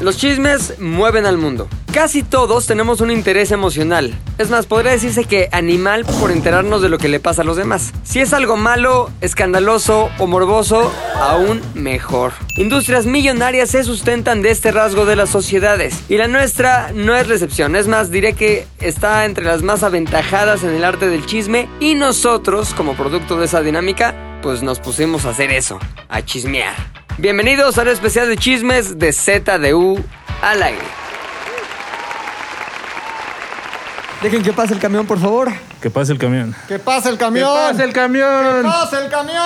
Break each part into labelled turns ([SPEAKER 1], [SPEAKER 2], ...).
[SPEAKER 1] Los chismes mueven al mundo. Casi todos tenemos un interés emocional. Es más, podría decirse que animal por enterarnos de lo que le pasa a los demás. Si es algo malo, escandaloso o morboso, aún mejor. Industrias millonarias se sustentan de este rasgo de las sociedades. Y la nuestra no es la excepción. Es más, diré que está entre las más aventajadas en el arte del chisme. Y nosotros, como producto de esa dinámica, pues nos pusimos a hacer eso, a chismear. Bienvenidos al especial de chismes de ZDU al aire. Dejen que pase el camión, por favor.
[SPEAKER 2] Que pase el camión.
[SPEAKER 3] ¡Que pase el camión!
[SPEAKER 2] pase el camión!
[SPEAKER 3] ¡Pase el camión!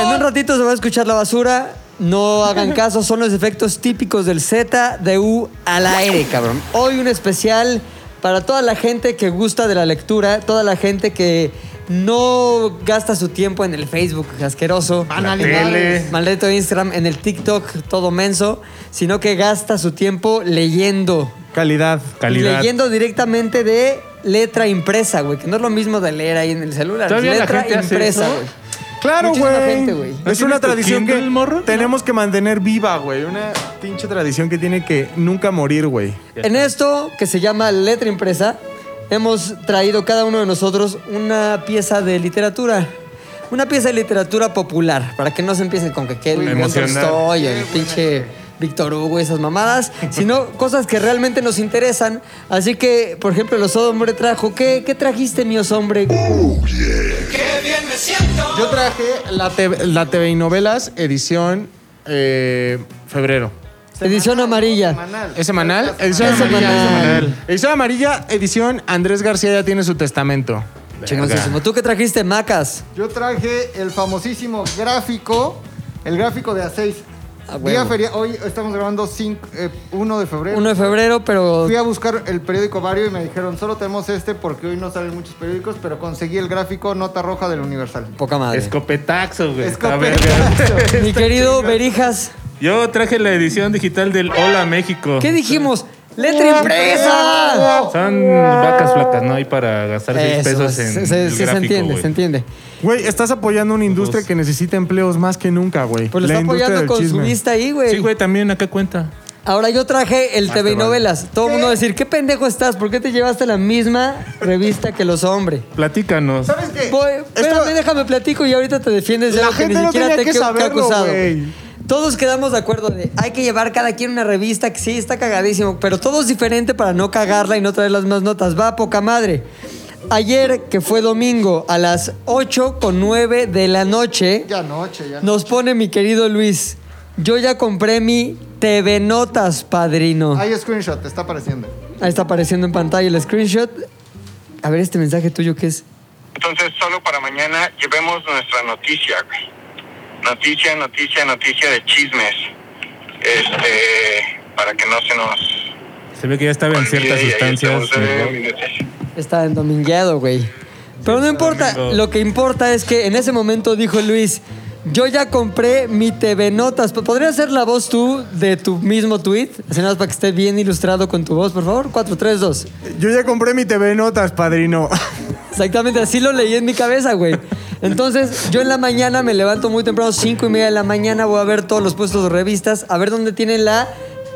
[SPEAKER 1] En un ratito se va a escuchar la basura. No hagan caso, son los efectos típicos del ZDU al aire, cabrón. Hoy un especial para toda la gente que gusta de la lectura, toda la gente que no gasta su tiempo en el Facebook asqueroso.
[SPEAKER 3] Animales.
[SPEAKER 2] tele.
[SPEAKER 1] Maldito Instagram, en el TikTok, todo menso, sino que gasta su tiempo leyendo.
[SPEAKER 3] Calidad.
[SPEAKER 2] Calidad.
[SPEAKER 1] Leyendo directamente de letra impresa, güey, que no es lo mismo de leer ahí en el celular.
[SPEAKER 2] ¿Todavía la
[SPEAKER 1] letra
[SPEAKER 2] gente hace
[SPEAKER 1] impresa,
[SPEAKER 2] eso?
[SPEAKER 1] güey.
[SPEAKER 3] Claro,
[SPEAKER 1] Muchísima gente,
[SPEAKER 3] güey.
[SPEAKER 1] güey.
[SPEAKER 2] ¿No
[SPEAKER 3] Es una
[SPEAKER 2] tienes tu
[SPEAKER 3] tradición que
[SPEAKER 2] Kindle, morro?
[SPEAKER 3] tenemos que mantener viva, güey. Una pinche tradición que tiene que nunca morir, güey.
[SPEAKER 1] En esto que se llama letra impresa, hemos traído cada uno de nosotros una pieza de literatura. Una pieza de literatura popular, para que no se empiecen con que, que el León
[SPEAKER 2] Emocional.
[SPEAKER 1] Tolstoy, el pinche Víctor Hugo, esas mamadas, sino cosas que realmente nos interesan. Así que, por ejemplo, los hombre trajo. ¿Qué, qué trajiste, míos hombre?
[SPEAKER 3] Yo traje la, TV la TV y novelas edición eh, febrero.
[SPEAKER 1] Edición amarilla.
[SPEAKER 3] ¿Es semanal? Edición
[SPEAKER 1] Es
[SPEAKER 3] amarilla.
[SPEAKER 1] semanal.
[SPEAKER 3] Edición amarilla, edición Andrés García ya tiene su testamento.
[SPEAKER 1] Chingoncísimo. ¿Tú qué trajiste, Macas?
[SPEAKER 4] Yo traje el famosísimo gráfico, el gráfico de A6.
[SPEAKER 1] Ah,
[SPEAKER 4] Día
[SPEAKER 1] huevo.
[SPEAKER 4] feria- hoy estamos grabando 1 de febrero.
[SPEAKER 1] 1 de febrero, pero...
[SPEAKER 4] Fui a buscar el periódico Vario y me dijeron, solo tenemos este porque hoy no salen muchos periódicos, pero conseguí el gráfico Nota Roja del Universal.
[SPEAKER 1] Poca madre.
[SPEAKER 2] Escopetaxo, güey. Está verga.
[SPEAKER 4] Escopetazo.
[SPEAKER 1] Mi querido Berijas...
[SPEAKER 2] Yo traje la edición digital del Hola México.
[SPEAKER 1] ¿Qué dijimos? ¡Letra impresa!
[SPEAKER 2] Son vacas flacas, ¿no? hay para gastar 6
[SPEAKER 1] Eso,
[SPEAKER 2] pesos en.
[SPEAKER 1] se,
[SPEAKER 2] el
[SPEAKER 1] se- sí se
[SPEAKER 2] gráfico,
[SPEAKER 1] entiende,
[SPEAKER 2] güey.
[SPEAKER 1] se entiende.
[SPEAKER 3] Güey, estás apoyando una industria que necesita empleos más que nunca, güey.
[SPEAKER 1] Pues lo
[SPEAKER 3] La
[SPEAKER 1] está
[SPEAKER 3] industria
[SPEAKER 1] apoyando
[SPEAKER 3] del
[SPEAKER 1] con su
[SPEAKER 3] chisme.
[SPEAKER 1] vista ahí,
[SPEAKER 2] Sí,
[SPEAKER 1] güey.
[SPEAKER 2] güey, Ah, también acá cuenta.
[SPEAKER 1] Ahora yo traje el TV y novelas. Todo el mundo va a decir, ¿qué pendejo estás? ¿Por qué te llevaste la misma revista que los hombres?
[SPEAKER 2] Platícanos.
[SPEAKER 4] ¿Sabes qué?
[SPEAKER 1] Voy,
[SPEAKER 3] Esto-
[SPEAKER 1] espérame, déjame platico y ahorita te defiendes de
[SPEAKER 3] La
[SPEAKER 1] algo que
[SPEAKER 3] gente
[SPEAKER 1] ni
[SPEAKER 3] no
[SPEAKER 1] siquiera te
[SPEAKER 3] tenía que
[SPEAKER 1] he que- que he
[SPEAKER 3] saberlo,
[SPEAKER 1] acusado.
[SPEAKER 3] güey.
[SPEAKER 1] Todos quedamos de acuerdo de hay que llevar cada quien una revista que sí está cagadísimo, pero todo es diferente para no cagarla y no traer las más notas. Va, poca madre. Ayer, que fue domingo, a las 8 con 9 de la noche,
[SPEAKER 4] Ya noche, ya
[SPEAKER 1] nos pone mi querido Luis. Yo ya compré mi TV Notas, padrino.
[SPEAKER 4] Hay screenshot, te está apareciendo.
[SPEAKER 1] Ahí está apareciendo en pantalla el screenshot. A ver este mensaje tuyo que es.
[SPEAKER 5] Entonces, solo para mañana llevemos nuestra noticia. güey. Noticia, noticia, noticia de chismes. Este, para que no se nos.
[SPEAKER 2] Se ve que ya estaba en ciertas
[SPEAKER 5] olvide y ahí
[SPEAKER 2] sustancias.
[SPEAKER 5] estamos, eh, mi
[SPEAKER 2] güey.
[SPEAKER 5] noticia.
[SPEAKER 1] Está endomingueado, güey. Pero no importa,
[SPEAKER 2] domingo.
[SPEAKER 1] lo que importa es que en ese momento dijo Luis, yo ya compré mi TV Notas. ¿Podrías hacer la voz tú de tu mismo tweet? Así nada más para que esté bien ilustrado con tu voz, por favor. 4, 3, 2.
[SPEAKER 3] Yo ya compré mi TV Notas, padrino.
[SPEAKER 1] Exactamente, así lo leí en mi cabeza, güey. Entonces, yo en la mañana me levanto muy temprano, 5 y media de la mañana, voy a ver todos los puestos de revistas, a ver dónde tienen la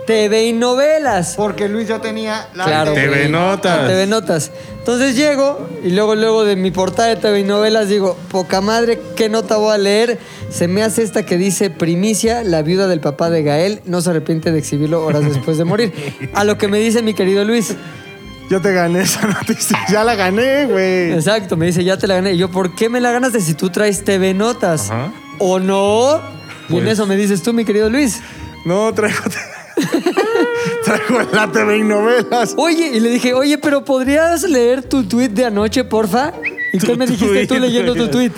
[SPEAKER 1] TV y novelas.
[SPEAKER 4] Porque Luis ya tenía la
[SPEAKER 1] Claro.
[SPEAKER 2] TV
[SPEAKER 1] güey.
[SPEAKER 2] Notas.
[SPEAKER 1] Ah, TV Notas. Entonces llego y luego, luego de mi portada de TV Novelas digo, poca madre, ¿qué nota voy a leer? Se me hace esta que dice, primicia, la viuda del papá de Gael, no se arrepiente de exhibirlo horas después de morir. A lo que me dice mi querido Luis.
[SPEAKER 3] Yo te gané esa noticia. Ya la gané, güey.
[SPEAKER 1] Exacto, me dice, ya te la gané. Y yo, ¿por qué me la ganaste si tú traes TV Notas?
[SPEAKER 2] Ajá.
[SPEAKER 1] ¿O no? Y en
[SPEAKER 2] Pues-
[SPEAKER 1] eso me dices tú, mi querido Luis.
[SPEAKER 3] No, traigo... traigo la TV y novelas.
[SPEAKER 1] Oye, y le dije, oye, pero ¿podrías leer tu tweet de anoche, porfa? ¿Y qué
[SPEAKER 2] Tu
[SPEAKER 1] me dijiste tú
[SPEAKER 2] tuit,
[SPEAKER 1] leyendo tu
[SPEAKER 2] güey.
[SPEAKER 1] tweet?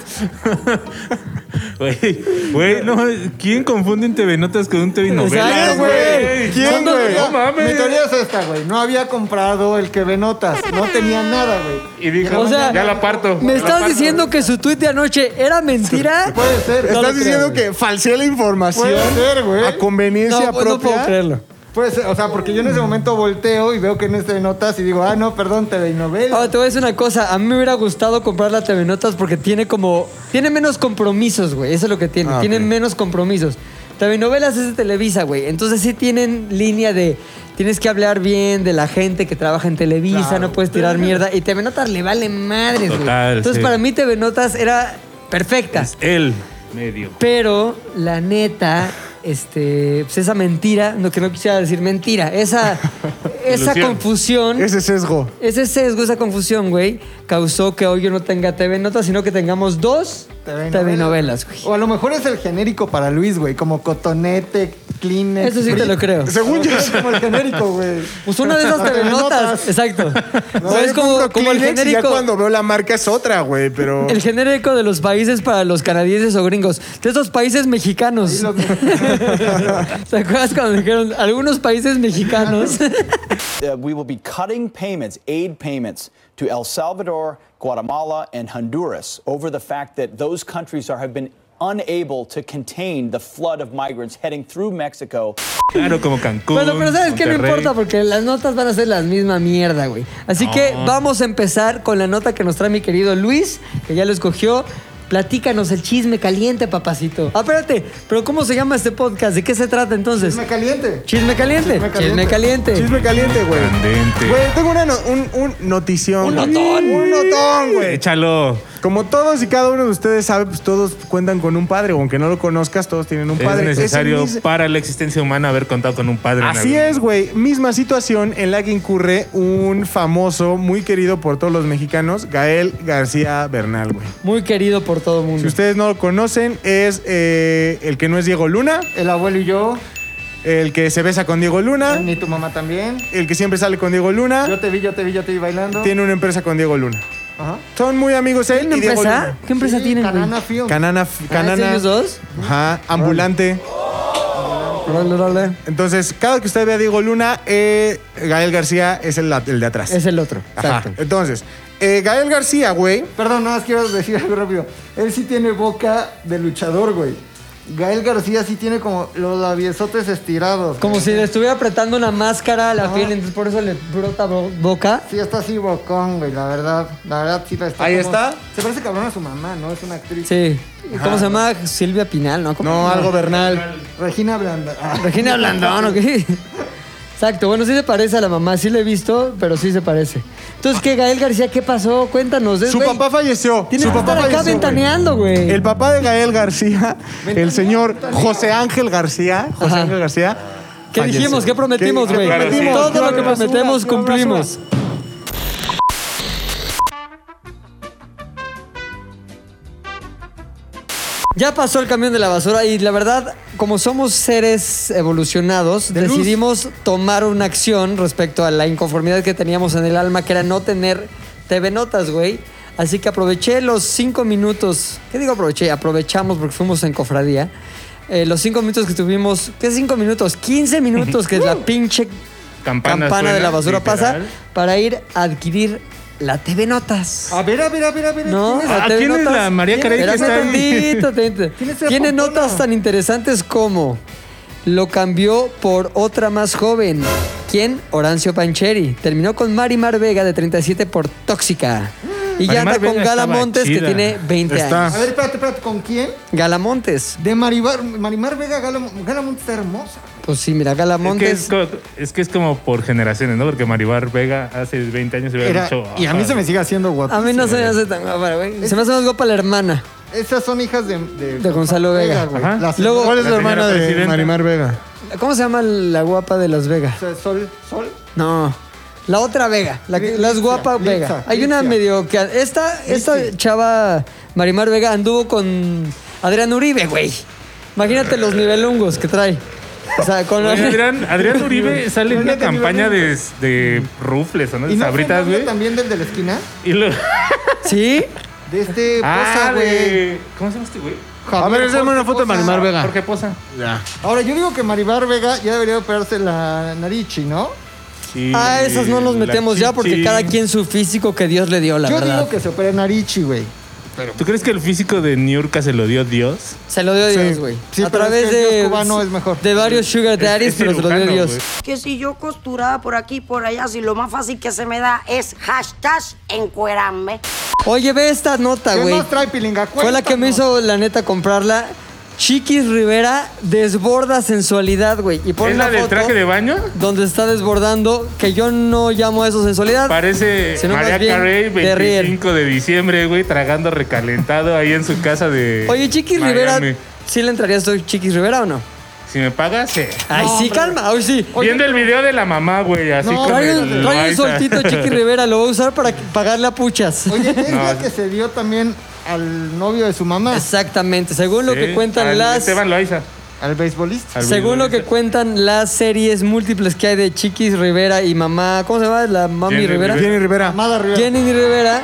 [SPEAKER 2] Güey, güey, no, ¿quién confunde un TV Notas con un TV
[SPEAKER 1] Exacto,
[SPEAKER 2] Novelas,
[SPEAKER 1] Pues güey.
[SPEAKER 2] güey?
[SPEAKER 3] ¿Quién,
[SPEAKER 1] Cuando-
[SPEAKER 3] güey?
[SPEAKER 4] Ya,
[SPEAKER 2] No mames.
[SPEAKER 4] Mi teoría es esta, güey. No había comprado el que ve notas. No tenía nada, güey.
[SPEAKER 2] Y dijo,
[SPEAKER 1] O sea,
[SPEAKER 2] ya la parto.
[SPEAKER 1] ¿Me
[SPEAKER 2] la
[SPEAKER 1] estás
[SPEAKER 2] parto.
[SPEAKER 1] diciendo que su tweet de anoche era mentira?
[SPEAKER 4] Puede ser.
[SPEAKER 1] No lo
[SPEAKER 3] Estás diciendo
[SPEAKER 1] creo,
[SPEAKER 3] que falseé la información
[SPEAKER 4] Puede ser, güey.
[SPEAKER 3] a conveniencia
[SPEAKER 1] No, pues, no puedo
[SPEAKER 3] propia.
[SPEAKER 1] creerlo.
[SPEAKER 4] Pues, o sea, porque yo en ese momento volteo y veo que en este notas y digo, ah, no, perdón, te de novela.
[SPEAKER 1] Ahora te voy a decir una cosa, a mí me hubiera gustado comprar la TV Notas porque tiene como tiene menos compromisos, güey, eso es lo que tiene,
[SPEAKER 3] Ah,
[SPEAKER 1] tiene
[SPEAKER 3] ok.
[SPEAKER 1] menos compromisos. Telenovelas es de Televisa, güey. Entonces sí tienen línea de. Tienes que hablar bien de la gente que trabaja en Televisa,
[SPEAKER 4] Claro.
[SPEAKER 1] no puedes tirar mierda. Y TV Notas le vale madres, güey.
[SPEAKER 2] Total,
[SPEAKER 1] Entonces
[SPEAKER 2] sí.
[SPEAKER 1] para mí TV Notas era perfecta.
[SPEAKER 2] El medio.
[SPEAKER 1] Pero la neta, este, pues esa mentira, no que no quisiera decir mentira, esa, esa
[SPEAKER 2] Ilusión.
[SPEAKER 1] confusión,
[SPEAKER 3] Ese sesgo.
[SPEAKER 1] ese sesgo, esa confusión, güey, causó que hoy yo no tenga TV Notas, sino que tengamos dos TV, novelas, güey.
[SPEAKER 4] O a lo mejor es el genérico para Luis, güey, como cotonete, Kleenex.
[SPEAKER 1] Eso sí te lo
[SPEAKER 4] Brit.
[SPEAKER 1] creo.
[SPEAKER 3] Según yo.
[SPEAKER 4] Es como el genérico, güey.
[SPEAKER 1] Pues una de esas TV Notas, exacto.
[SPEAKER 3] No,
[SPEAKER 1] O es
[SPEAKER 3] yo
[SPEAKER 1] como,
[SPEAKER 3] compro
[SPEAKER 1] como el
[SPEAKER 3] Kleenex y Ya
[SPEAKER 1] genérico.
[SPEAKER 3] cuando veo la marca es otra, güey, pero.
[SPEAKER 1] El genérico de los países para los canadienses o gringos. De esos países mexicanos.
[SPEAKER 4] Ahí lo-
[SPEAKER 1] ¿Te acuerdas cuando dijeron algunos países mexicanos?
[SPEAKER 6] Uh, we will be cutting payments, aid payments, to El Salvador, Guatemala, and Honduras over the fact that those countries are, have been unable to contain the flood of migrants heading through Mexico.
[SPEAKER 2] Claro, como Cancún.
[SPEAKER 1] Bueno, pero ¿sabes qué? No
[SPEAKER 2] Monterrey.
[SPEAKER 1] importa porque las notas van a ser la misma mierda, güey. Así que vamos a empezar con la nota que nos trae mi querido Luis, que ya lo escogió. Platícanos el chisme caliente, papacito. Ah, espérate, pero ¿cómo se llama este podcast? ¿De qué se trata entonces?
[SPEAKER 4] Me caliente.
[SPEAKER 1] Chisme caliente.
[SPEAKER 4] Chisme
[SPEAKER 1] Chisme
[SPEAKER 4] caliente.
[SPEAKER 1] caliente.
[SPEAKER 3] Chisme caliente, güey.
[SPEAKER 2] Candente.
[SPEAKER 3] Güey, tengo una no- un, un notición.
[SPEAKER 1] Un
[SPEAKER 3] güey.
[SPEAKER 1] notón.
[SPEAKER 3] Un notón, güey.
[SPEAKER 2] Échalo.
[SPEAKER 3] Como todos y cada uno de ustedes sabe, pues todos cuentan con un padre. Aunque no lo conozcas, todos tienen un padre.
[SPEAKER 2] es
[SPEAKER 3] Ese
[SPEAKER 2] necesario
[SPEAKER 3] mis-
[SPEAKER 2] para la existencia humana haber contado con un padre. en
[SPEAKER 3] Así
[SPEAKER 2] algún-
[SPEAKER 3] es, güey. Misma situación en la que incurre un famoso, muy querido por todos los mexicanos, Gael García Bernal, güey.
[SPEAKER 1] Muy querido por todo el mundo.
[SPEAKER 3] Si ustedes no lo conocen, es eh, el que no es Diego Luna,
[SPEAKER 4] El abuelo y yo.
[SPEAKER 3] el que se besa con Diego Luna,
[SPEAKER 4] Ni tu mamá también.
[SPEAKER 3] el que siempre sale con Diego
[SPEAKER 4] Yo
[SPEAKER 3] Luna,
[SPEAKER 4] te vi, yo te vi, yo te vi bailando.
[SPEAKER 3] tiene una empresa con Diego Luna.
[SPEAKER 4] Ajá.
[SPEAKER 3] Son muy amigos él
[SPEAKER 1] ¿Tienen
[SPEAKER 3] y Diego
[SPEAKER 1] empresa?
[SPEAKER 3] Luna.
[SPEAKER 1] ¿Qué empresa
[SPEAKER 4] Sí,
[SPEAKER 1] tienen, güey?
[SPEAKER 4] Canana Film.
[SPEAKER 3] Canana,
[SPEAKER 1] ¿Es
[SPEAKER 3] Canana,
[SPEAKER 1] ellos dos?
[SPEAKER 3] ajá, ambulante.
[SPEAKER 1] Dale, dale.
[SPEAKER 3] Entonces, cada que usted vea a Diego Luna, eh, Gael García es el, el de atrás.
[SPEAKER 1] Es el otro.
[SPEAKER 3] Ajá.
[SPEAKER 1] Exacto.
[SPEAKER 3] Entonces, eh, Gael García, güey,
[SPEAKER 4] Perdón, nada más quiero decir algo rápido. Él sí tiene boca de luchador, güey. Gael García sí tiene como los labiosotes estirados.
[SPEAKER 1] Como
[SPEAKER 4] güey.
[SPEAKER 1] si le estuviera apretando una máscara a la piel, entonces por eso le brota bo- boca.
[SPEAKER 4] Sí, está así bocón, güey, la verdad. La verdad sí la está.
[SPEAKER 3] Ahí
[SPEAKER 4] como-
[SPEAKER 3] está.
[SPEAKER 4] Se parece cabrón a su mamá, ¿no? Es una actriz.
[SPEAKER 1] Sí. ¿Cómo se llama? Silvia Pinal, ¿no? ¿Cómo?
[SPEAKER 3] no, algo Bernal.
[SPEAKER 4] Regina Blanda. Ah,
[SPEAKER 1] Regina Blandón, ¿ok? Exacto, bueno, sí se parece a la mamá, sí la he visto, pero sí se parece. Entonces, ¿qué, Gael García, qué pasó? Cuéntanos. es,
[SPEAKER 3] Su
[SPEAKER 1] güey,
[SPEAKER 3] papá falleció.
[SPEAKER 1] Tienes
[SPEAKER 3] Su
[SPEAKER 1] que
[SPEAKER 3] papá
[SPEAKER 1] estar acá
[SPEAKER 3] falleció, güey.
[SPEAKER 1] ventaneando, güey.
[SPEAKER 3] El papá de Gael García, el señor José Ángel García, José
[SPEAKER 1] Ajá.
[SPEAKER 3] Ángel García.
[SPEAKER 1] ¿Qué
[SPEAKER 3] falleció.
[SPEAKER 1] dijimos? ¿Qué prometimos,
[SPEAKER 3] ¿Qué-
[SPEAKER 1] güey?
[SPEAKER 3] qué prometimos?
[SPEAKER 1] Todo
[SPEAKER 3] Flor
[SPEAKER 1] lo que
[SPEAKER 3] basura,
[SPEAKER 1] prometemos
[SPEAKER 3] flor basura.
[SPEAKER 1] cumplimos. Ya pasó el camión de la basura y la verdad, como somos seres evolucionados, decidimos tomar una acción respecto a la inconformidad que teníamos en el alma, que era no tener TV Notas, güey. Así que aproveché los cinco minutos. ¿Qué digo aproveché? Aprovechamos porque fuimos en cofradía. Eh, los cinco minutos que tuvimos. ¿Qué cinco minutos? 15 minutos que es la pinche
[SPEAKER 2] Uh. Campana
[SPEAKER 1] campana de
[SPEAKER 2] suena,
[SPEAKER 1] la basura pasa
[SPEAKER 2] literal.
[SPEAKER 1] para ir a adquirir la TV Notas.
[SPEAKER 4] A ver, a ver, a ver, a ver.
[SPEAKER 1] No,
[SPEAKER 4] ¿quién es?
[SPEAKER 1] la
[SPEAKER 2] Ah,
[SPEAKER 1] TV
[SPEAKER 2] ¿quién es la María Carey que
[SPEAKER 1] Espérame
[SPEAKER 2] está ahí?
[SPEAKER 1] tantito, tantito.
[SPEAKER 4] ¿Quién es esa
[SPEAKER 1] Tiene
[SPEAKER 4] pompona?
[SPEAKER 1] notas tan interesantes como lo cambió por otra más joven. ¿Quién? Horancio Pancheri. Terminó con Marimar Vega de 37 por Tóxica. Y ya
[SPEAKER 2] Marimar
[SPEAKER 1] anda con
[SPEAKER 2] Vega
[SPEAKER 1] Gala
[SPEAKER 2] estaba
[SPEAKER 1] Montes que
[SPEAKER 2] chida.
[SPEAKER 1] tiene 20
[SPEAKER 3] Está.
[SPEAKER 1] años.
[SPEAKER 4] A ver, espérate, espérate, ¿con quién?
[SPEAKER 1] Gala Montes.
[SPEAKER 4] De Maribar, Marimar Vega, Gala, Gala Montes está hermosa.
[SPEAKER 1] Pues sí, mira, Gala
[SPEAKER 2] Es que
[SPEAKER 1] Montes.
[SPEAKER 2] es, co- es que es como por generaciones, ¿no? Porque Maribar Vega hace 20 años se hubiera
[SPEAKER 4] Era-
[SPEAKER 2] dicho.
[SPEAKER 4] y a mí
[SPEAKER 2] "Ah,
[SPEAKER 4] se me sigue haciendo guapa.
[SPEAKER 1] A mí no se me hace tan guapa, güey. Se me hace más guapa la hermana.
[SPEAKER 4] Esas son hijas de,
[SPEAKER 1] De Gonzalo Vega.
[SPEAKER 4] güey.
[SPEAKER 2] Ajá.
[SPEAKER 4] Las-
[SPEAKER 1] Luego-
[SPEAKER 3] ¿Cuál es
[SPEAKER 2] La
[SPEAKER 3] la
[SPEAKER 2] señora
[SPEAKER 3] hermana de
[SPEAKER 2] presidenta.
[SPEAKER 3] Marimar Vega?
[SPEAKER 1] ¿Cómo se llama la guapa de Las Vegas?
[SPEAKER 4] Sol, Sol, Sol.
[SPEAKER 1] No. La otra Vega, la, que- la es guapa
[SPEAKER 4] Lipsia,
[SPEAKER 1] Vega.
[SPEAKER 4] Lipsia,
[SPEAKER 1] Hay una
[SPEAKER 4] Lipsia.
[SPEAKER 1] medio que esta esta chava Marimar Vega anduvo con Adrián Uribe, güey. Imagínate los nivelungos que trae. O sea, con
[SPEAKER 2] Oye,
[SPEAKER 1] la-
[SPEAKER 2] Adrián, Adrián Uribe sale en
[SPEAKER 4] Oye,
[SPEAKER 2] una
[SPEAKER 4] Adrián
[SPEAKER 2] campaña de, de rufles, ¿o ¿no? De
[SPEAKER 4] ¿Y no fue
[SPEAKER 2] sabritas,
[SPEAKER 4] novio
[SPEAKER 2] güey.
[SPEAKER 4] también del de la esquina?
[SPEAKER 2] Y lo...
[SPEAKER 1] ¿Sí?
[SPEAKER 4] De este Poza,
[SPEAKER 2] Ah,
[SPEAKER 4] güey.
[SPEAKER 2] de... ¿Cómo se llama este güey?
[SPEAKER 3] A
[SPEAKER 4] Javier
[SPEAKER 3] ver, dame
[SPEAKER 4] Jorge
[SPEAKER 3] una foto de
[SPEAKER 4] Poza.
[SPEAKER 3] Marimar Vega.
[SPEAKER 2] Jorge Poza.
[SPEAKER 4] Ahora, yo digo que Maribar Vega ya debería operarse la narichi, ¿no?
[SPEAKER 2] Y
[SPEAKER 1] Ah, esas no nos
[SPEAKER 2] la
[SPEAKER 1] metemos ya porque
[SPEAKER 2] chichi.
[SPEAKER 1] cada quien su físico que Dios le dio, la
[SPEAKER 4] yo
[SPEAKER 1] verdad.
[SPEAKER 4] digo que se opere narichi, güey.
[SPEAKER 2] ¿Tú crees que el físico de Niurka se lo dio Dios?
[SPEAKER 1] Se lo dio Dios,
[SPEAKER 4] Sí,
[SPEAKER 1] güey.
[SPEAKER 4] sí,
[SPEAKER 1] a
[SPEAKER 4] pero es
[SPEAKER 1] través
[SPEAKER 4] que el
[SPEAKER 1] de
[SPEAKER 4] Dios cubano es mejor.
[SPEAKER 1] de varios sugar
[SPEAKER 2] es
[SPEAKER 1] daddies, pero se lo dio
[SPEAKER 2] cirujano,
[SPEAKER 1] Dios.
[SPEAKER 2] güey.
[SPEAKER 7] Que si yo costuraba por aquí y por allá, si lo más fácil que se me da es hashtag encuerarme.
[SPEAKER 1] Oye, ve esta nota,
[SPEAKER 4] ¿Qué
[SPEAKER 1] güey.
[SPEAKER 4] más trae Pilinga?
[SPEAKER 1] Fue la que me
[SPEAKER 4] Cuéntanos.
[SPEAKER 1] hizo, la neta, comprarla. Chiquis Rivera desborda sensualidad, güey. Y pone
[SPEAKER 2] ¿Es
[SPEAKER 1] una
[SPEAKER 2] la del
[SPEAKER 1] foto
[SPEAKER 2] traje de baño?
[SPEAKER 1] donde está desbordando, que yo no llamo eso sensualidad.
[SPEAKER 2] Parece
[SPEAKER 1] sino más
[SPEAKER 2] María
[SPEAKER 1] bien
[SPEAKER 2] Carey,
[SPEAKER 1] de riel.
[SPEAKER 2] 25 de diciembre, güey, tragando recalentado ahí en su casa de.
[SPEAKER 1] Oye, Chiquis
[SPEAKER 2] Miami.
[SPEAKER 1] Rivera, ¿sí le entrarías tú a Chiquis Rivera o no?
[SPEAKER 2] Si me pagas, sí.
[SPEAKER 1] Ay, sí, calma, ay, sí.
[SPEAKER 2] Viendo el video de la mamá, güey, así
[SPEAKER 4] No,
[SPEAKER 2] con
[SPEAKER 1] Trae
[SPEAKER 2] el
[SPEAKER 1] un, trae un
[SPEAKER 2] Loaiza.
[SPEAKER 1] soltito Chiquis Rivera, lo va a usar para que- pagarle a puchas.
[SPEAKER 4] Oye, es la
[SPEAKER 2] No.
[SPEAKER 4] que se dio también al novio de su mamá,
[SPEAKER 1] Exactamente, según lo que
[SPEAKER 2] Sí,
[SPEAKER 1] cuentan
[SPEAKER 2] al
[SPEAKER 1] las...
[SPEAKER 2] Esteban Loaiza.
[SPEAKER 4] al beisbolista.
[SPEAKER 2] al
[SPEAKER 1] Según lo que
[SPEAKER 2] beisbolista.
[SPEAKER 1] cuentan las series múltiples que hay de Chiquis Rivera y mamá, ¿cómo se llama? La mami
[SPEAKER 2] Jenny
[SPEAKER 1] Rivera.
[SPEAKER 3] Jenny Rivera.
[SPEAKER 4] Amada Rivera.
[SPEAKER 1] Jenny Rivera,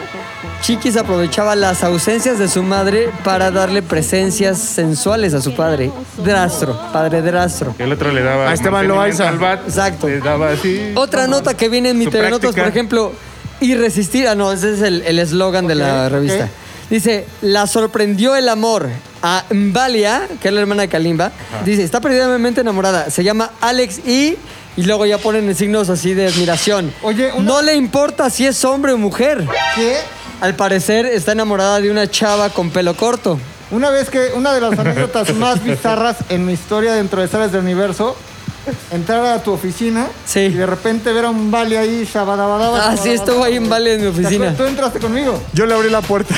[SPEAKER 1] Chiquis aprovechaba las ausencias de su madre para darle presencias sensuales a su padre, drastro, padre drastro.
[SPEAKER 2] El otro le daba.
[SPEAKER 3] A Esteban
[SPEAKER 2] mantenimiento
[SPEAKER 3] Loaiza.
[SPEAKER 2] al bat,
[SPEAKER 1] Exacto.
[SPEAKER 2] Le daba así.
[SPEAKER 1] Otra nota que viene en mi
[SPEAKER 2] Su
[SPEAKER 1] TV Notas,
[SPEAKER 2] práctica.
[SPEAKER 1] por ejemplo, irresistible. Ah, no, ese es el el eslogan de la
[SPEAKER 4] ok.
[SPEAKER 1] revista. Dice, la sorprendió el amor a Mbalia, que es la hermana de Kalimba. Dice, está perdidamente enamorada. Se llama Alex y... Y luego ya ponen signos así de admiración.
[SPEAKER 4] Oye, una-
[SPEAKER 1] No le importa si es hombre o mujer.
[SPEAKER 4] Que
[SPEAKER 1] Al parecer está enamorada de una chava con pelo corto.
[SPEAKER 4] una vez que una de las anécdotas más bizarras en mi historia dentro de Sales del Universo, entrar a tu oficina
[SPEAKER 1] Sí.
[SPEAKER 4] y de repente ver a un vale ahí, shabadabadaba.
[SPEAKER 1] Así Ah, estuvo ahí en Vale en mi
[SPEAKER 4] ¿Te acuerdas?
[SPEAKER 1] oficina.
[SPEAKER 4] Tú entraste conmigo.
[SPEAKER 3] Yo le abrí la puerta.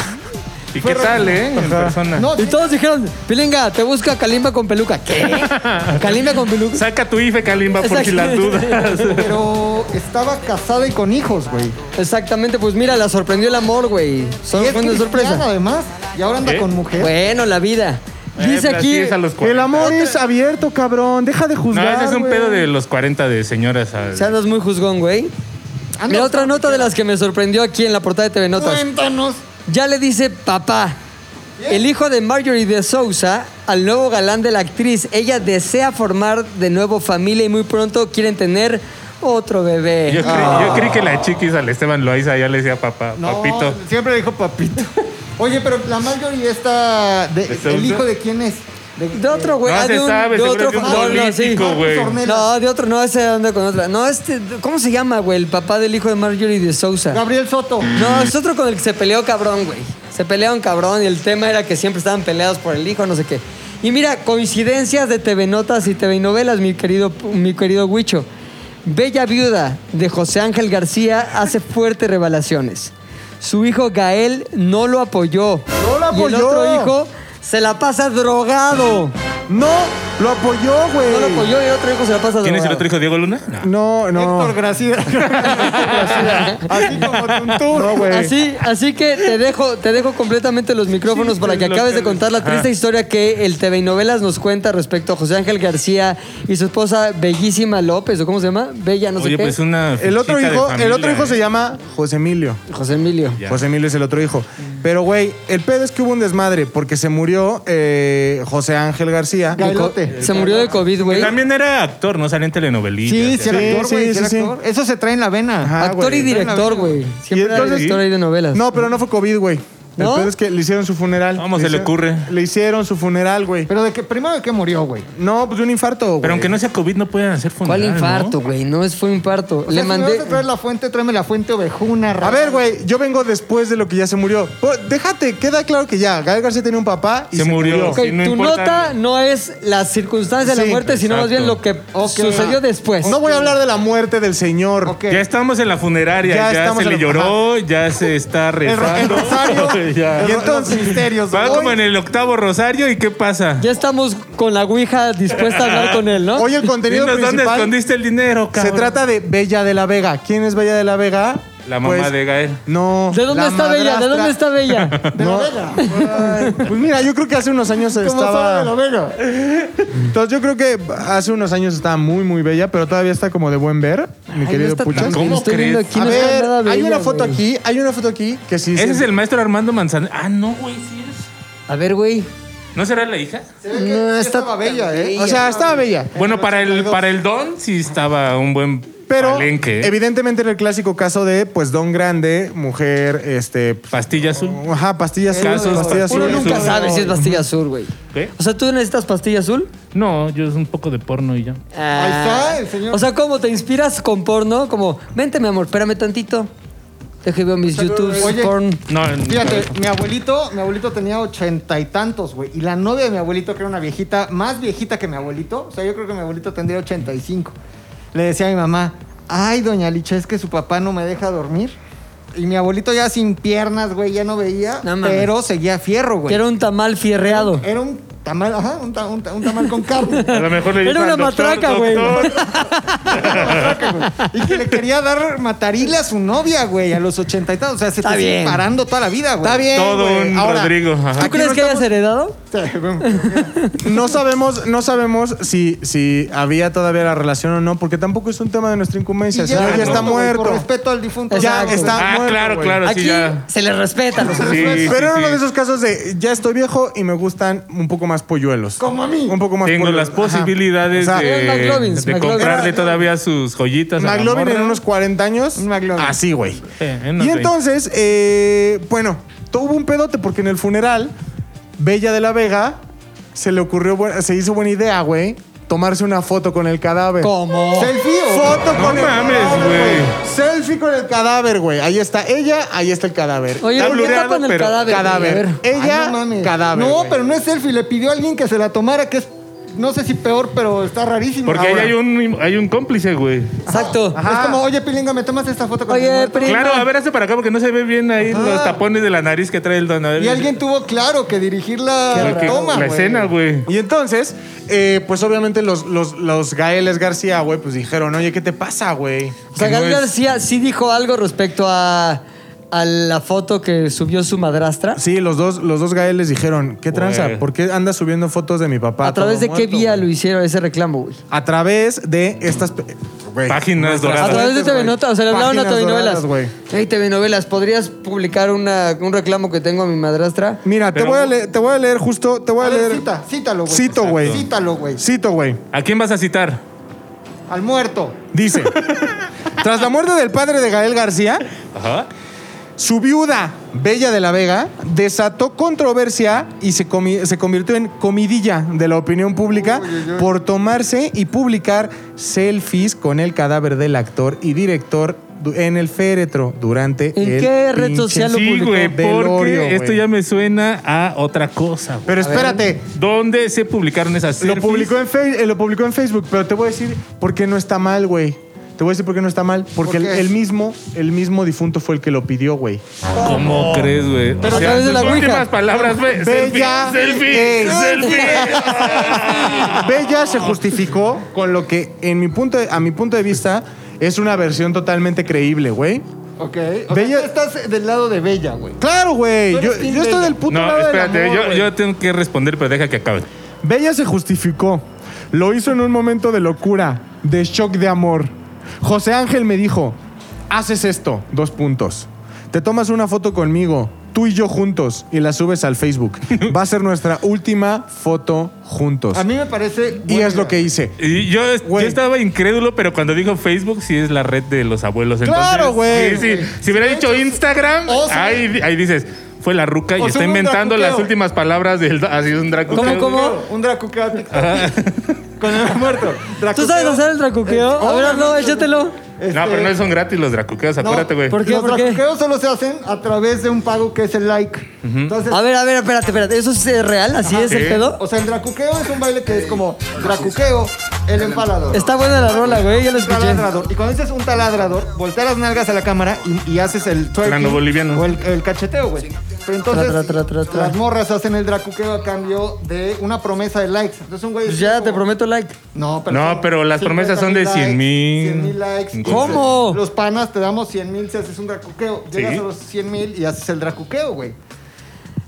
[SPEAKER 2] ¿Y qué tal, eh? En persona.
[SPEAKER 4] No,
[SPEAKER 1] Y
[SPEAKER 4] sí,
[SPEAKER 1] todos dijeron, Pilinga, te busca Kalimba con peluca. ¿Qué? Kalimba con peluca.
[SPEAKER 2] Saca tu IFE, Kalimba, por si las
[SPEAKER 1] Exacto.
[SPEAKER 2] dudas. Eh,
[SPEAKER 4] pero estaba casada y con hijos, güey.
[SPEAKER 1] Exactamente, pues mira, la sorprendió el amor, güey. Son
[SPEAKER 4] Y es
[SPEAKER 1] fue una
[SPEAKER 4] cristiana,
[SPEAKER 1] sorpresa.
[SPEAKER 4] además. Y ahora anda
[SPEAKER 2] ¿Eh?
[SPEAKER 4] con mujer.
[SPEAKER 1] Bueno, la vida. Dice
[SPEAKER 2] Eh,
[SPEAKER 1] aquí.
[SPEAKER 2] así es a los
[SPEAKER 3] El
[SPEAKER 2] 40.
[SPEAKER 3] amor es abierto, cabrón. Deja de
[SPEAKER 2] No,
[SPEAKER 3] juzgar.
[SPEAKER 2] ese es un
[SPEAKER 3] güey.
[SPEAKER 2] pedo de los 40 de señoras. al-
[SPEAKER 1] Se andas muy juzgón, güey.
[SPEAKER 4] Ah, no,
[SPEAKER 1] Mira, otra nota de las que me sorprendió aquí en la portada de TV Notas.
[SPEAKER 4] Cuéntanos.
[SPEAKER 1] Ya le dice papá. El hijo de Marjorie de Sousa al nuevo galán de la actriz. Ella desea formar de nuevo familia y muy pronto quieren tener otro bebé.
[SPEAKER 2] Yo, cre- yo creí que la chiquis al Esteban Loaiza ya le decía papá,
[SPEAKER 4] No,
[SPEAKER 2] papito.
[SPEAKER 4] Siempre dijo papito. Oye, pero la Marjorie está. de-
[SPEAKER 2] ¿De Sousa?
[SPEAKER 4] ¿El hijo de quién es?
[SPEAKER 1] De otro güey.
[SPEAKER 2] No
[SPEAKER 1] ah,
[SPEAKER 2] se
[SPEAKER 1] de un-
[SPEAKER 2] sabe,
[SPEAKER 1] de
[SPEAKER 2] seguro
[SPEAKER 1] otro
[SPEAKER 2] que un
[SPEAKER 1] no, no, sí. Ah,
[SPEAKER 2] político, güey.
[SPEAKER 4] Tornel.
[SPEAKER 1] No, de otro, no, ese anda con otra. No, este, ¿cómo se llama, güey? El papá del hijo de Marjorie de Sousa.
[SPEAKER 4] Gabriel Soto.
[SPEAKER 1] No, es otro con el que se peleó cabrón, güey. Se pelearon cabrón y el tema era que siempre estaban peleados por el hijo, no sé qué. Y mira, coincidencias de TV Notas y TV Novelas, mi querido, mi querido Huicho. Bella viuda de José Ángel García hace fuertes revelaciones. Su hijo Gael no lo apoyó.
[SPEAKER 3] ¡No lo
[SPEAKER 1] Y el
[SPEAKER 3] apoyó!
[SPEAKER 1] otro hijo se la pasa drogado.
[SPEAKER 3] No, lo apoyó, güey.
[SPEAKER 1] No lo apoyó y el otro hijo se la pasa drogado.
[SPEAKER 2] ¿Quién es el otro hijo, Diego Luna? No.
[SPEAKER 3] No, no.
[SPEAKER 4] Héctor Graciela. Así como Tuntún.
[SPEAKER 3] No, güey.
[SPEAKER 1] Así, así que te dejo, te dejo completamente los micrófonos para que
[SPEAKER 2] lo
[SPEAKER 1] acabes de
[SPEAKER 2] que-
[SPEAKER 1] contar la triste
[SPEAKER 2] Ajá.
[SPEAKER 1] historia que el TV y Novelas nos cuenta respecto a José Ángel García y su esposa Bellísima López, ¿o cómo se llama? Bella, no sé
[SPEAKER 2] Oye,
[SPEAKER 1] qué.
[SPEAKER 2] pues una.
[SPEAKER 3] El otro
[SPEAKER 2] fichita de
[SPEAKER 3] hijo, el
[SPEAKER 2] familia,
[SPEAKER 3] otro hijo
[SPEAKER 2] eh.
[SPEAKER 3] se llama José Emilio.
[SPEAKER 1] José Emilio.
[SPEAKER 2] Ya.
[SPEAKER 3] José Emilio es el otro hijo. Pero, güey, el pedo es que hubo un desmadre porque se murió eh, José Ángel García.
[SPEAKER 4] Gailote.
[SPEAKER 1] Se murió de COVID, güey.
[SPEAKER 2] También era actor, ¿no? Salía en telenovelillas.
[SPEAKER 4] Sí, sí, era
[SPEAKER 3] Sí,
[SPEAKER 4] actor, güey.
[SPEAKER 3] sí,
[SPEAKER 4] Sí, era
[SPEAKER 3] sí, sí.
[SPEAKER 4] actor. Eso se trae en la vena.
[SPEAKER 3] Ajá,
[SPEAKER 1] Actor y
[SPEAKER 3] güey.
[SPEAKER 1] director, güey.
[SPEAKER 3] Y
[SPEAKER 1] Siempre era
[SPEAKER 3] entonces-
[SPEAKER 1] director ahí de novelas.
[SPEAKER 3] No, pero no fue COVID, güey.
[SPEAKER 1] ¿No?
[SPEAKER 3] El pedo es que le hicieron su funeral.
[SPEAKER 2] ¿Cómo se le
[SPEAKER 3] hici-
[SPEAKER 2] ocurre?
[SPEAKER 3] Le hicieron su funeral, güey.
[SPEAKER 4] Pero de que, primero de que murió, güey.
[SPEAKER 3] No, pues de un infarto, güey.
[SPEAKER 2] Pero aunque no sea COVID, no pueden hacer
[SPEAKER 1] ¿Cuál
[SPEAKER 2] funeral.
[SPEAKER 1] infarto, güey? No, es fue un infarto.
[SPEAKER 4] O
[SPEAKER 1] Le
[SPEAKER 4] sea, si me
[SPEAKER 1] mandé.
[SPEAKER 4] vas a traer la fuente, tráeme la fuente ovejuna.
[SPEAKER 3] A ver, güey, yo vengo después de lo que ya se murió. Po- déjate, queda claro que ya. Gael García tenía un papá y
[SPEAKER 2] Se murió.
[SPEAKER 1] Ok,
[SPEAKER 2] Sí, no
[SPEAKER 1] tu
[SPEAKER 2] importa.
[SPEAKER 1] nota no es la circunstancia de la
[SPEAKER 3] Sí,
[SPEAKER 1] muerte, sino más bien lo
[SPEAKER 2] exacto.
[SPEAKER 1] que sucedió después.
[SPEAKER 3] No voy a hablar de la muerte del señor.
[SPEAKER 4] Ok.
[SPEAKER 2] Ya estamos en la funeraria,
[SPEAKER 3] Ya
[SPEAKER 2] ya, se
[SPEAKER 3] estamos en
[SPEAKER 2] le
[SPEAKER 3] la-
[SPEAKER 2] lloró, ya se está rezando. Ya.
[SPEAKER 3] Y entonces, misterios.
[SPEAKER 2] Va como en el octavo rosario y ¿qué pasa?
[SPEAKER 1] Ya estamos con la Ouija dispuesta a hablar con él, ¿no?
[SPEAKER 3] Hoy el contenido
[SPEAKER 2] Dinos, ¿Dónde
[SPEAKER 3] principal
[SPEAKER 2] escondiste el dinero,
[SPEAKER 3] se
[SPEAKER 2] cabrón?
[SPEAKER 3] trata de Bella de la Vega. ¿Quién es Bella de la Vega? Pues,
[SPEAKER 2] La mamá de Gael.
[SPEAKER 3] No.
[SPEAKER 1] ¿De dónde
[SPEAKER 3] la
[SPEAKER 1] está Bella? ¿De
[SPEAKER 3] madrastra.
[SPEAKER 1] dónde está Bella?
[SPEAKER 3] No. Ay, Pues mira, yo creo que hace unos años
[SPEAKER 4] ¿Cómo sabe de la
[SPEAKER 3] estaba.
[SPEAKER 4] vega?
[SPEAKER 3] Entonces yo creo que hace unos años estaba muy, muy bella, pero todavía está como de buen ver, mi
[SPEAKER 1] Ay, no
[SPEAKER 3] querido
[SPEAKER 1] está tan
[SPEAKER 3] Puchas.
[SPEAKER 1] bien,
[SPEAKER 2] ¿Cómo
[SPEAKER 1] estoy viendo
[SPEAKER 2] crees?
[SPEAKER 1] aquí,
[SPEAKER 3] A
[SPEAKER 1] no está
[SPEAKER 3] ver,
[SPEAKER 1] nada
[SPEAKER 3] hay
[SPEAKER 1] bella,
[SPEAKER 3] una foto
[SPEAKER 1] güey.
[SPEAKER 3] aquí, hay una foto aquí que sí.
[SPEAKER 2] Ese
[SPEAKER 3] sí,
[SPEAKER 2] es el maestro Armando Manzanero. Ah, no, güey, sí es.
[SPEAKER 1] A ver, güey.
[SPEAKER 2] ¿No será la hija?
[SPEAKER 1] No,
[SPEAKER 4] Sí
[SPEAKER 1] está...
[SPEAKER 4] estaba bella, ¿eh?
[SPEAKER 3] O sea, estaba bella.
[SPEAKER 2] Bueno, para el, para el don sí estaba un buen
[SPEAKER 3] Pero
[SPEAKER 2] palenque. ¿eh?
[SPEAKER 3] evidentemente era el clásico caso de pues don grande, mujer, este pues,
[SPEAKER 2] Pastilla azul.
[SPEAKER 3] ajá, pastillas
[SPEAKER 2] Casos,
[SPEAKER 3] pastillas
[SPEAKER 2] uno
[SPEAKER 1] Uno
[SPEAKER 3] azules.
[SPEAKER 1] nunca
[SPEAKER 2] azul.
[SPEAKER 1] sabe si es pastilla azul, güey.
[SPEAKER 2] ¿Qué?
[SPEAKER 1] O sea, ¿tú necesitas pastilla azul? Ah.
[SPEAKER 2] No, yo es un poco de porno y ya.
[SPEAKER 4] Ahí está el señor.
[SPEAKER 1] O sea, ¿cómo te inspiras con porno? Como, vente, mi amor, espérame tantito. Deje ver mis YouTubes,
[SPEAKER 4] Oye.
[SPEAKER 1] porn.
[SPEAKER 2] No,
[SPEAKER 4] Fíjate, mi abuelito, mi abuelito tenía ochenta y tantos, güey. Y la novia de mi abuelito, que era una viejita, más viejita que mi abuelito, o sea, yo creo que mi abuelito tendría 85. Le decía a mi mamá, ay, doña Licha, es que su papá no me deja dormir. Y mi abuelito ya sin piernas, güey, ya no veía,
[SPEAKER 1] No mames.
[SPEAKER 4] pero seguía fierro, güey. Eh,
[SPEAKER 1] Quiero un tamal fierreado.
[SPEAKER 4] Era un tamal, ajá, un, ta- un ta- un tamal con carne.
[SPEAKER 2] a lo mejor le
[SPEAKER 1] Era
[SPEAKER 2] dijo
[SPEAKER 1] una
[SPEAKER 2] al doctor,
[SPEAKER 1] matraca, güey.
[SPEAKER 2] "Doctor,
[SPEAKER 4] y que le quería dar matarile a su novia, güey, a los ochenta y tantos. O sea, se
[SPEAKER 1] Está
[SPEAKER 4] te sigue
[SPEAKER 1] bien.
[SPEAKER 4] parando toda la vida, güey.
[SPEAKER 3] Está bien,
[SPEAKER 2] Todo
[SPEAKER 3] güey.
[SPEAKER 2] un
[SPEAKER 3] Ahora,
[SPEAKER 2] Rodrigo. ajá.
[SPEAKER 1] ¿Tú crees
[SPEAKER 3] no
[SPEAKER 1] que hayas
[SPEAKER 3] estamos-
[SPEAKER 1] heredado?
[SPEAKER 3] No sabemos, no sabemos si, si había todavía la relación o no, porque tampoco es un tema de nuestra
[SPEAKER 4] Y
[SPEAKER 3] incumbencia. El señor ya,
[SPEAKER 2] ya
[SPEAKER 3] está
[SPEAKER 2] no,
[SPEAKER 4] güey, Por
[SPEAKER 3] muerto.
[SPEAKER 4] respeto al difunto.
[SPEAKER 3] Ya
[SPEAKER 1] Exacto.
[SPEAKER 3] está
[SPEAKER 2] Ah,
[SPEAKER 3] muerto,
[SPEAKER 2] claro,
[SPEAKER 3] güey.
[SPEAKER 2] claro, sí,
[SPEAKER 1] Aquí
[SPEAKER 2] ya.
[SPEAKER 1] se les respeta a los
[SPEAKER 2] Sí, sí,
[SPEAKER 3] Pero era
[SPEAKER 2] sí.
[SPEAKER 3] uno de esos casos de ya estoy viejo y me gustan un poco más polluelos.
[SPEAKER 4] Como a mí.
[SPEAKER 3] Un poco más
[SPEAKER 2] Tengo
[SPEAKER 3] polluelos.
[SPEAKER 2] las posibilidades
[SPEAKER 3] Ajá. O sea,
[SPEAKER 2] de,
[SPEAKER 1] Eran McLovins,
[SPEAKER 2] de
[SPEAKER 1] McLovins.
[SPEAKER 2] comprarle
[SPEAKER 3] Era-
[SPEAKER 2] todavía sus joyitas. a la
[SPEAKER 3] McLovin en
[SPEAKER 2] morra.
[SPEAKER 3] unos 40 años.
[SPEAKER 4] Un McLovin.
[SPEAKER 3] Así, güey.
[SPEAKER 2] Eh, en unos
[SPEAKER 3] Y
[SPEAKER 2] 20.
[SPEAKER 3] entonces, eh, bueno, tuvo un pedote porque en el funeral, Bella de la Vega se le ocurrió, bu- se hizo buena idea, güey, tomarse una foto con el cadáver.
[SPEAKER 1] ¿Cómo?
[SPEAKER 4] ¿Selfie o
[SPEAKER 3] Foto
[SPEAKER 2] No
[SPEAKER 3] con el
[SPEAKER 2] mames,
[SPEAKER 3] cadáver,
[SPEAKER 2] güey.
[SPEAKER 3] Selfie con el cadáver, güey. Ahí está ella, ahí está el cadáver.
[SPEAKER 1] Oye,
[SPEAKER 2] Está
[SPEAKER 1] ¿por qué
[SPEAKER 2] blureado,
[SPEAKER 1] tapan el
[SPEAKER 2] pero-
[SPEAKER 1] cadáver? güey? A
[SPEAKER 3] cadáver.
[SPEAKER 1] ver.
[SPEAKER 3] Ella,
[SPEAKER 4] Ay, no mames.
[SPEAKER 3] cadáver.
[SPEAKER 4] No,
[SPEAKER 3] güey.
[SPEAKER 4] pero no es selfie. Le pidió a alguien que se la tomara, que es, no sé si peor, pero está rarísimo.
[SPEAKER 2] Porque ahí
[SPEAKER 4] Ahora.
[SPEAKER 2] hay un, hay un cómplice, güey.
[SPEAKER 1] Exacto.
[SPEAKER 4] Es como, oye, Pilinga, ¿me tomas esta foto con
[SPEAKER 1] Oye,
[SPEAKER 4] el muerto?"
[SPEAKER 1] Prima.
[SPEAKER 2] Claro, a ver, hace para acá porque no se ve bien ahí los tapones de la nariz que trae el don. A ver,
[SPEAKER 4] Y alguien tuvo claro que dirigir la
[SPEAKER 2] lo que-
[SPEAKER 4] toma,
[SPEAKER 2] la
[SPEAKER 4] güey.
[SPEAKER 2] escena, güey.
[SPEAKER 3] Y entonces, eh, pues obviamente los, los, los Gaeles García, güey, pues dijeron, oye, ¿qué te pasa, güey?
[SPEAKER 1] O sea,
[SPEAKER 3] Que no
[SPEAKER 1] Gael
[SPEAKER 3] es-
[SPEAKER 1] García sí dijo algo respecto a, a la foto que subió su madrastra.
[SPEAKER 3] Sí, los dos, los dos Gaeles dijeron, ¿qué tranza?
[SPEAKER 2] Güey.
[SPEAKER 3] ¿Por qué andas subiendo fotos de mi papá?
[SPEAKER 1] ¿A través
[SPEAKER 3] todo
[SPEAKER 1] de qué
[SPEAKER 3] muerto,
[SPEAKER 1] vía
[SPEAKER 3] güey?"
[SPEAKER 1] lo hicieron ese reclamo, güey?
[SPEAKER 3] A través de estas... pe- güey,
[SPEAKER 2] Páginas
[SPEAKER 3] nuestras
[SPEAKER 2] doradas.
[SPEAKER 1] A través de
[SPEAKER 3] fuentes,
[SPEAKER 1] TV
[SPEAKER 3] güey.
[SPEAKER 1] Notas, o sea, le hablaron a
[SPEAKER 3] Páginas
[SPEAKER 1] TV Novelas.
[SPEAKER 3] doradas, güey.
[SPEAKER 1] Hey, TV Novelas, ¿podrías publicar una- un reclamo que tengo a mi madrastra?
[SPEAKER 3] Mira, te
[SPEAKER 2] Pero-
[SPEAKER 3] voy, a leer, te voy a leer justo, te voy a,
[SPEAKER 4] A ver,
[SPEAKER 3] leer...
[SPEAKER 4] cita, cítalo, güey.
[SPEAKER 3] Cito, güey.
[SPEAKER 4] Cítalo, güey.
[SPEAKER 3] Cito, güey.
[SPEAKER 2] ¿A quién vas a citar?
[SPEAKER 4] Al muerto.
[SPEAKER 3] Dice, tras la muerte del padre de Gael García,
[SPEAKER 2] Ajá.
[SPEAKER 3] Su viuda, Bella de la Vega, desató controversia y se, comi- se convirtió en comidilla de la opinión pública por tomarse y publicar selfies con el cadáver del actor y director du- en el féretro durante
[SPEAKER 1] ¿En
[SPEAKER 3] el
[SPEAKER 1] qué red
[SPEAKER 3] pinche
[SPEAKER 1] social lo
[SPEAKER 2] Sí,
[SPEAKER 1] publicó?
[SPEAKER 2] güey, porque
[SPEAKER 3] Velorio, güey.
[SPEAKER 2] esto ya me suena a otra cosa. güey.
[SPEAKER 3] Pero espérate,
[SPEAKER 2] ¿Dónde se publicaron esas
[SPEAKER 3] lo
[SPEAKER 2] selfies?
[SPEAKER 3] publicó, en Fe- eh, lo publicó en Facebook, pero te voy a decir por qué no está mal, güey. Te voy a decir por qué no está mal. Porque el,
[SPEAKER 4] qué?
[SPEAKER 3] el mismo, el mismo difunto fue el que lo pidió, güey. Oh.
[SPEAKER 2] ¿Cómo crees, güey?
[SPEAKER 1] Pero a través de la
[SPEAKER 2] sus
[SPEAKER 1] Ouija.
[SPEAKER 2] últimas palabras, güey. Selfie,
[SPEAKER 3] Bella,
[SPEAKER 2] selfie,
[SPEAKER 3] eh.
[SPEAKER 2] selfie.
[SPEAKER 3] Bella se justificó con lo que, en mi punto de- a mi punto de vista, es una versión totalmente creíble, güey.
[SPEAKER 4] Ok. O
[SPEAKER 3] Bella-
[SPEAKER 4] sea, tú estás del lado de Bella, güey.
[SPEAKER 3] Claro, güey.
[SPEAKER 4] Tú
[SPEAKER 3] Yo,
[SPEAKER 4] eres team
[SPEAKER 3] yo estoy
[SPEAKER 4] Bella.
[SPEAKER 3] del puto
[SPEAKER 2] No,
[SPEAKER 3] lado del
[SPEAKER 2] espérate,
[SPEAKER 3] amor,
[SPEAKER 2] yo,
[SPEAKER 3] güey.
[SPEAKER 2] yo tengo que responder, pero deja que acabe.
[SPEAKER 3] Bella se justificó. Lo hizo en un momento de locura, de shock de amor. José Ángel me dijo, haces esto, dos puntos. Te tomas una foto conmigo, tú y yo juntos, y la subes al Facebook. Va a ser nuestra última foto juntos.
[SPEAKER 4] A mí me parece...
[SPEAKER 3] y
[SPEAKER 4] buena
[SPEAKER 3] es lo
[SPEAKER 4] idea.
[SPEAKER 3] que hice.
[SPEAKER 2] Y yo, yo
[SPEAKER 3] Güey.
[SPEAKER 2] estaba incrédulo, pero cuando dijo Facebook, sí es la red de los abuelos.
[SPEAKER 3] Claro,
[SPEAKER 2] Entonces,
[SPEAKER 3] güey. oh,
[SPEAKER 2] sí, sí. Si hubiera dicho Instagram,
[SPEAKER 4] o sea-
[SPEAKER 2] ahí, di- ahí dices, fue la ruca y
[SPEAKER 4] O
[SPEAKER 2] está
[SPEAKER 4] sea, un
[SPEAKER 2] inventando las
[SPEAKER 4] dracuqueo.
[SPEAKER 2] últimas palabras del. Así es un dracuqueo.
[SPEAKER 1] ¿Cómo, cómo?
[SPEAKER 4] Claro, Un dracuqueo TikTok. Con el muerto.
[SPEAKER 1] ¿Tú sabes hacer el tracuqueo?
[SPEAKER 3] Eh,
[SPEAKER 1] A ver, no, échatelo.
[SPEAKER 2] No, pero
[SPEAKER 3] Este,
[SPEAKER 2] no son gratis los dracuqueos, acuérdate, güey.
[SPEAKER 1] ¿por qué?
[SPEAKER 4] este, Los
[SPEAKER 1] ¿Por qué?
[SPEAKER 4] dracuqueos solo se hacen a través de un pago que es el like. Entonces,
[SPEAKER 1] A ver, a ver, espérate, espérate. ¿Eso es eh, real? ¿Así es el
[SPEAKER 2] Sí.
[SPEAKER 1] pedo?
[SPEAKER 4] o sea, el dracuqueo es un baile que es como dracuqueo, el empalador.
[SPEAKER 1] Está buena la rola, güey, ya lo
[SPEAKER 4] Un
[SPEAKER 1] escuché.
[SPEAKER 4] taladrador. Y cuando dices un taladrador, volteas las nalgas a la cámara y, y haces el
[SPEAKER 2] Plano boliviano.
[SPEAKER 4] o el, el cacheteo, güey. Pero entonces
[SPEAKER 1] Tra, tra, tra, tra, tra.
[SPEAKER 4] las morras hacen el dracuqueo a cambio de una promesa de likes. Entonces un güey
[SPEAKER 1] Pues
[SPEAKER 4] dice
[SPEAKER 1] ya,
[SPEAKER 4] como,
[SPEAKER 1] te prometo like.
[SPEAKER 4] No, pero,
[SPEAKER 2] No, pero las promesas son de
[SPEAKER 4] 50,000
[SPEAKER 2] 100,000.
[SPEAKER 4] likes, 100,000 likes.
[SPEAKER 1] ¿Cómo?
[SPEAKER 4] Los panas te damos 100 mil si haces un dracuqueo. Llegas
[SPEAKER 2] Sí.
[SPEAKER 4] a los 100 mil y haces el dracuqueo, güey.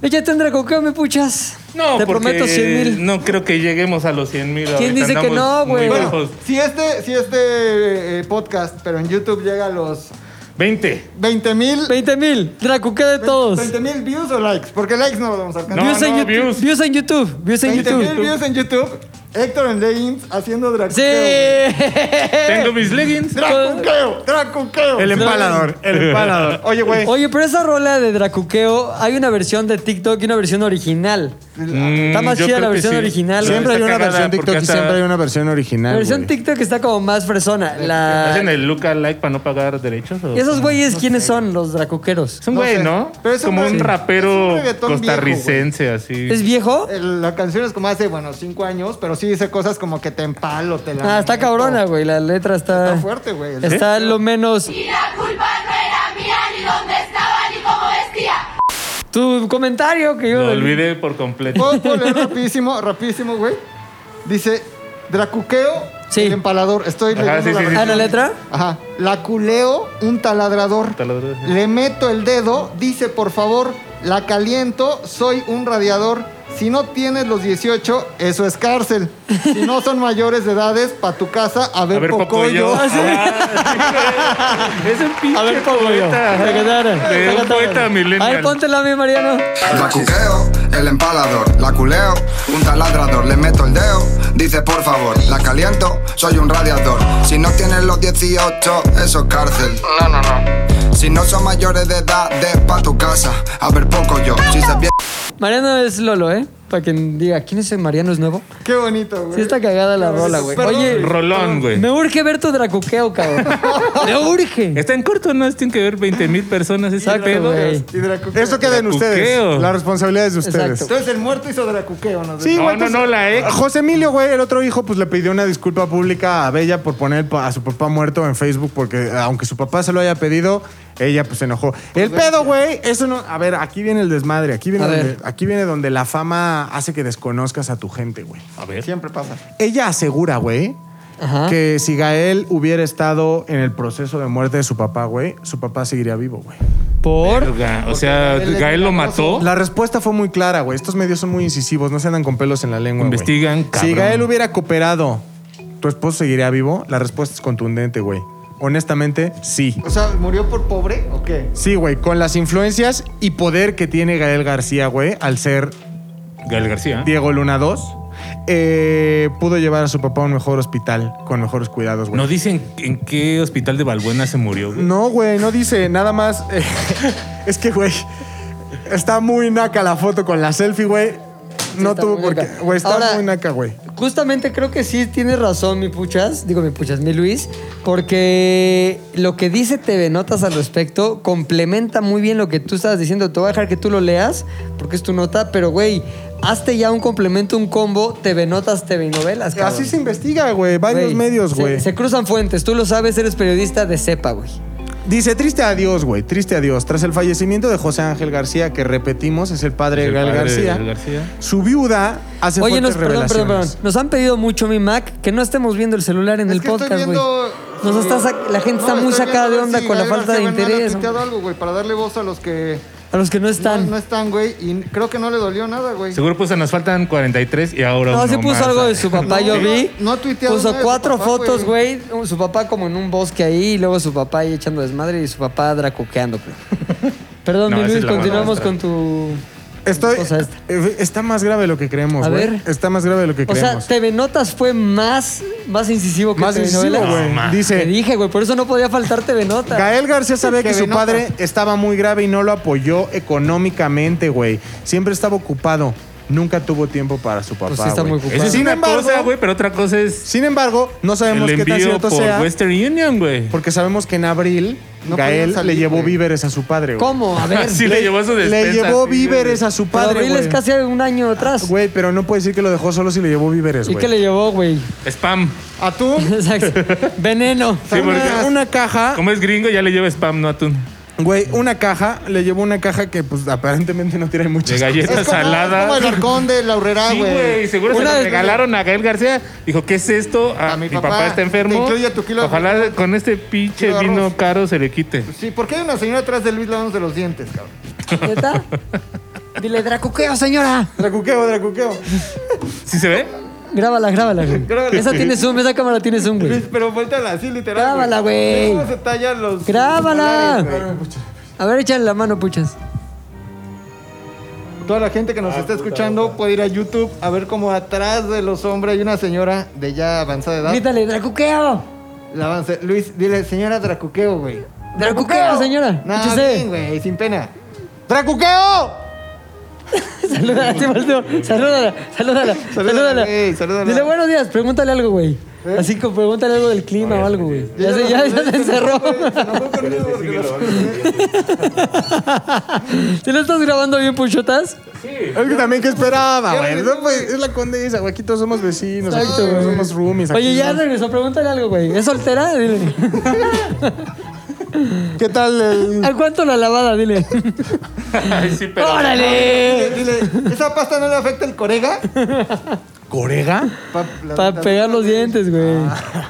[SPEAKER 1] Échate un tracuqueo, me puchas.
[SPEAKER 2] No,
[SPEAKER 1] Te
[SPEAKER 2] porque
[SPEAKER 1] prometo 100 mil.
[SPEAKER 2] No creo que lleguemos a los 100 mil. ahorita
[SPEAKER 1] dice que no,
[SPEAKER 2] andamos
[SPEAKER 1] güey?
[SPEAKER 2] muy
[SPEAKER 1] Bueno.
[SPEAKER 2] lejos.
[SPEAKER 4] Si este, si este eh, podcast, pero en YouTube llega a los
[SPEAKER 2] 20.
[SPEAKER 1] Eh.
[SPEAKER 4] 20 mil.
[SPEAKER 1] 20 mil. Tracuqueo de todos.
[SPEAKER 4] 20 mil views o likes, porque likes no los vamos a alcanzar.
[SPEAKER 2] No,
[SPEAKER 1] views, en
[SPEAKER 2] no,
[SPEAKER 1] YouTube,
[SPEAKER 2] views.
[SPEAKER 1] views en YouTube. Views en
[SPEAKER 4] 20 mil
[SPEAKER 1] YouTube.
[SPEAKER 4] views en YouTube Héctor en leggings haciendo
[SPEAKER 1] Sí. Pues,
[SPEAKER 4] dracunqueo.
[SPEAKER 2] Tengo mis leggings.
[SPEAKER 4] Dracunqueo, dracunqueo.
[SPEAKER 3] El empalador, el empalador.
[SPEAKER 4] Oye, güey.
[SPEAKER 1] Oye, pero esa rola de Dracuqueo, hay una versión de TikTok y una versión original. Está más
[SPEAKER 2] Mm,
[SPEAKER 1] chida
[SPEAKER 2] yo creo
[SPEAKER 1] la
[SPEAKER 2] que
[SPEAKER 1] versión
[SPEAKER 2] sí.
[SPEAKER 1] original.
[SPEAKER 2] No, está
[SPEAKER 3] Siempre hay una
[SPEAKER 2] cagada
[SPEAKER 3] versión
[SPEAKER 2] porque
[SPEAKER 3] TikTok y
[SPEAKER 2] hasta
[SPEAKER 3] siempre hay una versión
[SPEAKER 1] La
[SPEAKER 2] Ah,
[SPEAKER 3] original.
[SPEAKER 1] versión
[SPEAKER 3] güey.
[SPEAKER 1] TikTok está como más fresona. La...
[SPEAKER 2] ¿Hacen el look alike para no pagar derechos? o-
[SPEAKER 1] ¿Y esos güeyes quiénes son los dracuqueros?
[SPEAKER 2] Es un
[SPEAKER 4] No
[SPEAKER 2] güey,
[SPEAKER 4] sé,
[SPEAKER 2] ¿no?
[SPEAKER 4] pero es un
[SPEAKER 2] como
[SPEAKER 4] güey-
[SPEAKER 2] un
[SPEAKER 4] sí.
[SPEAKER 2] rapero
[SPEAKER 4] Es un reggaetón
[SPEAKER 2] costarricense, así.
[SPEAKER 1] ¿Es viejo?
[SPEAKER 2] Eh,
[SPEAKER 4] El- La canción es como hace, bueno, cinco años, pero sí dice cosas como que te empalo, te la.
[SPEAKER 1] Ah, está cabrona, güey. La letra está.
[SPEAKER 4] Está fuerte, güey. El-
[SPEAKER 1] Está lo menos.
[SPEAKER 8] Y la culpa no era mía, ni dónde estaba, ni cómo vestía.
[SPEAKER 1] Tu comentario que yo.
[SPEAKER 2] Lo olvidé por completo.
[SPEAKER 4] ¿Puedo, puedo leer rapidísimo, rapidísimo, güey? Dice, dracuqueo,
[SPEAKER 1] Sí.
[SPEAKER 4] el empalador. Estoy
[SPEAKER 2] Ajá,
[SPEAKER 4] leyendo
[SPEAKER 2] sí,
[SPEAKER 4] la
[SPEAKER 2] sí, sí.
[SPEAKER 1] Ah,
[SPEAKER 4] versión.
[SPEAKER 1] la letra.
[SPEAKER 4] Ajá. La culeo, un taladrador.
[SPEAKER 2] Taladrador.
[SPEAKER 4] Le meto el dedo, dice por favor, la caliento, soy un radiador. Si no tienes los 18, eso es cárcel. Si no son mayores de edades, pa' tu casa a ver,
[SPEAKER 2] A ver,
[SPEAKER 4] Pocoyo.
[SPEAKER 2] Pocoyo. Ah, sí, güey. es un pinche
[SPEAKER 1] A ver, ¿cómo yo?
[SPEAKER 2] poeta. De un poeta
[SPEAKER 1] A ver,
[SPEAKER 2] millennial.
[SPEAKER 1] póntela a mí, Mariano.
[SPEAKER 9] Macuqueo, el empalador, la culeo, un taladrador, le meto el dedo, dice por favor, la caliento, soy un radiador. Si no tienes los 18, eso es cárcel. No, no, no. Si no son mayores de edad, de pa' tu casa, a ver poco yo. Si se viene
[SPEAKER 1] Mariano es Lolo, ¿eh? Para quien diga, ¿quién es el Mariano? ¿Es nuevo?
[SPEAKER 4] Qué bonito, güey.
[SPEAKER 1] Sí, está cagada la rola, güey.
[SPEAKER 4] Perdón.
[SPEAKER 1] Oye,
[SPEAKER 2] Rolón, güey.
[SPEAKER 1] me urge ver tu dracuqueo, cabrón. Me urge.
[SPEAKER 2] Está en corto, ¿no? Tienen que ver 20 mil personas ese
[SPEAKER 1] Exacto,
[SPEAKER 2] pedo.
[SPEAKER 1] güey.
[SPEAKER 4] Y dracuqueo.
[SPEAKER 3] Eso queda en ustedes.
[SPEAKER 2] Dracuqueo.
[SPEAKER 3] La responsabilidad es de ustedes.
[SPEAKER 1] Exacto.
[SPEAKER 4] Entonces el muerto hizo dracuqueo, ¿no?
[SPEAKER 3] Sí,
[SPEAKER 2] No,
[SPEAKER 3] güey,
[SPEAKER 2] no,
[SPEAKER 3] entonces-
[SPEAKER 2] no, la ex.
[SPEAKER 3] José Emilio, güey, el otro hijo, pues le pidió una disculpa pública a Bella por poner pa- a su papá muerto en Facebook, porque aunque su papá se lo haya pedido, ella pues se enojó. El pedo, güey, eso no. A ver, aquí viene el desmadre, aquí viene,
[SPEAKER 1] A
[SPEAKER 3] donde,
[SPEAKER 1] ver.
[SPEAKER 3] aquí viene donde la fama hace que desconozcas a tu gente, güey.
[SPEAKER 2] A ver.
[SPEAKER 4] Siempre pasa.
[SPEAKER 3] Ella asegura, güey,
[SPEAKER 1] Ajá.
[SPEAKER 3] que si Gael hubiera estado en el proceso de muerte de su papá, güey, su papá seguiría vivo, güey.
[SPEAKER 1] Por.
[SPEAKER 2] Verga, O sea,
[SPEAKER 4] Porque él es
[SPEAKER 2] Gael lo
[SPEAKER 4] milagroso.
[SPEAKER 2] mató.
[SPEAKER 3] La respuesta fue muy clara, güey. Estos medios son muy incisivos, no se andan con pelos en la lengua. güey.
[SPEAKER 2] Investigan,
[SPEAKER 3] Si
[SPEAKER 2] cabrón.
[SPEAKER 3] Gael hubiera cooperado, ¿tu esposo seguiría vivo? La respuesta es contundente, güey. Honestamente, sí.
[SPEAKER 4] O sea, ¿murió por pobre o qué?
[SPEAKER 3] Sí, güey, con las influencias y poder que tiene Gael García, güey, al ser
[SPEAKER 2] Gael García.
[SPEAKER 3] Diego Luna 2, eh, pudo llevar a su papá a un mejor hospital con mejores cuidados, güey.
[SPEAKER 2] No dicen en qué hospital de Balbuena se murió. güey.
[SPEAKER 3] No, güey, no dice nada más. eh, es que, güey, está muy naca la foto con la selfie, güey. No
[SPEAKER 1] está
[SPEAKER 3] tuvo
[SPEAKER 1] muy
[SPEAKER 3] por qué.
[SPEAKER 1] naca.
[SPEAKER 3] Güey, está
[SPEAKER 1] Ahora-
[SPEAKER 3] muy naca, güey.
[SPEAKER 1] Justamente creo que sí tienes razón, mi puchas. Digo, mi puchas, mi Luis. Porque lo que dice TV Notas al respecto complementa muy bien lo que tú estabas diciendo. Te voy a dejar que tú lo leas porque es tu nota. Pero, güey, hazte ya un complemento, un combo TV Notas, TV Novelas. cabrón.
[SPEAKER 3] Así se investiga, güey.
[SPEAKER 1] Güey,
[SPEAKER 3] Varios medios,
[SPEAKER 1] se-
[SPEAKER 3] güey.
[SPEAKER 1] Se, cruzan fuentes. Tú lo sabes, eres periodista de cepa, güey.
[SPEAKER 3] Dice, triste adiós, güey, triste adiós. Tras el fallecimiento de José Ángel García, que repetimos es el padre
[SPEAKER 2] Es
[SPEAKER 3] de
[SPEAKER 2] el padre
[SPEAKER 3] Gael
[SPEAKER 2] de
[SPEAKER 3] García,
[SPEAKER 2] Gael García.
[SPEAKER 3] su viuda hace
[SPEAKER 1] Oye,
[SPEAKER 3] fuertes
[SPEAKER 1] nos, perdón, perdón,
[SPEAKER 3] revelaciones.
[SPEAKER 1] perdón. Nos han pedido mucho, mi Mac, que no estemos viendo el celular en
[SPEAKER 4] Es
[SPEAKER 1] el
[SPEAKER 4] que estoy
[SPEAKER 1] podcast, güey.
[SPEAKER 4] viendo- eh,
[SPEAKER 1] Nos está sac- la gente está
[SPEAKER 4] No,
[SPEAKER 1] muy
[SPEAKER 4] estoy
[SPEAKER 1] sacada de
[SPEAKER 4] viendo a ver
[SPEAKER 1] onda
[SPEAKER 4] si
[SPEAKER 1] con la
[SPEAKER 4] Gael
[SPEAKER 1] falta de
[SPEAKER 4] García Bernal ha
[SPEAKER 1] interés.
[SPEAKER 4] tuiteado algo, güey, para darle voz a los que
[SPEAKER 1] A los que no están.
[SPEAKER 4] No, no están, güey, y creo que no le dolió nada, güey.
[SPEAKER 2] Seguro puso, nos faltan 43 y ahora
[SPEAKER 1] No,
[SPEAKER 2] uno
[SPEAKER 1] sí puso
[SPEAKER 2] más".
[SPEAKER 1] algo de su papá, yo vi.
[SPEAKER 4] no ha tuiteado
[SPEAKER 1] Puso
[SPEAKER 4] nada de su
[SPEAKER 1] cuatro
[SPEAKER 4] papá,
[SPEAKER 1] fotos, güey. Su papá como en un bosque ahí, y luego su papá ahí echando desmadre y su papá dracoqueando, creo. Perdón,
[SPEAKER 2] No,
[SPEAKER 1] mi
[SPEAKER 2] esa
[SPEAKER 1] Luis,
[SPEAKER 2] es la
[SPEAKER 1] continuamos
[SPEAKER 2] buena
[SPEAKER 1] con tu.
[SPEAKER 3] Estoy,
[SPEAKER 1] cosa esta.
[SPEAKER 3] eh, está más grave de lo que creemos,
[SPEAKER 1] A
[SPEAKER 3] güey.
[SPEAKER 1] ver.
[SPEAKER 3] Está más grave de lo que
[SPEAKER 1] O sea,
[SPEAKER 3] creemos.
[SPEAKER 1] TV Notas fue más, más incisivo que
[SPEAKER 3] más
[SPEAKER 1] TV
[SPEAKER 3] incisivo,
[SPEAKER 1] Novelas.
[SPEAKER 3] güey.
[SPEAKER 2] ma.
[SPEAKER 1] Te
[SPEAKER 3] Dice,
[SPEAKER 1] dije, güey, por eso no podía faltar TV Notas.
[SPEAKER 3] Gael García sabía que
[SPEAKER 4] Que
[SPEAKER 3] su
[SPEAKER 4] venota.
[SPEAKER 3] padre estaba muy grave y no lo apoyó económicamente, güey. Siempre estaba ocupado. Nunca tuvo tiempo para su papá,
[SPEAKER 1] Pues sí está
[SPEAKER 3] güey.
[SPEAKER 1] muy ocupado.
[SPEAKER 2] Esa es
[SPEAKER 3] Sin
[SPEAKER 2] una
[SPEAKER 3] embargo-
[SPEAKER 2] cosa, güey, pero otra cosa es
[SPEAKER 3] Sin embargo, no sabemos
[SPEAKER 2] el
[SPEAKER 3] qué tan
[SPEAKER 2] envío
[SPEAKER 3] cierto
[SPEAKER 2] por
[SPEAKER 3] sea.
[SPEAKER 2] Western Union, güey.
[SPEAKER 3] Porque sabemos que en abril
[SPEAKER 4] No
[SPEAKER 3] Gael
[SPEAKER 4] podían salir,
[SPEAKER 3] le llevó
[SPEAKER 4] güey.
[SPEAKER 3] víveres a su padre, güey.
[SPEAKER 1] ¿Cómo? A ver.
[SPEAKER 2] Sí, le, llevó a su
[SPEAKER 3] Le
[SPEAKER 2] despensa.
[SPEAKER 3] llevó
[SPEAKER 2] sí,
[SPEAKER 3] víveres
[SPEAKER 2] güey.
[SPEAKER 3] a su
[SPEAKER 1] Pero
[SPEAKER 3] padre,
[SPEAKER 1] abril
[SPEAKER 3] güey. Ah,
[SPEAKER 1] es casi un año atrás.
[SPEAKER 3] Güey, pero no puede decir que lo dejó solo si le llevó víveres,
[SPEAKER 1] ¿Y
[SPEAKER 3] güey.
[SPEAKER 1] qué le llevó, güey?
[SPEAKER 2] Spam.
[SPEAKER 4] Atún,
[SPEAKER 1] Exacto. Veneno.
[SPEAKER 2] Sí, porque-
[SPEAKER 3] Una, una caja,
[SPEAKER 2] Como es gringo, ya le lleva spam, no atún.
[SPEAKER 3] güey, una caja, le llevó una caja que pues aparentemente no tiene muchas
[SPEAKER 2] De
[SPEAKER 3] galletas.
[SPEAKER 2] galletas
[SPEAKER 4] es como, es como
[SPEAKER 2] saladas.
[SPEAKER 4] el arcón de la Urrera,
[SPEAKER 2] Sí, güey,
[SPEAKER 4] Ah, güey.
[SPEAKER 2] seguro se
[SPEAKER 1] Una
[SPEAKER 2] lo
[SPEAKER 1] vez-
[SPEAKER 2] regalaron a Gael García. Dijo, ¿qué es esto? Ah,
[SPEAKER 4] A mi
[SPEAKER 2] mi,
[SPEAKER 4] papá.
[SPEAKER 2] papá, está
[SPEAKER 4] Te
[SPEAKER 2] enfermo.
[SPEAKER 4] incluye tu kilo de-
[SPEAKER 2] Ojalá con este pinche
[SPEAKER 4] kilo de
[SPEAKER 2] vino
[SPEAKER 4] arroz.
[SPEAKER 2] caro se le quite.
[SPEAKER 4] Sí, porque hay una señora atrás de Luis lavándose los dientes, cabrón.
[SPEAKER 1] ¿Neta? Dile, Dracuqueo, señora.
[SPEAKER 3] Dracuqueo, dracuqueo.
[SPEAKER 2] ¿Sí se ve?
[SPEAKER 1] Grábala, grábala, güey. Esa tiene zoom, esa cámara tiene zoom,
[SPEAKER 4] Luis,
[SPEAKER 1] güey.
[SPEAKER 4] pero vuéltala así, literal.
[SPEAKER 1] Grábala, güey.
[SPEAKER 4] ¿Cómo se tallan los.
[SPEAKER 1] Grábala.
[SPEAKER 4] los polares, güey?
[SPEAKER 1] A ver, échale la mano, puchas.
[SPEAKER 4] Toda la gente que nos está escuchando puede ir a YouTube a ver cómo atrás de los hombres hay una señora de ya avanzada edad.
[SPEAKER 1] Grítale, Dracuqueo.
[SPEAKER 4] La avance- Luis, dile, señora Dracuqueo, güey.
[SPEAKER 1] Dracuqueo, señora.
[SPEAKER 4] No,
[SPEAKER 1] Échese.
[SPEAKER 4] bien, güey, sin pena. ¡Dracuqueo!
[SPEAKER 1] Salúdala, te volteo. Salúdala, salúdala, salúdala.
[SPEAKER 4] güey, salúdala.
[SPEAKER 1] Dile buenos días, pregúntale algo, güey. Así que pregúntale algo del clima o algo, güey. Ya, se, ya, ya se encerró. ¿Te lo estás grabando bien, Puchotas?
[SPEAKER 3] Es que también, ¿qué esperaba,
[SPEAKER 4] Ya
[SPEAKER 3] güey?
[SPEAKER 4] regresó,
[SPEAKER 3] No, pues, es la condesa, güey. Aquí todos somos vecinos. aquí
[SPEAKER 1] Exacto,
[SPEAKER 3] todos
[SPEAKER 1] güey.
[SPEAKER 3] somos roomies. aquí
[SPEAKER 1] Oye, ya
[SPEAKER 3] no-
[SPEAKER 1] regresó, pregúntale algo, güey. ¿Es soltera? Dile.
[SPEAKER 3] ¿Qué tal el-
[SPEAKER 1] ¿A cuánto la lavada? Dile.
[SPEAKER 2] Ay, sí, pero.
[SPEAKER 4] Dile,
[SPEAKER 1] ¡Órale!
[SPEAKER 4] dile, ¿esa pasta no le afecta el corega?
[SPEAKER 3] ¿Corega?
[SPEAKER 4] Pa- la-
[SPEAKER 1] Para
[SPEAKER 4] la-
[SPEAKER 1] pegar los dientes, güey.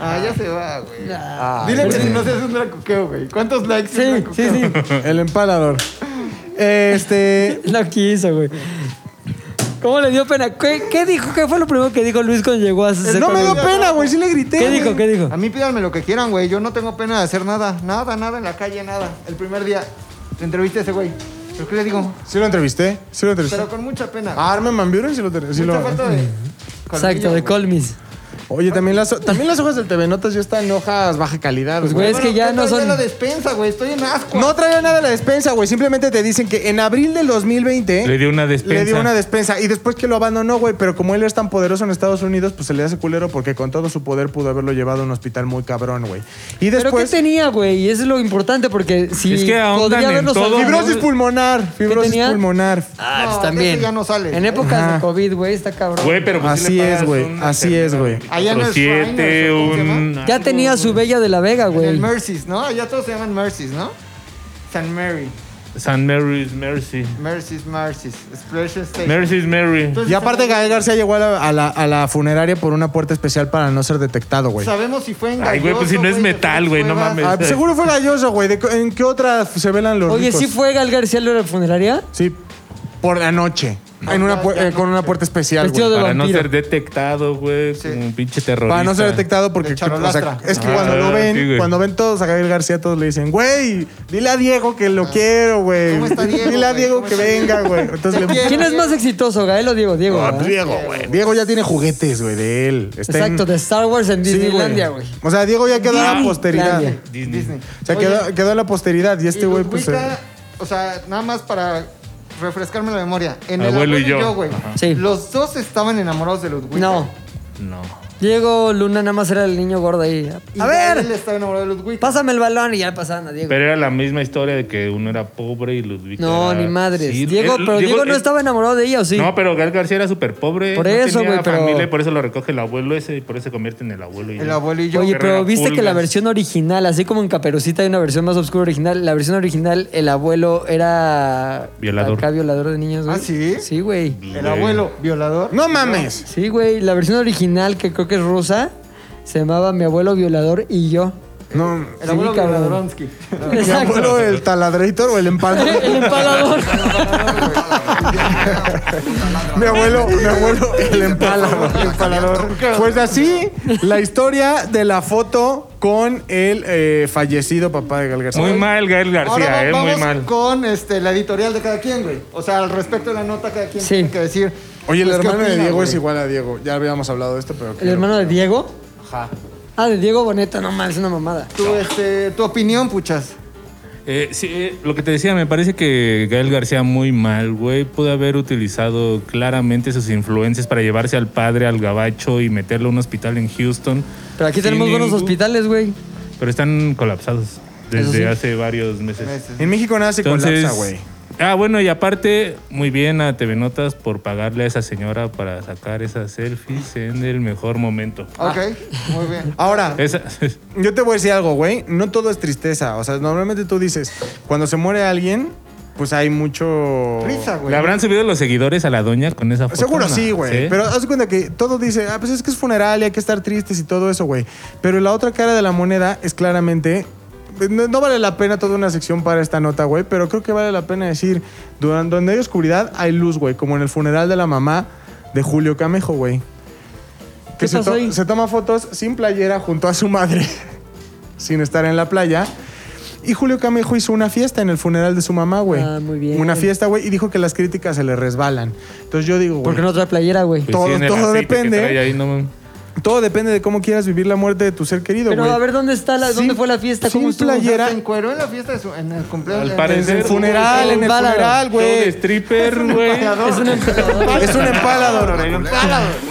[SPEAKER 4] Ah, ya se va, güey. Dile que si no se hace un dracuqueo, güey. ¿Cuántos likes? es
[SPEAKER 1] Ah. Sí, sí,
[SPEAKER 4] dracuqueo?
[SPEAKER 1] sí.
[SPEAKER 3] El empalador. Este.
[SPEAKER 1] No quiso, güey. ¿Cómo le dio pena? ¿Qué, qué dijo? ¿Qué fue lo primero que dijo Luis cuando llegó a hacer
[SPEAKER 3] No me dio
[SPEAKER 1] conmigo?
[SPEAKER 3] pena, güey. Sí le grité.
[SPEAKER 1] ¿Qué
[SPEAKER 3] güey.
[SPEAKER 1] dijo? ¿Qué dijo?
[SPEAKER 4] A mí pídanme lo que quieran, güey. Yo no tengo pena de hacer nada. Nada, nada en la calle, nada. El primer día te entrevisté a ese güey. ¿Pero qué le digo?
[SPEAKER 3] Sí lo entrevisté. Sí lo entrevisté.
[SPEAKER 4] Pero con mucha pena.
[SPEAKER 3] Ah, Armin Van Buren sí lo entrevisté. sí
[SPEAKER 4] mucha
[SPEAKER 3] lo-
[SPEAKER 4] falta de.
[SPEAKER 1] Exacto, de
[SPEAKER 4] colmillo, güey.
[SPEAKER 1] Colmis.
[SPEAKER 3] Oye, también las, también las hojas del TV Notas ya están hojas baja calidad,
[SPEAKER 1] Pues,
[SPEAKER 3] güey.
[SPEAKER 1] güey, es que
[SPEAKER 4] Bueno,
[SPEAKER 1] ya
[SPEAKER 4] ¿qué
[SPEAKER 1] no
[SPEAKER 4] tal de
[SPEAKER 1] son.
[SPEAKER 4] la despensa, güey. Estoy en asco.
[SPEAKER 3] No traía nada de la despensa, güey. Simplemente te dicen que en abril del 2020
[SPEAKER 2] Le dio una despensa.
[SPEAKER 3] Le dio una despensa y después que lo abandonó, güey. Pero como él es tan poderoso en Estados Unidos, pues se le hace culero porque con todo su poder pudo haberlo llevado a un hospital muy cabrón, güey. Y
[SPEAKER 1] ¿Pero qué
[SPEAKER 3] después
[SPEAKER 1] tenía, güey? Y eso es lo importante porque si
[SPEAKER 2] Es que ahondan
[SPEAKER 1] podría
[SPEAKER 2] en
[SPEAKER 1] haberlo
[SPEAKER 2] todo.
[SPEAKER 1] salvado-
[SPEAKER 3] fibrosis pulmonar, fibrosis
[SPEAKER 1] tenía?
[SPEAKER 3] pulmonar.
[SPEAKER 1] Ah, pues
[SPEAKER 4] No,
[SPEAKER 1] también.
[SPEAKER 4] eso ya no sale.
[SPEAKER 1] En épocas
[SPEAKER 3] Ajá.
[SPEAKER 1] de COVID, güey, está cabrón.
[SPEAKER 2] Güey, pero pues sí
[SPEAKER 3] Así
[SPEAKER 2] le
[SPEAKER 3] es,
[SPEAKER 2] pagas
[SPEAKER 3] güey.
[SPEAKER 2] un
[SPEAKER 3] Así es, güey.
[SPEAKER 4] Allá no es
[SPEAKER 2] siete,
[SPEAKER 4] Shriners, ¿o cómo se
[SPEAKER 2] un.
[SPEAKER 4] llama?
[SPEAKER 1] ya tenía su bella de la Vega,
[SPEAKER 4] En el
[SPEAKER 1] güey.
[SPEAKER 4] Mercies, ¿no? Allá todos se llaman Mercies, ¿no? San Mary.
[SPEAKER 2] San Mary's Mercy.
[SPEAKER 4] Mercies, Mercies. Splash Station.
[SPEAKER 2] Mercy's Mary.
[SPEAKER 4] Entonces,
[SPEAKER 3] Y aparte Gael García llegó a la, a la- a la funeraria por una puerta especial para no ser detectado, güey.
[SPEAKER 4] Sabemos si fue en
[SPEAKER 2] Ay, güey, pues si no es metal, güey, no mames.
[SPEAKER 3] Ah, pues seguro fue galloso, güey. ¿De co- ¿En qué otra se velan los
[SPEAKER 1] Oye,
[SPEAKER 3] ricos?
[SPEAKER 1] ¿sí fue Gal García Luna a la funeraria?
[SPEAKER 3] Sí, por la noche. En una pu- eh, con una puerta especial,
[SPEAKER 1] Vestido
[SPEAKER 3] güey.
[SPEAKER 1] de
[SPEAKER 2] Para no
[SPEAKER 1] vampiro.
[SPEAKER 2] ser detectado, güey.
[SPEAKER 4] Sí.
[SPEAKER 2] Como un pinche terrorista.
[SPEAKER 3] Para no ser detectado porque
[SPEAKER 4] De charolastra.
[SPEAKER 3] o sea, es que
[SPEAKER 2] Ah,
[SPEAKER 3] cuando lo ven,
[SPEAKER 2] sí, güey.
[SPEAKER 3] cuando ven todos a Gabriel García, todos le dicen, güey, dile a Diego que lo quiero, güey.
[SPEAKER 4] ¿Cómo está Diego,
[SPEAKER 3] Dile a
[SPEAKER 4] güey?
[SPEAKER 3] Diego
[SPEAKER 4] ¿Cómo
[SPEAKER 3] que
[SPEAKER 4] está
[SPEAKER 3] venga, güey. Entonces le
[SPEAKER 1] ¿Quién es más exitoso, Gael o Diego? Diego.
[SPEAKER 3] Ah,
[SPEAKER 1] ¿verdad?
[SPEAKER 3] Diego, güey. Diego ya tiene juguetes, güey, de él. Está en-
[SPEAKER 1] Exacto, de Star Wars en
[SPEAKER 3] Sí,
[SPEAKER 1] Disneylandia, güey.
[SPEAKER 3] O sea, Diego ya quedó en la posteridad.
[SPEAKER 1] Disneylandia.
[SPEAKER 2] Disney.
[SPEAKER 3] O sea,
[SPEAKER 1] este
[SPEAKER 3] quedó, quedó en la posteridad y este
[SPEAKER 4] Y
[SPEAKER 3] güey,
[SPEAKER 4] los
[SPEAKER 3] pues.
[SPEAKER 4] Wicca,
[SPEAKER 3] eh,
[SPEAKER 4] o sea, nada más para refrescarme la memoria. En
[SPEAKER 2] Abuelo
[SPEAKER 4] el
[SPEAKER 2] y
[SPEAKER 4] abuelo y
[SPEAKER 2] yo.
[SPEAKER 4] yo, güey.
[SPEAKER 2] Ajá.
[SPEAKER 1] Sí.
[SPEAKER 4] Los dos estaban enamorados de Ludwig.
[SPEAKER 1] No.
[SPEAKER 2] No.
[SPEAKER 1] Diego Luna nada más era el niño gordo ahí. A
[SPEAKER 4] Él
[SPEAKER 1] ver,
[SPEAKER 4] estaba enamorado de Ludwig.
[SPEAKER 1] pásame el balón y ya le pasaban a Diego.
[SPEAKER 2] Pero era la misma historia de que uno era pobre y Ludwig.
[SPEAKER 1] no,
[SPEAKER 2] era-
[SPEAKER 1] ni madres.
[SPEAKER 2] Sí,
[SPEAKER 1] Diego,
[SPEAKER 2] él-
[SPEAKER 1] pero Diego no
[SPEAKER 2] él-
[SPEAKER 1] estaba enamorado de ella, ¿o sí?
[SPEAKER 2] eh, No, pero Gal García era súper pobre.
[SPEAKER 1] Por
[SPEAKER 2] no
[SPEAKER 1] eso,
[SPEAKER 2] tenía
[SPEAKER 1] güey, pero-
[SPEAKER 2] familia y por eso lo recoge el abuelo ese y por eso se convierte en el abuelo. Y
[SPEAKER 4] El
[SPEAKER 2] yo.
[SPEAKER 4] abuelo y yo.
[SPEAKER 1] Oye, pero
[SPEAKER 2] era
[SPEAKER 1] viste que la
[SPEAKER 2] pulgas.
[SPEAKER 1] versión original, así como en Caperucita hay una versión más oscura original, la versión original, el abuelo era.
[SPEAKER 2] Violador.
[SPEAKER 1] Acá violador de niños, güey.
[SPEAKER 4] ¿Ah, sí?
[SPEAKER 1] Sí, güey.
[SPEAKER 4] el abuelo, violador.
[SPEAKER 3] No mames.
[SPEAKER 1] Sí, güey. La versión original, que creo que es rusa, se llamaba Mi abuelo violador y yo.
[SPEAKER 3] No.
[SPEAKER 4] El abuelo
[SPEAKER 1] Sí, cabrón.
[SPEAKER 4] Violadoronsky.
[SPEAKER 3] Mi abuelo, el taladreitor o el empalador.
[SPEAKER 1] el empalador.
[SPEAKER 3] Mi abuelo, mi abuelo, el empalador. El empalador. Pues así, la historia de la foto con el eh, fallecido papá de Gal García.
[SPEAKER 2] Muy mal, Gael García,
[SPEAKER 4] Ahora
[SPEAKER 2] eh,
[SPEAKER 4] va-
[SPEAKER 2] muy
[SPEAKER 4] vamos
[SPEAKER 2] mal.
[SPEAKER 4] con este, la editorial de cada quien, güey. O sea, al respecto de la nota, cada quien
[SPEAKER 1] Sí.
[SPEAKER 4] tiene que decir.
[SPEAKER 3] Oye, el
[SPEAKER 4] pues, ¿qué
[SPEAKER 3] hermano de
[SPEAKER 4] opina,
[SPEAKER 3] Diego
[SPEAKER 4] güey?
[SPEAKER 3] es igual a Diego. Ya habíamos hablado de esto, pero.
[SPEAKER 1] ¿El
[SPEAKER 3] quiero-
[SPEAKER 1] hermano de Diego? Ah, de Diego Boneta, no mames, es una mamada.
[SPEAKER 4] Tu, este, tu opinión, puchas.
[SPEAKER 2] Eh, sí, eh, lo que te decía, me parece que Gael García muy mal, güey. Pudo haber utilizado claramente sus influencias para llevarse al padre, al gabacho y meterlo a un hospital en Houston.
[SPEAKER 1] Pero aquí
[SPEAKER 2] Sin
[SPEAKER 1] tenemos buenos
[SPEAKER 2] ningún-
[SPEAKER 1] hospitales, güey.
[SPEAKER 2] Pero están colapsados desde
[SPEAKER 1] sí.
[SPEAKER 2] hace varios meses.
[SPEAKER 3] En México nada se
[SPEAKER 2] Entonces,
[SPEAKER 3] colapsa, güey.
[SPEAKER 2] Ah, bueno, y aparte, muy bien a TV Notas por pagarle a esa señora para sacar esas selfies en el mejor momento.
[SPEAKER 3] Ah.
[SPEAKER 4] Ok, muy bien.
[SPEAKER 3] Ahora,
[SPEAKER 2] Esa-
[SPEAKER 3] yo te voy a decir algo, güey. No todo es tristeza. O sea, normalmente tú dices, cuando se muere alguien, pues hay mucho.
[SPEAKER 4] Risa, güey.
[SPEAKER 2] ¿Le habrán subido los seguidores a la doña con esa Pues foto?
[SPEAKER 3] Seguro
[SPEAKER 2] No,
[SPEAKER 3] sí, güey. Pero haz de cuenta que todo dice, ah, pues es que es funeral y hay que estar tristes y todo eso, güey. Pero la otra cara de la moneda es claramente. No, no vale la pena toda una sección para esta nota, güey, pero creo que vale la pena decir, duran- donde hay oscuridad hay luz, güey, como en el funeral de la mamá de Julio Camejo, güey.
[SPEAKER 1] ¿Qué
[SPEAKER 3] Que se,
[SPEAKER 1] pasó
[SPEAKER 3] to-
[SPEAKER 1] ahí?
[SPEAKER 3] se toma fotos sin playera junto a su madre, sin estar en la playa. Y Julio Camejo hizo una fiesta en el funeral de su mamá, güey.
[SPEAKER 1] Ah, muy bien.
[SPEAKER 3] Una fiesta, güey, y dijo que las críticas se le resbalan. Entonces yo digo, güey,
[SPEAKER 1] Porque no trae playera, güey.
[SPEAKER 2] Pues sí,
[SPEAKER 3] todo-
[SPEAKER 2] en el
[SPEAKER 3] todo
[SPEAKER 2] aceite que
[SPEAKER 3] depende. ¿eh?
[SPEAKER 2] trae ahí, no mames.
[SPEAKER 3] todo depende de cómo quieras vivir la muerte de tu ser querido,
[SPEAKER 1] Pero
[SPEAKER 3] güey.
[SPEAKER 1] a ver, ¿dónde está la,
[SPEAKER 3] Sin-
[SPEAKER 1] dónde fue la fiesta?
[SPEAKER 3] sin
[SPEAKER 1] ¿Cómo estuvo?
[SPEAKER 3] playa- ayer-
[SPEAKER 4] se encueró en la fiesta de su, en el cumpleaños.
[SPEAKER 2] Al
[SPEAKER 4] en-
[SPEAKER 2] parecer,
[SPEAKER 4] en
[SPEAKER 3] El
[SPEAKER 4] su
[SPEAKER 3] funeral, en el
[SPEAKER 1] Empalado.
[SPEAKER 3] funeral,
[SPEAKER 2] Show de
[SPEAKER 3] güey.
[SPEAKER 2] stripper, güey.
[SPEAKER 4] Es un
[SPEAKER 3] Es un empalador.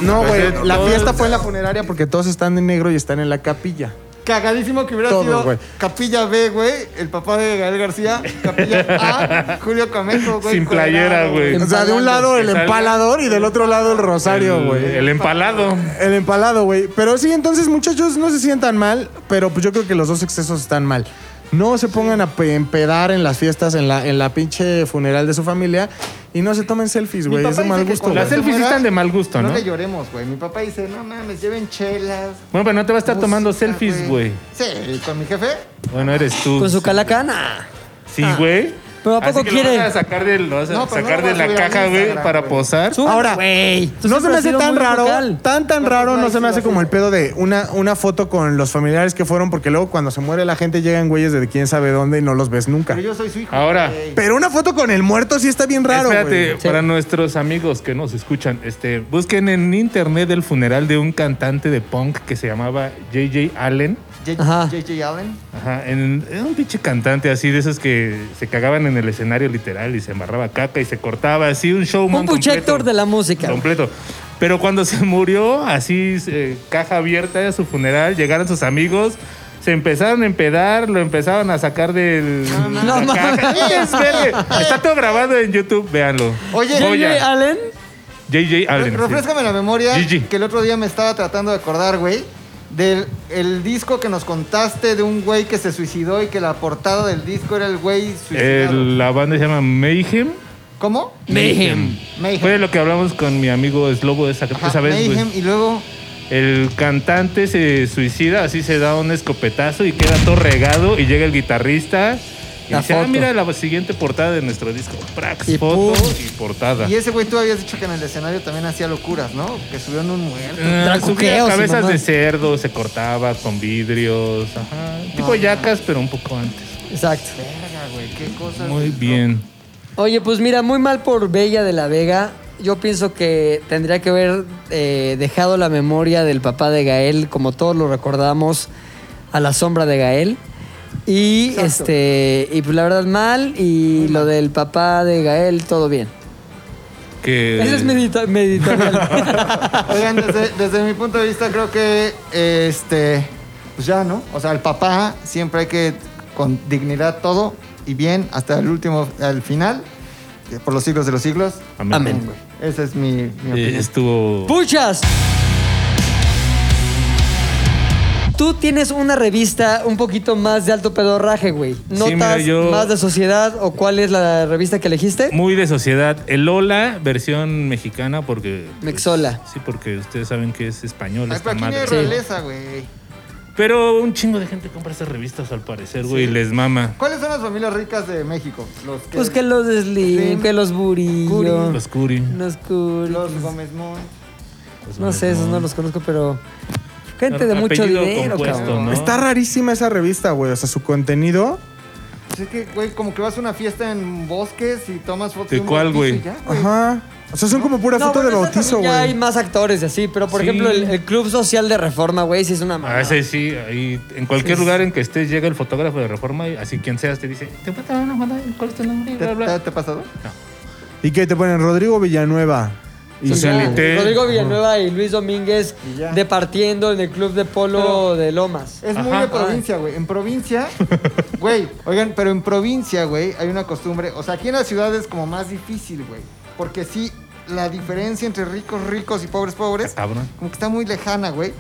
[SPEAKER 3] No, güey. La
[SPEAKER 2] Todo-
[SPEAKER 3] fiesta fue en la funeraria porque todos están en negro y están en la capilla.
[SPEAKER 4] Cagadísimo que hubiera
[SPEAKER 3] Todo,
[SPEAKER 4] sido
[SPEAKER 3] güey.
[SPEAKER 4] Capilla B, güey, el papá de Gael García, Capilla A, Julio Camejo, güey.
[SPEAKER 2] Sin playera,
[SPEAKER 4] colorado,
[SPEAKER 2] güey.
[SPEAKER 3] O sea, de un lado el
[SPEAKER 2] Que salga-
[SPEAKER 3] empalador y del otro lado el rosario,
[SPEAKER 2] El-
[SPEAKER 3] güey.
[SPEAKER 2] El empalado.
[SPEAKER 3] El empalado, güey. Pero sí, entonces, muchachos, no se sientan mal, pero pues yo creo que los dos excesos están mal. No se pongan a pe- empedar en las fiestas, en la, en la pinche funeral de su familia y no se tomen selfies,
[SPEAKER 4] Mi
[SPEAKER 3] güey.
[SPEAKER 4] papá
[SPEAKER 3] Es de mal
[SPEAKER 4] dice que
[SPEAKER 3] gusto,
[SPEAKER 4] cuando
[SPEAKER 2] Las
[SPEAKER 4] se
[SPEAKER 3] güey.
[SPEAKER 2] selfies sí
[SPEAKER 4] muera,
[SPEAKER 2] están de mal gusto,
[SPEAKER 4] No
[SPEAKER 2] ¿no?
[SPEAKER 4] le lloremos, güey. Mi papá dice, no mames, lleven chelas.
[SPEAKER 2] Bueno, pero no te va a estar tomando
[SPEAKER 4] música,
[SPEAKER 2] selfies, güey.
[SPEAKER 4] Sí, con mi jefe.
[SPEAKER 2] Bueno, eres tú.
[SPEAKER 1] Con su calacana.
[SPEAKER 2] Sí, güey.
[SPEAKER 1] Pero ¿a poco
[SPEAKER 2] Así que
[SPEAKER 1] quiere?
[SPEAKER 2] Lo vas a sacar de, lo vas a
[SPEAKER 4] No, pero
[SPEAKER 2] sacar
[SPEAKER 4] no
[SPEAKER 2] de
[SPEAKER 4] lo vas a
[SPEAKER 2] la
[SPEAKER 4] subir a
[SPEAKER 2] caja, güey,
[SPEAKER 4] Instagram,
[SPEAKER 2] para
[SPEAKER 4] güey.
[SPEAKER 2] posar.
[SPEAKER 1] Sube,
[SPEAKER 3] Ahora,
[SPEAKER 1] güey. Tú
[SPEAKER 3] No se
[SPEAKER 1] siempre
[SPEAKER 3] me
[SPEAKER 1] has
[SPEAKER 3] hace
[SPEAKER 1] sido
[SPEAKER 3] tan
[SPEAKER 1] pues, muy
[SPEAKER 3] raro,
[SPEAKER 1] vocal.
[SPEAKER 3] tan tan
[SPEAKER 4] No,
[SPEAKER 3] raro,
[SPEAKER 4] no,
[SPEAKER 3] no se me
[SPEAKER 4] sí,
[SPEAKER 3] hace
[SPEAKER 4] sí.
[SPEAKER 3] como el pedo de una, una foto con los familiares que fueron, porque luego cuando se muere la gente llegan güeyes de quién sabe dónde y no los ves nunca.
[SPEAKER 4] Pero yo soy su hijo.
[SPEAKER 2] Ahora.
[SPEAKER 4] güey.
[SPEAKER 3] Pero una foto con el muerto sí está bien raro,
[SPEAKER 2] Espérate,
[SPEAKER 3] güey.
[SPEAKER 2] para nuestros amigos que nos escuchan, este, busquen en internet el funeral de un cantante de punk que se llamaba JJ Allen.
[SPEAKER 4] J-
[SPEAKER 1] Ajá.
[SPEAKER 4] J.J. Allen.
[SPEAKER 2] Ajá, en- era un pinche cantante así de esos que se cagaban en el escenario literal y se embarraba caca y se cortaba así un show
[SPEAKER 1] Un puchector de la música.
[SPEAKER 2] completo. Pero cuando se murió, así eh, caja abierta de su funeral, llegaron sus amigos, se empezaron a empedar, lo empezaron a sacar del
[SPEAKER 1] mames.
[SPEAKER 2] la
[SPEAKER 1] No
[SPEAKER 2] caja.
[SPEAKER 1] mames.
[SPEAKER 2] Es verde. Está todo grabado en YouTube, véanlo.
[SPEAKER 4] Oye,
[SPEAKER 1] Oye,
[SPEAKER 2] Joya.
[SPEAKER 1] Allen.
[SPEAKER 2] JJ Allen.
[SPEAKER 4] Re-
[SPEAKER 2] sí.
[SPEAKER 4] Refrescame la memoria
[SPEAKER 2] Gigi.
[SPEAKER 4] que el otro día me estaba tratando de acordar, güey, del el disco que nos contaste de un güey que se suicidó y que la portada del disco era el güey suicidado.
[SPEAKER 2] El- Eh, la banda se llama Mayhem.
[SPEAKER 4] ¿Cómo?
[SPEAKER 1] Mayhem.
[SPEAKER 4] Mayhem.
[SPEAKER 2] Fue de lo que hablamos con mi amigo Slobo esa,
[SPEAKER 4] Ajá,
[SPEAKER 2] esa vez. pues. güey.
[SPEAKER 4] Mayhem, y luego
[SPEAKER 2] El cantante se suicida, así se da un escopetazo y queda todo regado y llega el guitarrista y
[SPEAKER 1] La
[SPEAKER 2] dice, ah,
[SPEAKER 1] foto.
[SPEAKER 2] mira la siguiente portada de nuestro disco. Prax,
[SPEAKER 1] Y
[SPEAKER 2] foto
[SPEAKER 1] pum.
[SPEAKER 2] y portada.
[SPEAKER 4] y ese güey tú habías dicho que en el escenario también hacía locuras, ¿no? Que subió en un muerto.
[SPEAKER 2] Eh, subía
[SPEAKER 1] Tracuqueos y
[SPEAKER 2] cabezas
[SPEAKER 1] mamá.
[SPEAKER 2] de cerdo, se cortaba con vidrios, ajá. Tipo yacas, pero un poco antes.
[SPEAKER 1] Exacto.
[SPEAKER 4] Verga, güey, qué cosa.
[SPEAKER 2] Muy bien.
[SPEAKER 1] Oye, pues mira, muy mal por Bella de la Vega. Yo pienso que tendría que haber eh, dejado la memoria del papá de Gael, como todos lo recordamos, a la sombra de Gael. Y este, y pues la verdad mal, y lo del papá de Gael, todo bien.
[SPEAKER 2] Que,
[SPEAKER 1] Ese es mi edito- mi editorial.
[SPEAKER 4] Oigan, desde, desde mi punto de vista creo que este pues ya, ¿no? O sea, el papá siempre hay que con dignidad todo y bien hasta el último, al final, eh, por los siglos de los siglos.
[SPEAKER 2] Amén.
[SPEAKER 1] Amén.
[SPEAKER 4] Esa es mi, mi
[SPEAKER 2] Eh,
[SPEAKER 4] opinión.
[SPEAKER 2] estuvo...
[SPEAKER 1] ¡Puchas! Tú tienes una revista un poquito más de alto pedorraje, güey. ¿Notas
[SPEAKER 2] mira, yo-
[SPEAKER 1] más de sociedad o cuál es la revista que elegiste?
[SPEAKER 2] Muy de sociedad. El Lola, versión mexicana, porque. pues,
[SPEAKER 1] Mexola.
[SPEAKER 2] sí, porque ustedes saben que es español.
[SPEAKER 4] Ay,
[SPEAKER 2] esta
[SPEAKER 4] pero aquí no hay
[SPEAKER 2] madre.
[SPEAKER 4] realeza, güey.
[SPEAKER 2] Pero un chingo de gente compra esas revistas, al parecer, güey, y les mama.
[SPEAKER 4] ¿Cuáles son las familias ricas de México? Los que,
[SPEAKER 1] Pues que los de Slim,
[SPEAKER 4] Slim,
[SPEAKER 1] que los Burillo,
[SPEAKER 2] Los Curi.
[SPEAKER 1] los Curi.
[SPEAKER 4] los Gómez Moon.
[SPEAKER 2] los
[SPEAKER 1] No sé, esos no los conozco, pero gente de mucho
[SPEAKER 2] Apellido
[SPEAKER 1] dinero,
[SPEAKER 2] compuesto,
[SPEAKER 1] cabrón.
[SPEAKER 2] ¿no?
[SPEAKER 3] Está rarísima esa revista, güey. O sea, su contenido.
[SPEAKER 4] Pues es que, güey, como que vas a una fiesta en bosques y tomas fotos.
[SPEAKER 2] ¿De
[SPEAKER 4] un
[SPEAKER 2] cuál,
[SPEAKER 4] bautizo y
[SPEAKER 2] güey?
[SPEAKER 4] ya,
[SPEAKER 3] Ajá. O sea, son como pura
[SPEAKER 1] No,
[SPEAKER 3] foto de
[SPEAKER 1] bueno, esa
[SPEAKER 3] bautizo,
[SPEAKER 1] también Ya hay
[SPEAKER 3] güey.
[SPEAKER 1] más actores y así, pero por
[SPEAKER 2] Sí. Ah,
[SPEAKER 1] ejemplo, el, el Club Social de Reforma, güey, sí es una
[SPEAKER 2] A
[SPEAKER 1] mamada.
[SPEAKER 2] veces sí, ahí, en cualquier
[SPEAKER 1] Sí.
[SPEAKER 2] lugar en que estés, llega el fotógrafo de reforma y así quien seas te dice, te voy a tomar una foto, ¿cuál es tu nombre? Y
[SPEAKER 4] ¿Te,
[SPEAKER 2] bla, bla.
[SPEAKER 4] te- te ha pasado?
[SPEAKER 3] ¿Y qué te ponen? Rodrigo Villanueva. Y
[SPEAKER 1] Y ya,
[SPEAKER 2] Socialité.
[SPEAKER 1] Rodrigo Villanueva y Luis Domínguez
[SPEAKER 4] Y ya. Eh,
[SPEAKER 1] departiendo en el club de polo de Lomas.
[SPEAKER 4] Es muy
[SPEAKER 2] Ajá.
[SPEAKER 4] de provincia, güey. En provincia, güey, oigan, pero en provincia, güey, hay una costumbre. O sea, aquí en la ciudad es como más difícil, güey. Porque sí, la diferencia entre ricos, ricos y pobres, pobres,
[SPEAKER 2] Cabrón.
[SPEAKER 4] como que está muy lejana, güey.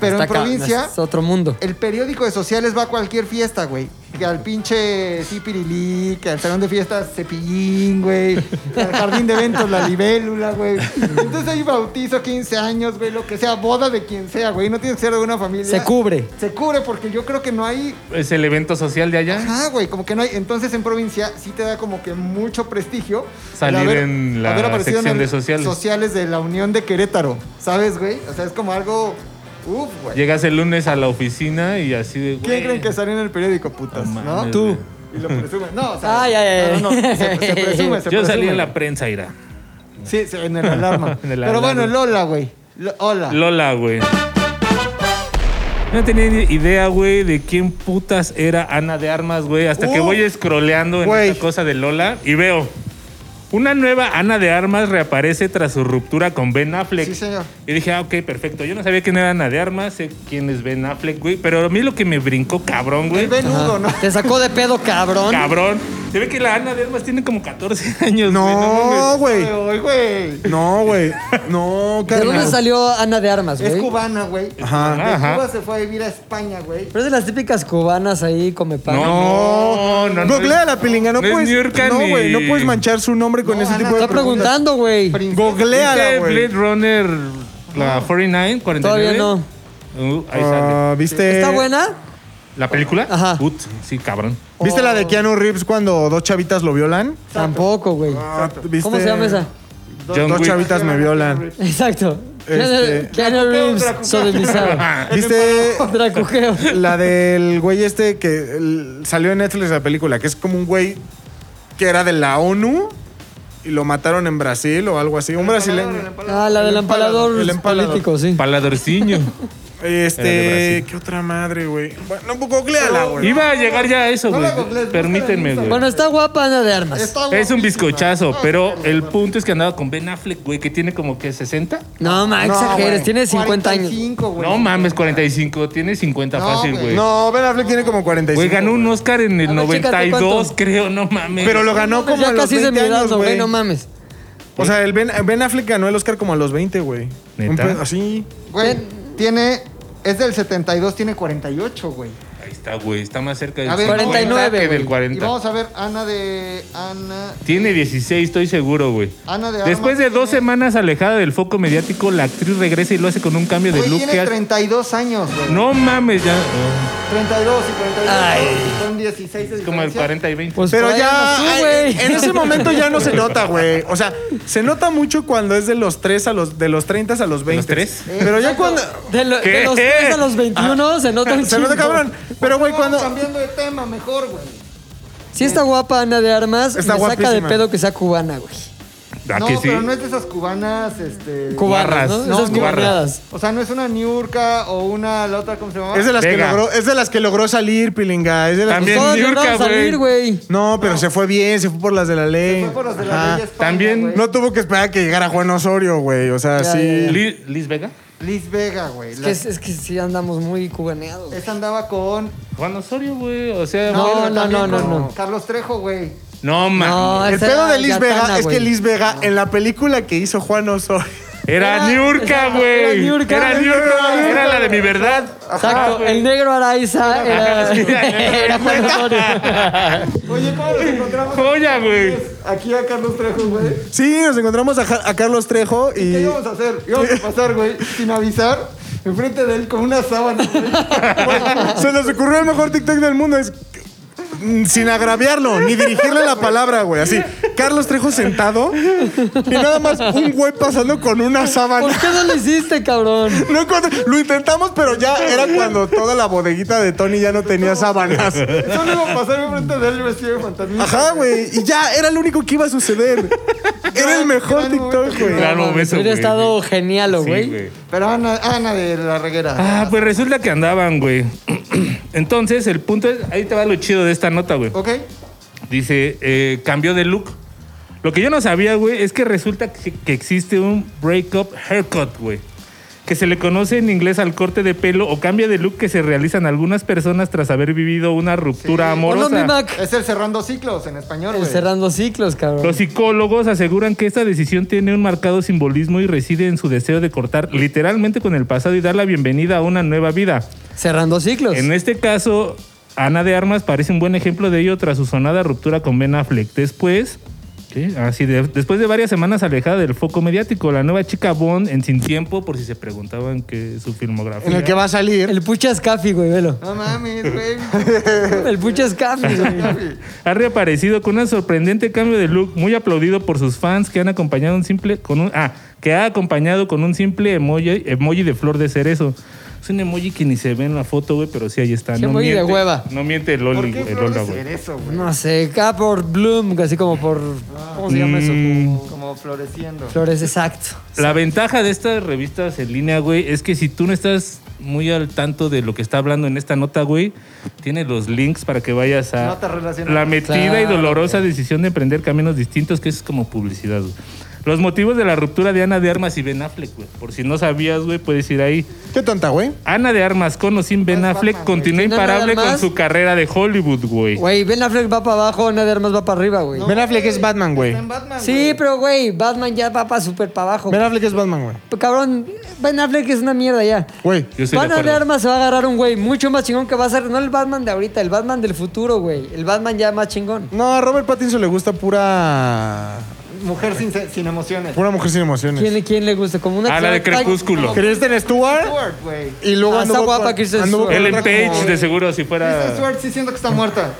[SPEAKER 4] Pero
[SPEAKER 1] Está
[SPEAKER 4] en
[SPEAKER 1] acá,
[SPEAKER 4] provincia,
[SPEAKER 1] Es otro mundo.
[SPEAKER 4] el periódico de sociales va a cualquier fiesta, güey. Que al pinche Cipirilí, que al salón de fiestas Cepillín, güey. que Al jardín de eventos La Libélula, güey. Entonces hay bautizo, 15 años, güey, lo que sea, boda de quien sea, güey. No tiene que ser de una familia.
[SPEAKER 1] Se cubre.
[SPEAKER 4] Se cubre porque yo creo que no hay.
[SPEAKER 2] Es el evento social de allá.
[SPEAKER 4] Ajá, güey, como que no hay. Entonces en provincia sí te da como que mucho prestigio. el
[SPEAKER 2] Salir en la
[SPEAKER 4] aparecido
[SPEAKER 2] sección
[SPEAKER 4] el
[SPEAKER 2] de sociales.
[SPEAKER 4] Sociales de la Unión de Querétaro, ¿sabes, güey? O sea, es como algo Uf, güey.
[SPEAKER 2] Llegas el lunes a la oficina y así de.
[SPEAKER 4] ¿Quién
[SPEAKER 2] güey,
[SPEAKER 4] creen que salió en el periódico, putas?
[SPEAKER 2] no
[SPEAKER 4] ¿No?
[SPEAKER 2] mames,
[SPEAKER 4] Tú.
[SPEAKER 2] güey.
[SPEAKER 4] Y lo presumen. No, o sea.
[SPEAKER 1] Ay, ay, ay.
[SPEAKER 4] No, no, no. Se, se presume, se
[SPEAKER 2] Yo salí
[SPEAKER 4] presume.
[SPEAKER 2] en la prensa, Ira.
[SPEAKER 4] Sí, sí, en el alarma.
[SPEAKER 2] En el
[SPEAKER 4] Pero bueno,
[SPEAKER 2] alarma.
[SPEAKER 4] Lola, güey. Lo- Hola.
[SPEAKER 2] Lola, güey. No tenía ni idea, güey, de quién putas era Ana de Armas, güey. Hasta que
[SPEAKER 4] Uh,
[SPEAKER 2] voy scrolleando en
[SPEAKER 4] güey.
[SPEAKER 2] esta cosa de Lola y veo. Una nueva Ana de Armas reaparece tras su ruptura con Ben Affleck.
[SPEAKER 4] Sí, señor.
[SPEAKER 2] Y dije, ah, ok, perfecto. Yo no sabía quién era Ana de Armas, sé quién es Ben Affleck, güey. Pero a mí lo que me brincó, cabrón, güey.
[SPEAKER 4] El venudo, ¿no?
[SPEAKER 1] Te sacó de pedo, cabrón.
[SPEAKER 2] Cabrón. Se ve que la Ana de Armas tiene como 14 años, güey.
[SPEAKER 3] No,
[SPEAKER 2] mames.
[SPEAKER 3] güey.
[SPEAKER 4] Ay, güey.
[SPEAKER 3] No, güey. No,
[SPEAKER 1] ¿De dónde
[SPEAKER 3] carnal.
[SPEAKER 1] salió Ana de Armas,
[SPEAKER 4] Es
[SPEAKER 1] güey?
[SPEAKER 4] cubana, güey. De
[SPEAKER 3] Ajá.
[SPEAKER 2] Ajá.
[SPEAKER 4] Cuba se fue a vivir a España, güey.
[SPEAKER 1] Pero es de las típicas cubanas ahí, come pan.
[SPEAKER 2] No, no, no. no
[SPEAKER 3] Googlea la pilinga, no,
[SPEAKER 2] no es
[SPEAKER 3] puedes.
[SPEAKER 2] Niurka
[SPEAKER 3] no,
[SPEAKER 2] ni-
[SPEAKER 3] güey, no puedes manchar su nombre con
[SPEAKER 4] No,
[SPEAKER 3] ese
[SPEAKER 4] Ana,
[SPEAKER 3] tipo de
[SPEAKER 1] Está
[SPEAKER 3] preguntas.
[SPEAKER 1] preguntando, güey.
[SPEAKER 3] Googleala,
[SPEAKER 2] ¿Viste Blade
[SPEAKER 3] güey.
[SPEAKER 2] Runner la
[SPEAKER 4] Ah.
[SPEAKER 2] 49, 49?
[SPEAKER 1] Todavía no.
[SPEAKER 2] Uh, ahí sale.
[SPEAKER 3] Ah, ¿Viste?
[SPEAKER 1] ¿Está buena?
[SPEAKER 2] ¿La película?
[SPEAKER 1] Ajá.
[SPEAKER 2] Ut, sí, cabrón.
[SPEAKER 3] ¿Viste la
[SPEAKER 1] Oh.
[SPEAKER 3] de Keanu Reeves cuando dos chavitas lo violan?
[SPEAKER 1] Tampoco, güey.
[SPEAKER 3] Ah, ¿viste?
[SPEAKER 1] ¿Cómo se llama esa?
[SPEAKER 2] John
[SPEAKER 3] Dos
[SPEAKER 2] Wick.
[SPEAKER 3] chavitas me violan.
[SPEAKER 1] Exacto. Keanu-
[SPEAKER 3] Este-
[SPEAKER 1] Keanu Reeves, sodomizado.
[SPEAKER 3] ¿Viste
[SPEAKER 1] Dracujeo.
[SPEAKER 3] la del güey este que el- salió en Netflix la película? Que es como un güey que era de la ONU y lo mataron en Brasil o algo así. Un brasileño.
[SPEAKER 1] Ah, la del empalador,
[SPEAKER 3] El empalador.
[SPEAKER 1] político, sí.
[SPEAKER 2] Paladorciño. Era de
[SPEAKER 3] Este,
[SPEAKER 2] Brasil.
[SPEAKER 3] ¿qué otra madre, güey? Bueno, pues, googleala, güey.
[SPEAKER 2] Iba a llegar ya a eso,
[SPEAKER 4] No
[SPEAKER 2] güey.
[SPEAKER 4] la googlees,
[SPEAKER 2] Permítanme,
[SPEAKER 4] búscala en
[SPEAKER 1] Bueno,
[SPEAKER 2] güey.
[SPEAKER 1] está guapa Ana de Armas.
[SPEAKER 4] Está
[SPEAKER 2] Es
[SPEAKER 4] guapísima.
[SPEAKER 2] un bizcochazo, pero el punto es que andaba con Ben Affleck, güey, que tiene como que 60.
[SPEAKER 1] No, ma, exageres.
[SPEAKER 3] güey.
[SPEAKER 1] Tiene 50 años.
[SPEAKER 4] 45, güey.
[SPEAKER 2] No mames, 45, tiene 50
[SPEAKER 4] No,
[SPEAKER 2] fácil,
[SPEAKER 4] güey.
[SPEAKER 2] güey.
[SPEAKER 3] No, Ben Affleck tiene como 45.
[SPEAKER 2] Güey, ganó un Oscar en el
[SPEAKER 1] A ver, chécate
[SPEAKER 2] 92,
[SPEAKER 1] cuánto.
[SPEAKER 2] creo, no mames.
[SPEAKER 3] Pero lo ganó como a
[SPEAKER 1] pues ya
[SPEAKER 3] los
[SPEAKER 1] casi es de
[SPEAKER 3] 20
[SPEAKER 1] mi edad,
[SPEAKER 3] años,
[SPEAKER 1] güey,
[SPEAKER 3] güey.
[SPEAKER 1] no mames.
[SPEAKER 3] O sea, el ben, Ben Affleck ganó el Oscar como a los 20, güey.
[SPEAKER 2] ¿Neta?
[SPEAKER 3] Un pedo Así.
[SPEAKER 1] Pues
[SPEAKER 4] Güey, tiene. Es del 72, tiene 48, güey.
[SPEAKER 2] Ahí está, güey, está más cerca del
[SPEAKER 4] A ver,
[SPEAKER 2] 50
[SPEAKER 1] 49,
[SPEAKER 2] que del
[SPEAKER 1] güey.
[SPEAKER 4] Y
[SPEAKER 2] 40.
[SPEAKER 4] vamos a ver, Ana de. Ana.
[SPEAKER 2] Tiene 16, estoy seguro, güey.
[SPEAKER 4] Ana de
[SPEAKER 2] Después
[SPEAKER 4] Armas
[SPEAKER 2] de dos
[SPEAKER 4] tiene-
[SPEAKER 2] semanas alejada del foco mediático, la actriz regresa y lo hace con un cambio de
[SPEAKER 4] Güey,
[SPEAKER 2] look que
[SPEAKER 4] tiene
[SPEAKER 2] hace-
[SPEAKER 4] 32 años, güey.
[SPEAKER 2] No mames, ya.
[SPEAKER 4] 32 y 42.
[SPEAKER 1] Ay.
[SPEAKER 4] Son 16 de
[SPEAKER 2] Es como el
[SPEAKER 4] diferencia.
[SPEAKER 2] 40 y 20.
[SPEAKER 1] Pues
[SPEAKER 3] Pero ya.
[SPEAKER 1] tráenos tú,
[SPEAKER 3] ay,
[SPEAKER 1] güey.
[SPEAKER 3] en ese momento ya no se nota, güey. O sea, se nota mucho cuando es de los 3 a los. De los 30 a los 20.
[SPEAKER 2] tres?
[SPEAKER 3] Pero ya cuando.
[SPEAKER 1] De, lo- de
[SPEAKER 2] ¿Qué?
[SPEAKER 1] los 3 a los 21 se nota un
[SPEAKER 3] Ah, Se nota
[SPEAKER 1] chingo.
[SPEAKER 3] cabrón. Pero, güey,
[SPEAKER 4] Vamos
[SPEAKER 3] cuando.
[SPEAKER 4] cambiando de tema, mejor, güey.
[SPEAKER 1] Sí está guapa Ana de Armas.
[SPEAKER 3] Está
[SPEAKER 1] me saca de
[SPEAKER 3] guapísima.
[SPEAKER 1] pedo que sea cubana, güey.
[SPEAKER 2] ¿A
[SPEAKER 4] No,
[SPEAKER 2] Ah, que sí?
[SPEAKER 4] pero no es de esas cubanas, este.
[SPEAKER 1] Cubanas,
[SPEAKER 2] Guarras.
[SPEAKER 1] ¿no?
[SPEAKER 2] No,
[SPEAKER 1] Esas
[SPEAKER 2] ni guarras.
[SPEAKER 1] cubaneadas.
[SPEAKER 4] O sea, no es una Niurka o una. La otra, ¿cómo se llama?
[SPEAKER 3] Es de, las que
[SPEAKER 2] Vega.
[SPEAKER 3] logró, es de las que logró salir, Pilinga. Es de las
[SPEAKER 2] También. Bien,
[SPEAKER 1] Todos
[SPEAKER 2] Niurka,
[SPEAKER 1] lograron salir, güey.
[SPEAKER 3] No, pero se fue bien, se fue por las de la ley.
[SPEAKER 4] Fue por los de la
[SPEAKER 3] Ajá.
[SPEAKER 4] Bella España,
[SPEAKER 2] También
[SPEAKER 4] güey.
[SPEAKER 3] No tuvo que esperar a que llegara Juan Osorio, güey. O sea,
[SPEAKER 1] Ya,
[SPEAKER 3] sí.
[SPEAKER 1] ya,
[SPEAKER 2] Li- ¿Liz Vega?
[SPEAKER 4] Liz Vega, güey.
[SPEAKER 1] Es
[SPEAKER 4] La-
[SPEAKER 1] que, es que sí andamos muy cubaneados. güey.
[SPEAKER 4] Esa andaba con.
[SPEAKER 2] Juan Osorio, güey. O sea,
[SPEAKER 1] No,
[SPEAKER 2] güey,
[SPEAKER 4] pero
[SPEAKER 1] no,
[SPEAKER 4] también
[SPEAKER 1] no, no,
[SPEAKER 4] con
[SPEAKER 1] no.
[SPEAKER 4] Carlos Trejo, güey.
[SPEAKER 2] no mames.
[SPEAKER 3] El
[SPEAKER 1] esa
[SPEAKER 3] pedo
[SPEAKER 1] era
[SPEAKER 3] de Liz
[SPEAKER 1] Gatana,
[SPEAKER 3] Vega es
[SPEAKER 1] güey.
[SPEAKER 3] que Liz Vega, en la película que hizo Juan Osorio.
[SPEAKER 2] Era
[SPEAKER 1] Era-
[SPEAKER 2] Niurka,
[SPEAKER 1] era
[SPEAKER 2] güey.
[SPEAKER 1] Niurka.
[SPEAKER 2] Era Niurka. Era la de mi verdad.
[SPEAKER 1] Exacto, el negro Araiza era. era Juan Osorio.
[SPEAKER 4] Oye, ¿cómo los encontramos?
[SPEAKER 2] Joya, güey.
[SPEAKER 4] Aquí a Carlos Trejo, güey.
[SPEAKER 3] Sí, nos encontramos a, Ja- a Carlos Trejo
[SPEAKER 4] ¿Qué
[SPEAKER 3] y.
[SPEAKER 4] íbamos a hacer? Íbamos a pasar, güey, sin avisar, enfrente de él con una sábana,
[SPEAKER 3] Se nos ocurrió el mejor TikTok del mundo. Es. mm, Sin agraviarlo, ni dirigirle la palabra, güey. Así, Carlos Trejo sentado y nada más un güey pasando con una
[SPEAKER 1] ¿Por
[SPEAKER 3] sábana.
[SPEAKER 1] qué no lo hiciste, cabrón?
[SPEAKER 3] No encontré- lo intentamos, pero ya era cuando toda la bodeguita de Tony ya no tenía sábanas.
[SPEAKER 4] güey. Solo iba a pasar enfrente de él vestido de fantasma.
[SPEAKER 3] Ajá, güey. Y ya era lo único que iba a suceder. Era el mejor
[SPEAKER 4] gran momento,
[SPEAKER 3] TikTok, güey.
[SPEAKER 2] Gran
[SPEAKER 1] No, mames,
[SPEAKER 2] momento,
[SPEAKER 1] Hubiera
[SPEAKER 2] güey.
[SPEAKER 1] estado genial,
[SPEAKER 2] Sí,
[SPEAKER 1] güey.
[SPEAKER 2] güey.
[SPEAKER 4] Pero Ana, Ana de la reguera.
[SPEAKER 2] Ah, pues resulta que andaban, güey. Entonces, el punto es, ahí te va lo chido de esta nota, güey.
[SPEAKER 4] ¿Ok?
[SPEAKER 2] Dice, eh, cambió de look. Lo que yo no sabía, güey, es que resulta que, que existe un breakup haircut, güey. Que se le conoce en inglés al corte de pelo o cambio de look que se realizan algunas personas tras haber vivido una ruptura
[SPEAKER 4] Sí.
[SPEAKER 1] Ponlo mi
[SPEAKER 2] amorosa.
[SPEAKER 1] Mac.
[SPEAKER 4] Es el cerrando ciclos en español,
[SPEAKER 1] El
[SPEAKER 4] güey.
[SPEAKER 1] cerrando ciclos, cabrón.
[SPEAKER 2] Los psicólogos aseguran que esta decisión tiene un marcado simbolismo y reside en su deseo de cortar literalmente con el pasado y dar la bienvenida a una nueva vida.
[SPEAKER 1] Cerrando ciclos.
[SPEAKER 2] En este caso, Ana de Armas parece un buen ejemplo de ello tras su sonada ruptura con Ben Affleck. Después, ¿qué? Ah, sí, de- después de varias semanas alejada del foco mediático, la nueva chica Bond en Sin Tiempo, por si se preguntaban que su filmografía.
[SPEAKER 3] En el que va a salir.
[SPEAKER 1] El pucha Scafi, güey, velo.
[SPEAKER 4] No mames, güey.
[SPEAKER 1] El pucha Scafi, güey.
[SPEAKER 2] Ha reaparecido con un sorprendente cambio de look, muy aplaudido por sus fans que han acompañado un simple con un ah, que ha acompañado con un simple emoji, emoji de flor de cerezo. Es un emoji que ni se ve en la foto, güey, pero sí ahí está.
[SPEAKER 1] Es
[SPEAKER 2] no
[SPEAKER 1] emoji de
[SPEAKER 2] miente,
[SPEAKER 1] hueva.
[SPEAKER 2] No miente el Oli, güey, el Ola, güey.
[SPEAKER 1] No sé, acá por Bloom, así como por. ¿Cómo se llama eso?
[SPEAKER 2] Mm.
[SPEAKER 4] Como floreciendo.
[SPEAKER 1] Flores, exacto.
[SPEAKER 2] La ventaja de estas revistas en línea, güey, es que si tú no estás muy al tanto de lo que está hablando en esta nota, güey, tiene los links para que vayas a
[SPEAKER 4] No te relacionas.
[SPEAKER 2] la metida y
[SPEAKER 1] Claro,
[SPEAKER 2] dolorosa decisión de emprender caminos distintos, que es como publicidad, güey. Los motivos de la ruptura de Ana de Armas y Ben Affleck, güey. Por si no sabías, güey, puedes ir ahí.
[SPEAKER 3] Qué tonta, güey.
[SPEAKER 2] Ana de Armas con o sin
[SPEAKER 4] Pues,
[SPEAKER 2] Ben Affleck continúa
[SPEAKER 1] Sí, no, nada
[SPEAKER 2] imparable con
[SPEAKER 1] más.
[SPEAKER 2] su carrera de Hollywood, güey.
[SPEAKER 1] Güey, Ben Affleck va para abajo, Nader más va para arriba, güey.
[SPEAKER 3] Ben Affleck es Batman, güey.
[SPEAKER 4] Está en Batman,
[SPEAKER 1] Sí,
[SPEAKER 4] güey.
[SPEAKER 1] pero güey, Batman ya va para súper para abajo.
[SPEAKER 3] Ben Affleck es Batman, güey.
[SPEAKER 1] Pero, Cabrón, Ben Affleck es una mierda ya.
[SPEAKER 3] Güey.
[SPEAKER 2] Yo estoy de
[SPEAKER 1] Van a de
[SPEAKER 2] acuerdo.
[SPEAKER 1] armas se va a agarrar un güey mucho más chingón que va a ser, no el Batman de ahorita, el Batman del futuro, güey. El Batman ya más chingón.
[SPEAKER 3] No, a Robert Pattinson le gusta pura.
[SPEAKER 4] Mujer sin, sin emociones.
[SPEAKER 3] Pura mujer sin emociones.
[SPEAKER 1] ¿Quién, quién le gusta? Como una
[SPEAKER 2] Ah, la de
[SPEAKER 1] Ay,
[SPEAKER 2] Crepúsculo.
[SPEAKER 3] Kristen Stewart.
[SPEAKER 4] Stewart, güey.
[SPEAKER 3] Y luego
[SPEAKER 1] Ah, está
[SPEAKER 3] anduvo
[SPEAKER 1] guapa
[SPEAKER 3] con-
[SPEAKER 1] Kristen
[SPEAKER 3] anduvo
[SPEAKER 1] Stewart.
[SPEAKER 3] con
[SPEAKER 2] Ellen
[SPEAKER 3] otra como-
[SPEAKER 2] Page, de seguro, si
[SPEAKER 4] Kristen
[SPEAKER 2] fuera...
[SPEAKER 4] Stewart sí siento que está muerta.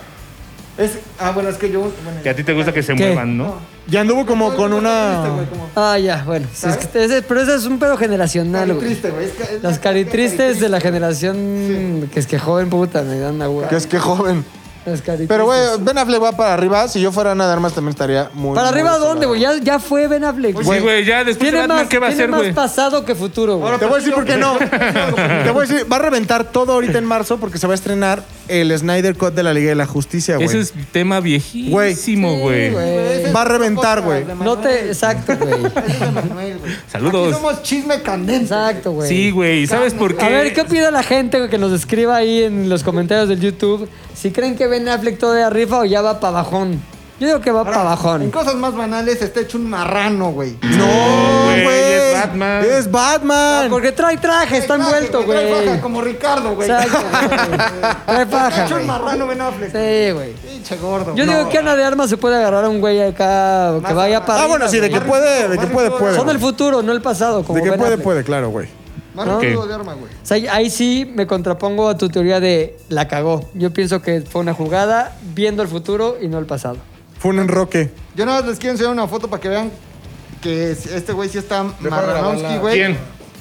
[SPEAKER 4] Es, ah, bueno, es que yo... bueno,
[SPEAKER 2] Que a ti te gusta que se
[SPEAKER 1] ¿Qué?
[SPEAKER 2] muevan, ¿no?
[SPEAKER 3] Y anduvo como
[SPEAKER 4] No,
[SPEAKER 3] con
[SPEAKER 4] no,
[SPEAKER 3] una.
[SPEAKER 4] está triste, güey, como-
[SPEAKER 1] Ah, ya, bueno. sí, es que ese- pero ese es un pedo generacional, güey.
[SPEAKER 4] Caritriste, güey. es que- es
[SPEAKER 1] Las
[SPEAKER 4] la-
[SPEAKER 1] caritristes de la generación que es que joven puta me dan la güey.
[SPEAKER 3] Que es que joven.
[SPEAKER 1] Las caritristes.
[SPEAKER 3] Pero, güey, Ben Affleck va para arriba. Si yo fuera Ana de Armas, también estaría muy.
[SPEAKER 1] ¿Para
[SPEAKER 3] muy
[SPEAKER 1] arriba
[SPEAKER 3] desolado.
[SPEAKER 1] dónde, güey? Ya, ya fue Ben Affleck.
[SPEAKER 2] Pues Sí, güey, ya después de
[SPEAKER 1] Tiene
[SPEAKER 2] Batman,
[SPEAKER 1] más,
[SPEAKER 2] ¿qué va a
[SPEAKER 1] tiene
[SPEAKER 2] hacer,
[SPEAKER 1] más
[SPEAKER 2] güey?
[SPEAKER 1] pasado que futuro, güey.
[SPEAKER 3] Te voy a decir por qué no. Te voy a decir, va a reventar todo ahorita en marzo porque se va a estrenar el Snyder Cut de la Liga de la Justicia, güey.
[SPEAKER 2] Ese es tema viejísimo,
[SPEAKER 1] Sí,
[SPEAKER 2] güey.
[SPEAKER 1] güey.
[SPEAKER 3] Va a reventar,
[SPEAKER 4] Podcast
[SPEAKER 3] güey.
[SPEAKER 4] de Manuel.
[SPEAKER 1] No te. Exacto, güey.
[SPEAKER 4] Es de Manuel, güey.
[SPEAKER 2] Saludos.
[SPEAKER 4] Aquí somos chisme candente.
[SPEAKER 1] Exacto, güey.
[SPEAKER 2] Sí, güey. ¿y ¿Sabes por qué? Oh,
[SPEAKER 1] A ver, ¿qué opina la gente güey, que nos escriba ahí en los comentarios del YouTube? Si creen que Ben Affleck todavía rifa o ya va para bajón. Yo digo que va para
[SPEAKER 4] En
[SPEAKER 1] bajón.
[SPEAKER 4] cosas más banales está hecho un marrano, güey.
[SPEAKER 3] No,
[SPEAKER 2] güey,
[SPEAKER 3] güey.
[SPEAKER 2] es Batman.
[SPEAKER 3] Es Batman.
[SPEAKER 1] Porque trae traje, está envuelto, güey.
[SPEAKER 4] Trae faja como Ricardo, güey.
[SPEAKER 1] Exacto, güey. Trae
[SPEAKER 4] Está
[SPEAKER 1] faja,
[SPEAKER 4] hecho
[SPEAKER 1] güey.
[SPEAKER 4] un marrano, Ben Affleck.
[SPEAKER 1] Sí, güey.
[SPEAKER 4] Pinche gordo.
[SPEAKER 1] Yo digo que Ana de Armas se puede agarrar a un güey acá que
[SPEAKER 4] Más
[SPEAKER 1] vaya
[SPEAKER 4] a-
[SPEAKER 1] para
[SPEAKER 3] Ah, bueno, sí, de que
[SPEAKER 1] güey.
[SPEAKER 3] puede, de que puede, puede.
[SPEAKER 1] Son el futuro, no el pasado. Como
[SPEAKER 3] De que
[SPEAKER 1] Ben
[SPEAKER 3] puede,
[SPEAKER 1] Affleck.
[SPEAKER 3] puede, claro, güey.
[SPEAKER 4] Más
[SPEAKER 2] Ok.
[SPEAKER 4] rudo de arma, güey.
[SPEAKER 1] O sea, ahí sí me contrapongo a tu teoría de la cagó. Yo pienso que fue una jugada viendo el futuro y no el pasado.
[SPEAKER 3] Fue un enroque.
[SPEAKER 4] Yo nada más les quiero enseñar una foto para que vean que es- este güey sí está marranowski, güey.
[SPEAKER 2] ¿Quién?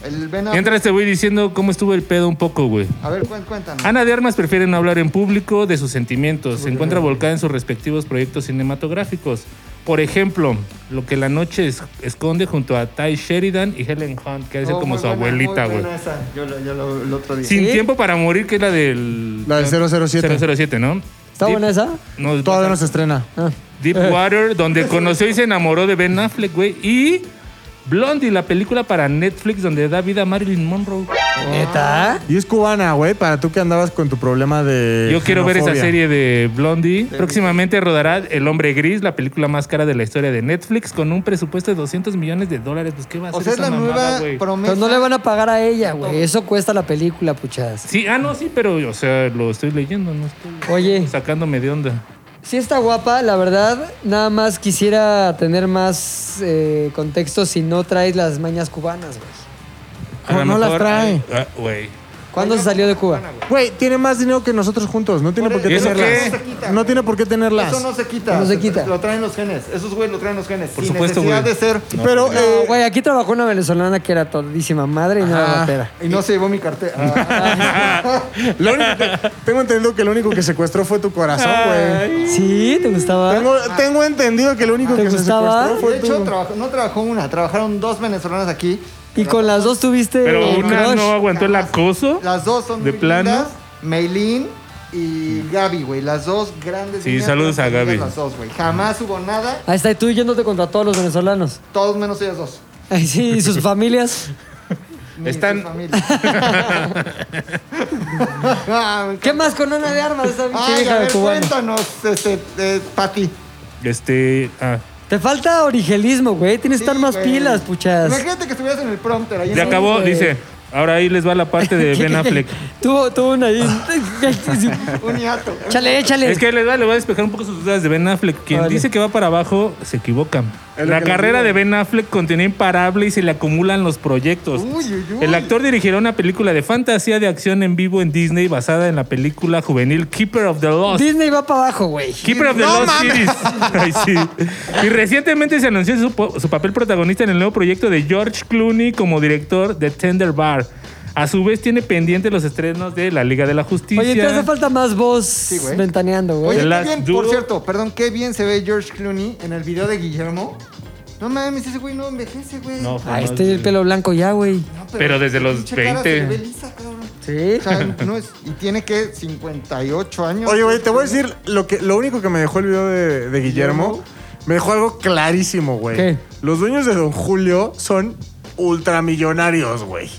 [SPEAKER 4] El Ben Affleck.
[SPEAKER 2] Mientras te voy este diciendo cómo estuvo el pedo un poco, güey.
[SPEAKER 4] A ver, cuen- cuéntanos.
[SPEAKER 2] Ana de Armas prefiere no hablar en público de sus sentimientos. Se encuentra volcada en sus respectivos proyectos cinematográficos. Por ejemplo, lo que la noche es- esconde junto a Ty Sheridan y Helen Hunt, que debe
[SPEAKER 4] Oh,
[SPEAKER 2] ser como
[SPEAKER 4] muy
[SPEAKER 2] su
[SPEAKER 4] buena,
[SPEAKER 2] abuelita,
[SPEAKER 4] muy
[SPEAKER 2] güey.
[SPEAKER 4] buena esa. Yo, lo- yo lo- el otro día.
[SPEAKER 2] Sin
[SPEAKER 1] ¿Sí?
[SPEAKER 2] tiempo para morir, que es la del...
[SPEAKER 3] La del 007.
[SPEAKER 2] 007, ¿no?
[SPEAKER 1] ¿Está
[SPEAKER 2] Deep-
[SPEAKER 1] buena esa? Ah.
[SPEAKER 2] No,
[SPEAKER 3] Todavía no se estrena.
[SPEAKER 2] Deepwater, donde conoció y se enamoró de Ben Affleck, güey. Y Blondie, la película para Netflix donde da vida a Marilyn Monroe.
[SPEAKER 1] ¿Neta?
[SPEAKER 3] Y es cubana, güey, para tú que andabas con tu problema de.
[SPEAKER 2] Yo quiero ver esa
[SPEAKER 3] xenofobia.
[SPEAKER 2] serie de Blondie. Próximamente rodará El Hombre Gris, la película más cara de la historia de Netflix, con un presupuesto de 200 millones de dólares. Pues, ¿qué va a hacer
[SPEAKER 4] O sea, es
[SPEAKER 2] esa
[SPEAKER 4] la
[SPEAKER 2] mamada,
[SPEAKER 4] nueva
[SPEAKER 2] güey?
[SPEAKER 4] promesa.
[SPEAKER 1] Pero no le van a pagar a ella, güey. Eso cuesta la película, puchadas.
[SPEAKER 2] Sí, ah, no, sí, pero, o sea, lo estoy leyendo, no estoy
[SPEAKER 1] Oye,
[SPEAKER 2] sacándome de onda.
[SPEAKER 1] sí está guapa, la verdad. Nada más quisiera tener más eh, contexto si no traes las mañas cubanas, güey.
[SPEAKER 2] A lo
[SPEAKER 3] No las trae.
[SPEAKER 2] Ah, Güey.
[SPEAKER 1] ¿Cuándo se salió de Cuba?
[SPEAKER 3] Güey, tiene más dinero que nosotros juntos. No tiene por qué
[SPEAKER 2] ¿Y eso
[SPEAKER 3] tenerlas.
[SPEAKER 2] qué?
[SPEAKER 3] No se quita, No tiene por qué tenerlas.
[SPEAKER 4] Eso no se quita.
[SPEAKER 1] No se quita.
[SPEAKER 4] Lo traen los genes. Esos güeyes lo traen los genes.
[SPEAKER 2] Por
[SPEAKER 4] Sin
[SPEAKER 2] supuesto,
[SPEAKER 4] necesidad
[SPEAKER 2] güey.
[SPEAKER 4] de ser.
[SPEAKER 3] Pero, eh,
[SPEAKER 1] Güey, aquí trabajó una venezolana que era todísima madre y no era ratera.
[SPEAKER 4] Y no se llevó mi cartera. Ah.
[SPEAKER 3] lo único que- tengo entendido que lo único que secuestró fue tu corazón, güey.
[SPEAKER 1] ¿Sí? ¿Te gustaba?
[SPEAKER 3] Tengo, tengo entendido que lo único
[SPEAKER 1] ¿Te
[SPEAKER 3] que se
[SPEAKER 1] gustaba?
[SPEAKER 3] secuestró
[SPEAKER 4] de
[SPEAKER 3] fue
[SPEAKER 4] hecho,
[SPEAKER 3] tu.
[SPEAKER 4] trabajó- no trabajó una, trabajaron dos venezolanas aquí.
[SPEAKER 1] Y con las dos tuviste
[SPEAKER 2] Pero
[SPEAKER 1] el
[SPEAKER 2] una
[SPEAKER 1] crush.
[SPEAKER 2] no aguantó el acoso.
[SPEAKER 4] Las dos son
[SPEAKER 2] ¿De
[SPEAKER 4] muy
[SPEAKER 2] plano? Mm.
[SPEAKER 4] lindas. Meilín y Gaby, güey. Las dos grandes.
[SPEAKER 2] Sí,
[SPEAKER 4] niñas
[SPEAKER 2] saludos a
[SPEAKER 4] transgéneras,
[SPEAKER 2] Gaby.
[SPEAKER 4] Las dos, güey. Jamás hubo nada,
[SPEAKER 1] Ahí está, y tú yéndote contra todos los venezolanos.
[SPEAKER 4] todos menos ellas dos.
[SPEAKER 1] Ay, sí, y sus familias.
[SPEAKER 4] Ni
[SPEAKER 2] Están-
[SPEAKER 4] su familia. Ah, me encanta.
[SPEAKER 1] ¿Qué más con Ana de Armas? Esa pinche
[SPEAKER 4] Ay, a
[SPEAKER 1] vieja
[SPEAKER 4] ver,
[SPEAKER 1] cubana.
[SPEAKER 4] cuéntanos, este, eh, Pati.
[SPEAKER 2] Este. Ah.
[SPEAKER 1] Te falta origelismo, güey. Tienes que estar más
[SPEAKER 4] güey.
[SPEAKER 1] pilas, puchas.
[SPEAKER 4] Imagínate que estuvieras en el prompter ahí. en
[SPEAKER 2] Ya
[SPEAKER 4] el-
[SPEAKER 2] acabó,
[SPEAKER 1] güey.
[SPEAKER 2] dice. Ahora ahí les va la parte de Ben Affleck.
[SPEAKER 1] Tuvo, tuvo una ahí.
[SPEAKER 4] Un hiato.
[SPEAKER 1] Chale, échale.
[SPEAKER 2] Es que les va, le voy a despejar un poco sus dudas de Ben Affleck. Quien
[SPEAKER 1] Vale.
[SPEAKER 2] dice que va para abajo se equivoca.
[SPEAKER 3] Es lo
[SPEAKER 2] La
[SPEAKER 3] que les
[SPEAKER 2] carrera
[SPEAKER 3] digo.
[SPEAKER 2] de Ben Affleck continúa imparable y se le acumulan los proyectos.
[SPEAKER 4] Uy, uy, uy.
[SPEAKER 2] El actor dirigirá una película de fantasía de acción en vivo en Disney basada en la película juvenil Keeper of the Lost.
[SPEAKER 1] Disney va para abajo, güey.
[SPEAKER 2] Keeper of the Lost Cities. Ay, sí. Y recientemente se anunció su, po- su papel protagonista en el nuevo proyecto de George Clooney como director de Tender Bar. A su vez tiene pendiente los estrenos de La Liga de la Justicia.
[SPEAKER 1] Oye, te hace falta más voz
[SPEAKER 4] güey.
[SPEAKER 1] ventaneando, güey.
[SPEAKER 4] Oye,
[SPEAKER 2] The
[SPEAKER 4] qué
[SPEAKER 2] Last
[SPEAKER 4] bien,
[SPEAKER 2] Duel.
[SPEAKER 4] por cierto, perdón, qué bien se ve George Clooney en el video de Guillermo. No mames, ese güey no envejece, güey.
[SPEAKER 2] No,
[SPEAKER 4] No,
[SPEAKER 2] fue
[SPEAKER 1] Ah,
[SPEAKER 2] más
[SPEAKER 1] este tiene el
[SPEAKER 2] de-
[SPEAKER 1] pelo blanco ya, güey.
[SPEAKER 2] pero desde los
[SPEAKER 4] pinche cara se le
[SPEAKER 2] 20.
[SPEAKER 4] ve lisa, cabrón.
[SPEAKER 1] Sí.
[SPEAKER 4] O sea, no es- y tiene que 58 años.
[SPEAKER 3] Oye, güey, te voy a decir lo, que, lo único que me dejó el video de, de Guillermo. Me dejó algo clarísimo, güey.
[SPEAKER 1] ¿Qué?
[SPEAKER 3] Los dueños de Don Julio son ultramillonarios, güey.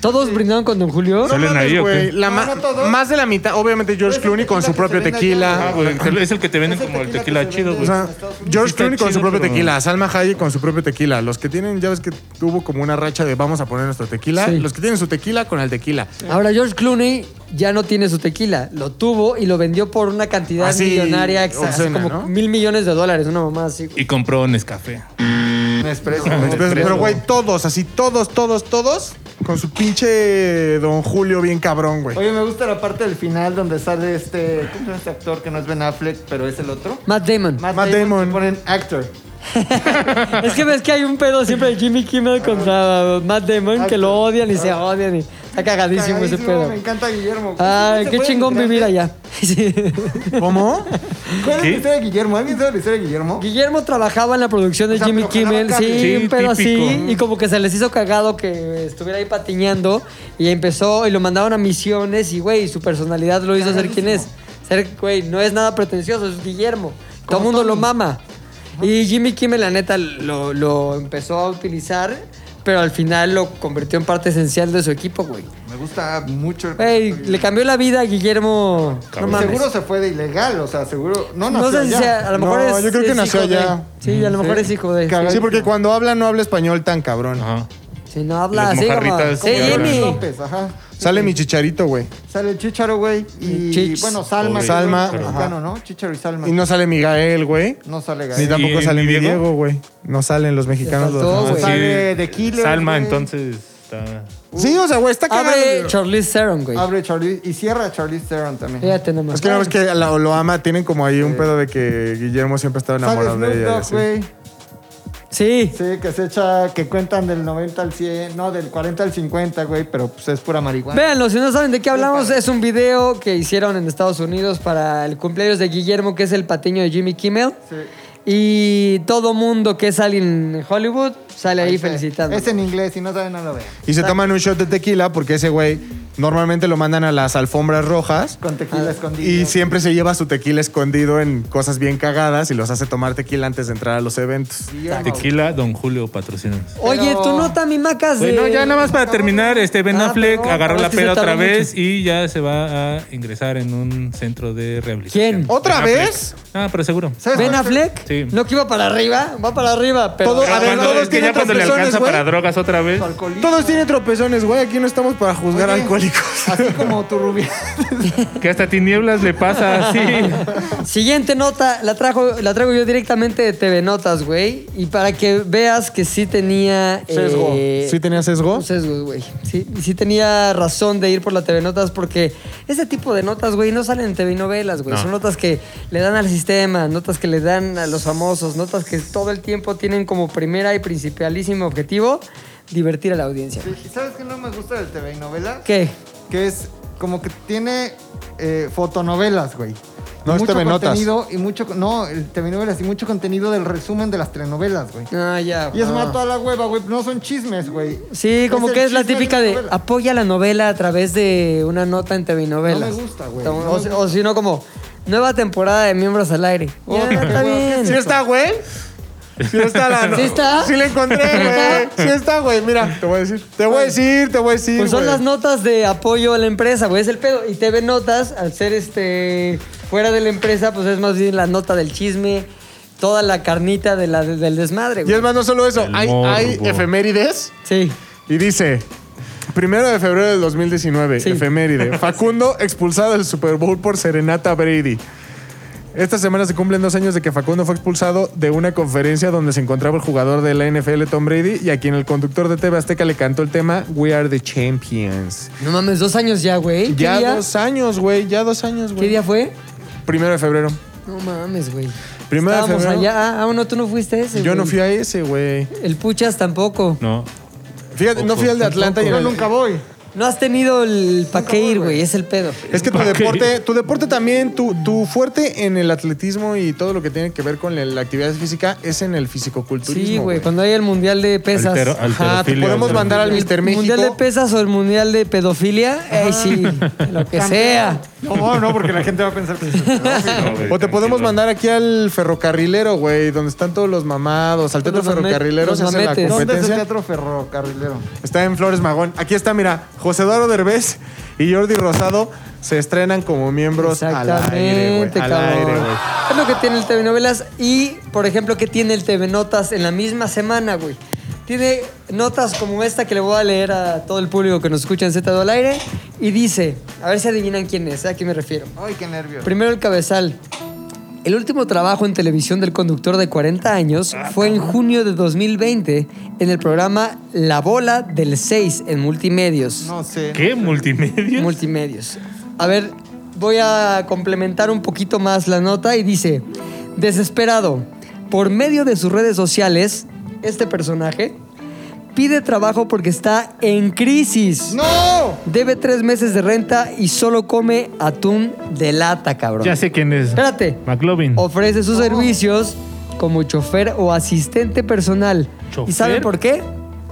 [SPEAKER 1] ¿Todos brindaron con Don Julio?
[SPEAKER 2] ¿Salen
[SPEAKER 3] mames,
[SPEAKER 2] ahí o qué?
[SPEAKER 3] güey, la
[SPEAKER 4] No,
[SPEAKER 3] ma-
[SPEAKER 4] no todos.
[SPEAKER 3] Más de la mitad, obviamente George
[SPEAKER 4] Ese
[SPEAKER 3] Clooney con
[SPEAKER 4] tequila
[SPEAKER 3] su
[SPEAKER 4] que
[SPEAKER 3] propio
[SPEAKER 4] se vende allá,
[SPEAKER 3] tequila.
[SPEAKER 2] Ah, güey, es el que te venden
[SPEAKER 4] Ese
[SPEAKER 2] como el
[SPEAKER 4] tequila
[SPEAKER 2] tequila
[SPEAKER 4] que se
[SPEAKER 2] chido,
[SPEAKER 4] vende
[SPEAKER 2] güey.
[SPEAKER 3] O sea, George
[SPEAKER 2] Está
[SPEAKER 3] Clooney con su
[SPEAKER 2] chido,
[SPEAKER 3] propio
[SPEAKER 2] pero-
[SPEAKER 3] tequila, Salma Hayek con su propio tequila. Los que tienen, ya ves que tuvo como una racha de vamos a poner nuestro tequila.
[SPEAKER 1] Sí.
[SPEAKER 3] Los que tienen su tequila con el tequila.
[SPEAKER 1] Ahora, George Clooney ya no tiene su tequila. Lo tuvo y lo vendió por una cantidad
[SPEAKER 3] Así,
[SPEAKER 1] millonaria, exa- así
[SPEAKER 3] Ah, obscena,
[SPEAKER 1] como
[SPEAKER 3] ¿no?
[SPEAKER 1] mil millones de dólares, una mamá así. güey.
[SPEAKER 2] Y compró Nescafé.
[SPEAKER 4] Nespresso.
[SPEAKER 3] Este, Pero, pero, güey, todos, así, todos, todos, todos, con su pinche Don Julio bien cabrón, güey.
[SPEAKER 4] Oye, me gusta la parte del final donde sale este. ¿Cómo se llama este actor que no es Ben Affleck, pero es el otro?
[SPEAKER 1] Matt Damon.
[SPEAKER 3] Matt Damon.
[SPEAKER 4] que Ponen actor.
[SPEAKER 1] es que ves que hay un pedo siempre de Jimmy Kimmel contra Matt Damon que lo odian y se odian y está cagadísimo, ese
[SPEAKER 4] Cagadísimo,
[SPEAKER 1] pedo.
[SPEAKER 4] Me encanta Guillermo.
[SPEAKER 1] Ay,
[SPEAKER 4] ¿Se
[SPEAKER 1] qué
[SPEAKER 4] puede
[SPEAKER 1] chingón
[SPEAKER 4] mirar?
[SPEAKER 1] vivir allá. Sí.
[SPEAKER 3] ¿Cómo?
[SPEAKER 4] ¿Cuál es
[SPEAKER 2] ¿Qué?
[SPEAKER 4] la historia de Guillermo? ¿Alguien sabe la historia de Guillermo?
[SPEAKER 1] Guillermo trabajaba en la producción de
[SPEAKER 4] O sea,
[SPEAKER 1] Jimmy
[SPEAKER 4] pero jalaba
[SPEAKER 1] Kimmel, sí,
[SPEAKER 4] cable.
[SPEAKER 2] Sí,
[SPEAKER 1] un pedo así,
[SPEAKER 2] típico.
[SPEAKER 1] y como que se les hizo cagado que estuviera ahí patiñando, y empezó, y lo mandaron a misiones, y güey, su personalidad lo hizo ser quien es. Ser, güey, no es nada pretencioso, es Guillermo. Todo el mundo lo mama. Y Jimmy Kimmel, la neta, lo, lo empezó a utilizar, pero al final lo convirtió en parte esencial de su equipo, güey.
[SPEAKER 4] Me gusta mucho. el-
[SPEAKER 1] Güey, le cambió la vida a Guillermo. No
[SPEAKER 4] Y
[SPEAKER 1] mames.
[SPEAKER 4] Seguro se fue de ilegal, o sea, seguro. No,
[SPEAKER 1] No sé si
[SPEAKER 4] allá.
[SPEAKER 1] sea, a lo mejor
[SPEAKER 3] No,
[SPEAKER 1] es.
[SPEAKER 3] yo creo que
[SPEAKER 1] es
[SPEAKER 3] nació
[SPEAKER 1] hijo de-
[SPEAKER 3] allá.
[SPEAKER 1] sí, a lo mejor
[SPEAKER 4] Sí.
[SPEAKER 1] es hijo de. sí.
[SPEAKER 3] Sí, porque cuando habla no habla español tan cabrón.
[SPEAKER 2] Ajá.
[SPEAKER 1] Si no habla
[SPEAKER 2] Las
[SPEAKER 1] así como...
[SPEAKER 2] mojarritas
[SPEAKER 1] Sí,
[SPEAKER 2] que hablan.
[SPEAKER 1] Jimmy.
[SPEAKER 4] López, ajá.
[SPEAKER 3] Sale mi chicharito, güey.
[SPEAKER 4] Sale el Chicharo, güey. Y
[SPEAKER 1] Chich.
[SPEAKER 4] bueno, Salma.
[SPEAKER 2] Pobre.
[SPEAKER 4] que es
[SPEAKER 3] Salma,
[SPEAKER 4] el
[SPEAKER 3] ajá.
[SPEAKER 4] Mexicano, ¿no? Chicharo y Salma.
[SPEAKER 3] Y no sale mi Gael, güey.
[SPEAKER 4] No sale
[SPEAKER 3] Ni
[SPEAKER 4] Gael.
[SPEAKER 3] tampoco
[SPEAKER 2] ¿Y
[SPEAKER 3] sale mi
[SPEAKER 2] Diego?
[SPEAKER 3] Diego, güey. No salen los mexicanos.
[SPEAKER 1] faltó,
[SPEAKER 3] los-
[SPEAKER 1] güey.
[SPEAKER 2] Sí.
[SPEAKER 4] Sale de Killers,
[SPEAKER 2] Salma,
[SPEAKER 4] güey.
[SPEAKER 2] entonces. Está...
[SPEAKER 3] Sí, o sea, güey, está cagado.
[SPEAKER 1] Abre Charlize Theron, güey.
[SPEAKER 4] Abre Charlize y cierra Charlize Theron también.
[SPEAKER 1] Fíjate nomás.
[SPEAKER 3] Es que no es que la- lo ama, tienen como ahí un pedo de que Guillermo siempre estaba
[SPEAKER 4] Sale
[SPEAKER 3] enamorado
[SPEAKER 4] Snoop
[SPEAKER 3] de ella. y
[SPEAKER 4] Dogg,
[SPEAKER 3] así.
[SPEAKER 4] güey.
[SPEAKER 1] Sí.
[SPEAKER 4] Sí, que se echa, que cuentan del 90 al 100, no, del 40 al 50, güey, pero pues es pura marihuana.
[SPEAKER 1] Véanlo, si no saben de qué hablamos, es un video que hicieron en Estados Unidos para el cumpleaños de Guillermo, que es el patiño de Jimmy Kimmel.
[SPEAKER 4] Sí.
[SPEAKER 1] Y todo mundo que sale en Hollywood sale ahí, felicitando.
[SPEAKER 4] Es en inglés, si no saben, no lo vean.
[SPEAKER 3] Y se toman un shot de tequila porque ese güey normalmente lo mandan a las alfombras rojas.
[SPEAKER 4] Con tequila escondido.
[SPEAKER 3] Y siempre se lleva su tequila escondido en cosas bien cagadas y los hace tomar tequila antes de entrar a los eventos.
[SPEAKER 4] Guillermo.
[SPEAKER 2] Tequila, Don Julio, patrocina.
[SPEAKER 1] Oye,
[SPEAKER 4] Pero-
[SPEAKER 1] tu nota, mi macas. de-
[SPEAKER 2] Bueno, Pues ya nada más para terminar, este Ben
[SPEAKER 1] Ah,
[SPEAKER 2] Affleck
[SPEAKER 1] perdón,
[SPEAKER 2] agarró
[SPEAKER 1] es
[SPEAKER 2] la
[SPEAKER 1] que se
[SPEAKER 2] peda otra
[SPEAKER 1] tardó
[SPEAKER 2] vez
[SPEAKER 1] mucho.
[SPEAKER 2] y ya se va a ingresar en un centro de rehabilitación.
[SPEAKER 1] ¿Quién?
[SPEAKER 3] ¿Otra
[SPEAKER 2] Ben Affleck.
[SPEAKER 3] vez?
[SPEAKER 2] Ah, pero seguro.
[SPEAKER 4] ¿Sabes
[SPEAKER 1] ¿Ben
[SPEAKER 4] cuál-
[SPEAKER 1] Affleck?
[SPEAKER 2] Sí.
[SPEAKER 1] No que iba para arriba, va para arriba, pero...
[SPEAKER 3] Todo- a
[SPEAKER 2] Pero
[SPEAKER 3] ver,
[SPEAKER 2] cuando-
[SPEAKER 3] todos
[SPEAKER 2] es que
[SPEAKER 3] tienen
[SPEAKER 2] ya cuando le
[SPEAKER 3] tropezones,
[SPEAKER 2] alcanza
[SPEAKER 3] güey.
[SPEAKER 2] para drogas otra vez.
[SPEAKER 4] Alcoholismo.
[SPEAKER 3] Todos tienen tropezones, güey. Aquí no estamos para juzgar
[SPEAKER 4] Oye,
[SPEAKER 3] alcohólicos.
[SPEAKER 4] Así como tu rubia.
[SPEAKER 2] Que hasta tinieblas le pasa así.
[SPEAKER 1] Siguiente nota, la, trajo, la traigo yo directamente de TV Notas, güey. Y para que veas que sí tenía...
[SPEAKER 3] Sesgo.
[SPEAKER 1] eh,
[SPEAKER 3] ¿Sí tenía sesgo?
[SPEAKER 1] un sesgo, güey. Sí, y sí tenía razón de ir por la TV Notas porque ese tipo de notas, güey, no salen en TV novelas, güey.
[SPEAKER 2] No.
[SPEAKER 1] Son notas que le dan al sistema, notas que le dan a los famosos, notas que todo el tiempo tienen como primera y principalísimo objetivo divertir a la audiencia. güey.
[SPEAKER 4] ¿Y ¿Sabes qué no me gusta del TV y novela?
[SPEAKER 1] ¿Qué?
[SPEAKER 4] Que es como que tiene eh, fotonovelas, güey.
[SPEAKER 3] No, es
[SPEAKER 4] mucho
[SPEAKER 3] TV Notas.
[SPEAKER 4] contenido y mucho no, el TV novelas y mucho contenido del resumen de las telenovelas, güey.
[SPEAKER 1] Ah, ya.
[SPEAKER 4] Y es
[SPEAKER 1] ah.
[SPEAKER 4] más toda la hueva, güey, no son chismes, güey.
[SPEAKER 1] Sí, como
[SPEAKER 4] el
[SPEAKER 1] que es la
[SPEAKER 4] chisme
[SPEAKER 1] típica de
[SPEAKER 4] novela.
[SPEAKER 1] apoya la novela a través de una nota en TV novelas.
[SPEAKER 4] No me gusta, güey.
[SPEAKER 1] O,
[SPEAKER 4] No me
[SPEAKER 1] o- o si no, como nueva temporada de Miembros al Aire. Ya, está bien.
[SPEAKER 3] ¿Sí está, güey? Sí está la...
[SPEAKER 1] ¿Sí está?
[SPEAKER 3] Sí la encontré, güey. Sí está, güey. Mira, te voy a decir. Te voy a decir, te voy a decir,
[SPEAKER 1] Pues son
[SPEAKER 3] güey.
[SPEAKER 1] las notas de apoyo a la empresa, güey, es el pedo. Y TV Notas, al ser este fuera de la empresa, pues es más bien la nota del chisme, toda la carnita de la, del desmadre,
[SPEAKER 3] Y
[SPEAKER 1] güey.
[SPEAKER 3] es más, no solo eso.
[SPEAKER 2] El
[SPEAKER 3] Hay, hay
[SPEAKER 2] morbo.
[SPEAKER 3] efemérides
[SPEAKER 1] Sí.
[SPEAKER 3] y dice... Primero de febrero del 2019,
[SPEAKER 1] Sí.
[SPEAKER 3] efeméride. Facundo expulsado del Super Bowl por Serenata Brady. Esta semana se cumplen dos años de que Facundo fue expulsado de una conferencia donde se encontraba el jugador de la NFL Tom Brady y a quien el conductor de TV Azteca le cantó el tema We Are the Champions.
[SPEAKER 1] No mames, dos años ya, güey. ¿Qué,
[SPEAKER 3] Ya
[SPEAKER 1] día?
[SPEAKER 3] dos años, güey. Ya dos años,
[SPEAKER 1] ¿Qué
[SPEAKER 3] güey.
[SPEAKER 1] día fue?
[SPEAKER 3] Primero de febrero.
[SPEAKER 1] No mames, güey.
[SPEAKER 3] Primero de
[SPEAKER 1] Estábamos
[SPEAKER 3] febrero.
[SPEAKER 1] allá. Ah, ah, no, tú no fuiste a ese.
[SPEAKER 3] Yo no
[SPEAKER 1] güey.
[SPEAKER 3] fui a ese, güey.
[SPEAKER 1] El Puchas tampoco.
[SPEAKER 2] No.
[SPEAKER 3] Fíjate, no fui al de Atlanta y
[SPEAKER 4] Yo
[SPEAKER 3] al-
[SPEAKER 4] nunca voy.
[SPEAKER 1] No has tenido el pa' qué ir, güey. Es el pedo.
[SPEAKER 3] Es que tu deporte, tu deporte también, tu, tu fuerte en el atletismo y todo lo que tiene que ver con la, la actividad física es en el fisicoculturismo.
[SPEAKER 1] Sí, güey. Cuando hay el mundial de pesas.
[SPEAKER 2] Altero-
[SPEAKER 3] Ajá, te
[SPEAKER 2] alterofilia,
[SPEAKER 3] podemos
[SPEAKER 2] alterofilia.
[SPEAKER 3] mandar al
[SPEAKER 1] el
[SPEAKER 3] Mister
[SPEAKER 1] mundial de
[SPEAKER 3] México.
[SPEAKER 1] pesas o el mundial de pedofilia. Ay, sí. Lo que sea.
[SPEAKER 4] No, no, porque la gente va a pensar que...
[SPEAKER 2] No, güey,
[SPEAKER 3] O te podemos
[SPEAKER 2] tranquilo.
[SPEAKER 3] mandar aquí al ferrocarrilero, güey, donde están todos los mamados. Al teatro
[SPEAKER 1] Los mame-
[SPEAKER 3] ferrocarrilero
[SPEAKER 1] los
[SPEAKER 3] se hace la
[SPEAKER 1] mametes.
[SPEAKER 4] ¿Dónde es el
[SPEAKER 3] competencia.
[SPEAKER 4] teatro ferrocarrilero?
[SPEAKER 3] Está en Flores Magón. Aquí está, mira, José Eduardo Derbez y Jordi Rosado se estrenan como miembros al aire, güey.
[SPEAKER 1] Exactamente,
[SPEAKER 3] Al
[SPEAKER 1] cabrón.
[SPEAKER 3] aire, güey.
[SPEAKER 1] Es lo que tiene el TV Novelas y, por ejemplo, que tiene el TV Notas en la misma semana, güey. Tiene notas como esta que le voy a leer a todo el público que nos escucha en Z2 al aire y dice, a ver si adivinan quién es, a qué me refiero.
[SPEAKER 4] Ay, qué nervios.
[SPEAKER 1] Primero el cabezal. El último trabajo en televisión del conductor de 40 años fue en junio de 2020 en el programa La Bola del 6 en Multimedios.
[SPEAKER 4] No sé.
[SPEAKER 2] ¿Qué? ¿Multimedia?
[SPEAKER 1] Multimedios. A ver, voy a complementar un poquito más la nota y dice, desesperado, por medio de sus redes sociales, este personaje pide trabajo porque está en crisis.
[SPEAKER 4] ¡No!
[SPEAKER 1] Debe tres meses de renta y solo come atún de lata, cabrón.
[SPEAKER 2] ya sé quién es.
[SPEAKER 1] Espérate.
[SPEAKER 2] McLovin.
[SPEAKER 1] Ofrece sus servicios como chofer o asistente personal. ¿Y
[SPEAKER 2] ¿Chofer?
[SPEAKER 1] saben por qué?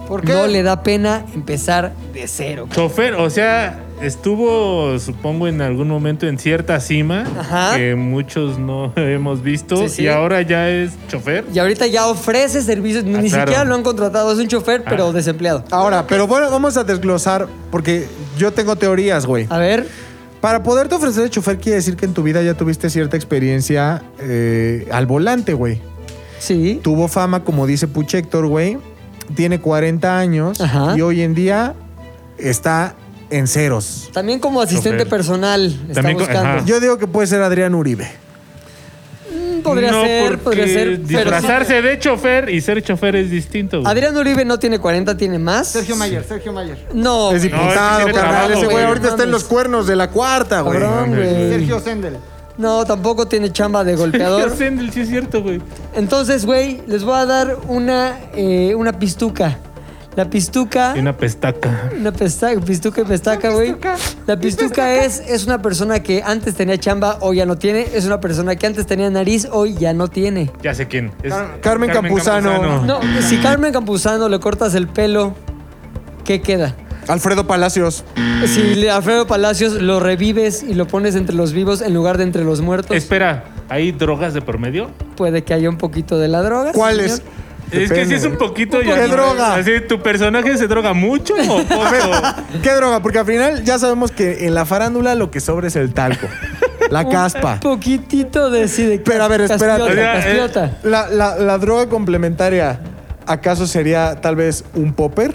[SPEAKER 4] ¿Por qué?
[SPEAKER 1] No le da pena empezar de cero.
[SPEAKER 2] Chofer, o sea, estuvo, supongo, en algún momento en cierta cima
[SPEAKER 1] Ajá.
[SPEAKER 2] que muchos no hemos visto
[SPEAKER 1] Sí, sí.
[SPEAKER 2] y ahora ya es chofer.
[SPEAKER 1] Y ahorita ya ofrece servicios, ni
[SPEAKER 2] Ah, claro. Ah.
[SPEAKER 1] siquiera lo han contratado, es un chofer, pero desempleado.
[SPEAKER 3] Ahora, pero bueno, vamos a desglosar porque yo tengo teorías, güey.
[SPEAKER 1] A ver,
[SPEAKER 3] Para poderte ofrecer el chofer quiere decir que en tu vida ya tuviste cierta experiencia eh, al volante, güey.
[SPEAKER 1] sí.
[SPEAKER 3] Tuvo fama, como dice Puch Héctor, güey. Tiene 40 años
[SPEAKER 1] Ajá.
[SPEAKER 3] y hoy en día está en ceros.
[SPEAKER 1] También como asistente
[SPEAKER 2] Chofer.
[SPEAKER 1] personal está
[SPEAKER 2] También co-
[SPEAKER 1] buscando.
[SPEAKER 2] ajá.
[SPEAKER 3] Yo digo que puede ser Adrián Uribe.
[SPEAKER 1] Mm, Podría
[SPEAKER 2] No,
[SPEAKER 1] ser,
[SPEAKER 2] porque
[SPEAKER 1] podría ser. Pero sí.
[SPEAKER 2] Disfrazarse de chofer y ser chofer es distinto. güey.
[SPEAKER 1] Adrián Uribe no tiene 40, tiene más.
[SPEAKER 4] Sergio Mayer, Sergio Mayer.
[SPEAKER 1] No. güey.
[SPEAKER 3] Es
[SPEAKER 2] ese
[SPEAKER 3] diputado,
[SPEAKER 2] tiene
[SPEAKER 3] carnal.
[SPEAKER 2] trabajo,
[SPEAKER 3] Ese güey
[SPEAKER 2] güey.
[SPEAKER 3] ahorita está en los
[SPEAKER 1] Mames.
[SPEAKER 3] cuernos de la cuarta, güey.
[SPEAKER 1] Cabrón, güey.
[SPEAKER 4] Sergio Sendel.
[SPEAKER 1] No, tampoco tiene chamba de
[SPEAKER 2] Ya
[SPEAKER 1] golpeador.
[SPEAKER 2] sé, sí es cierto, güey.
[SPEAKER 1] Entonces, güey, les voy a dar una, eh, una pistuca. La pistuca.
[SPEAKER 2] Y una pestaca.
[SPEAKER 1] Una pesta- pistuca y pestaca, güey. La pistuca es, es una persona que antes tenía chamba, hoy ya no tiene. Es una persona que antes tenía nariz, hoy ya no tiene.
[SPEAKER 2] Ya sé quién. Es
[SPEAKER 3] Car- Carmen Campuzano.
[SPEAKER 1] No, si Carmen Campuzano le cortas el pelo, ¿qué queda?
[SPEAKER 3] Alfredo Palacios.
[SPEAKER 1] Si le- Alfredo Palacios lo revives y lo pones entre los vivos en lugar de entre los muertos,
[SPEAKER 2] Espera, ¿hay drogas de por medio?
[SPEAKER 1] puede que haya un poquito de la droga.
[SPEAKER 3] ¿Cuál
[SPEAKER 1] señor.
[SPEAKER 3] es?
[SPEAKER 2] Es que
[SPEAKER 3] Depende.
[SPEAKER 2] si es un poquito...
[SPEAKER 3] ¿Qué
[SPEAKER 2] ya-
[SPEAKER 3] droga?
[SPEAKER 2] Así, ¿Tu personaje se droga mucho o poco?
[SPEAKER 3] ¿Qué droga? Porque al final ya sabemos que en la farándula lo que sobra es el talco. la caspa.
[SPEAKER 1] Poquitito de sí de
[SPEAKER 3] Pero a ver, espérate.
[SPEAKER 1] caspiota,
[SPEAKER 2] O sea, eh,
[SPEAKER 1] caspiota.
[SPEAKER 3] La, la- la droga complementaria, ¿acaso sería tal vez un popper?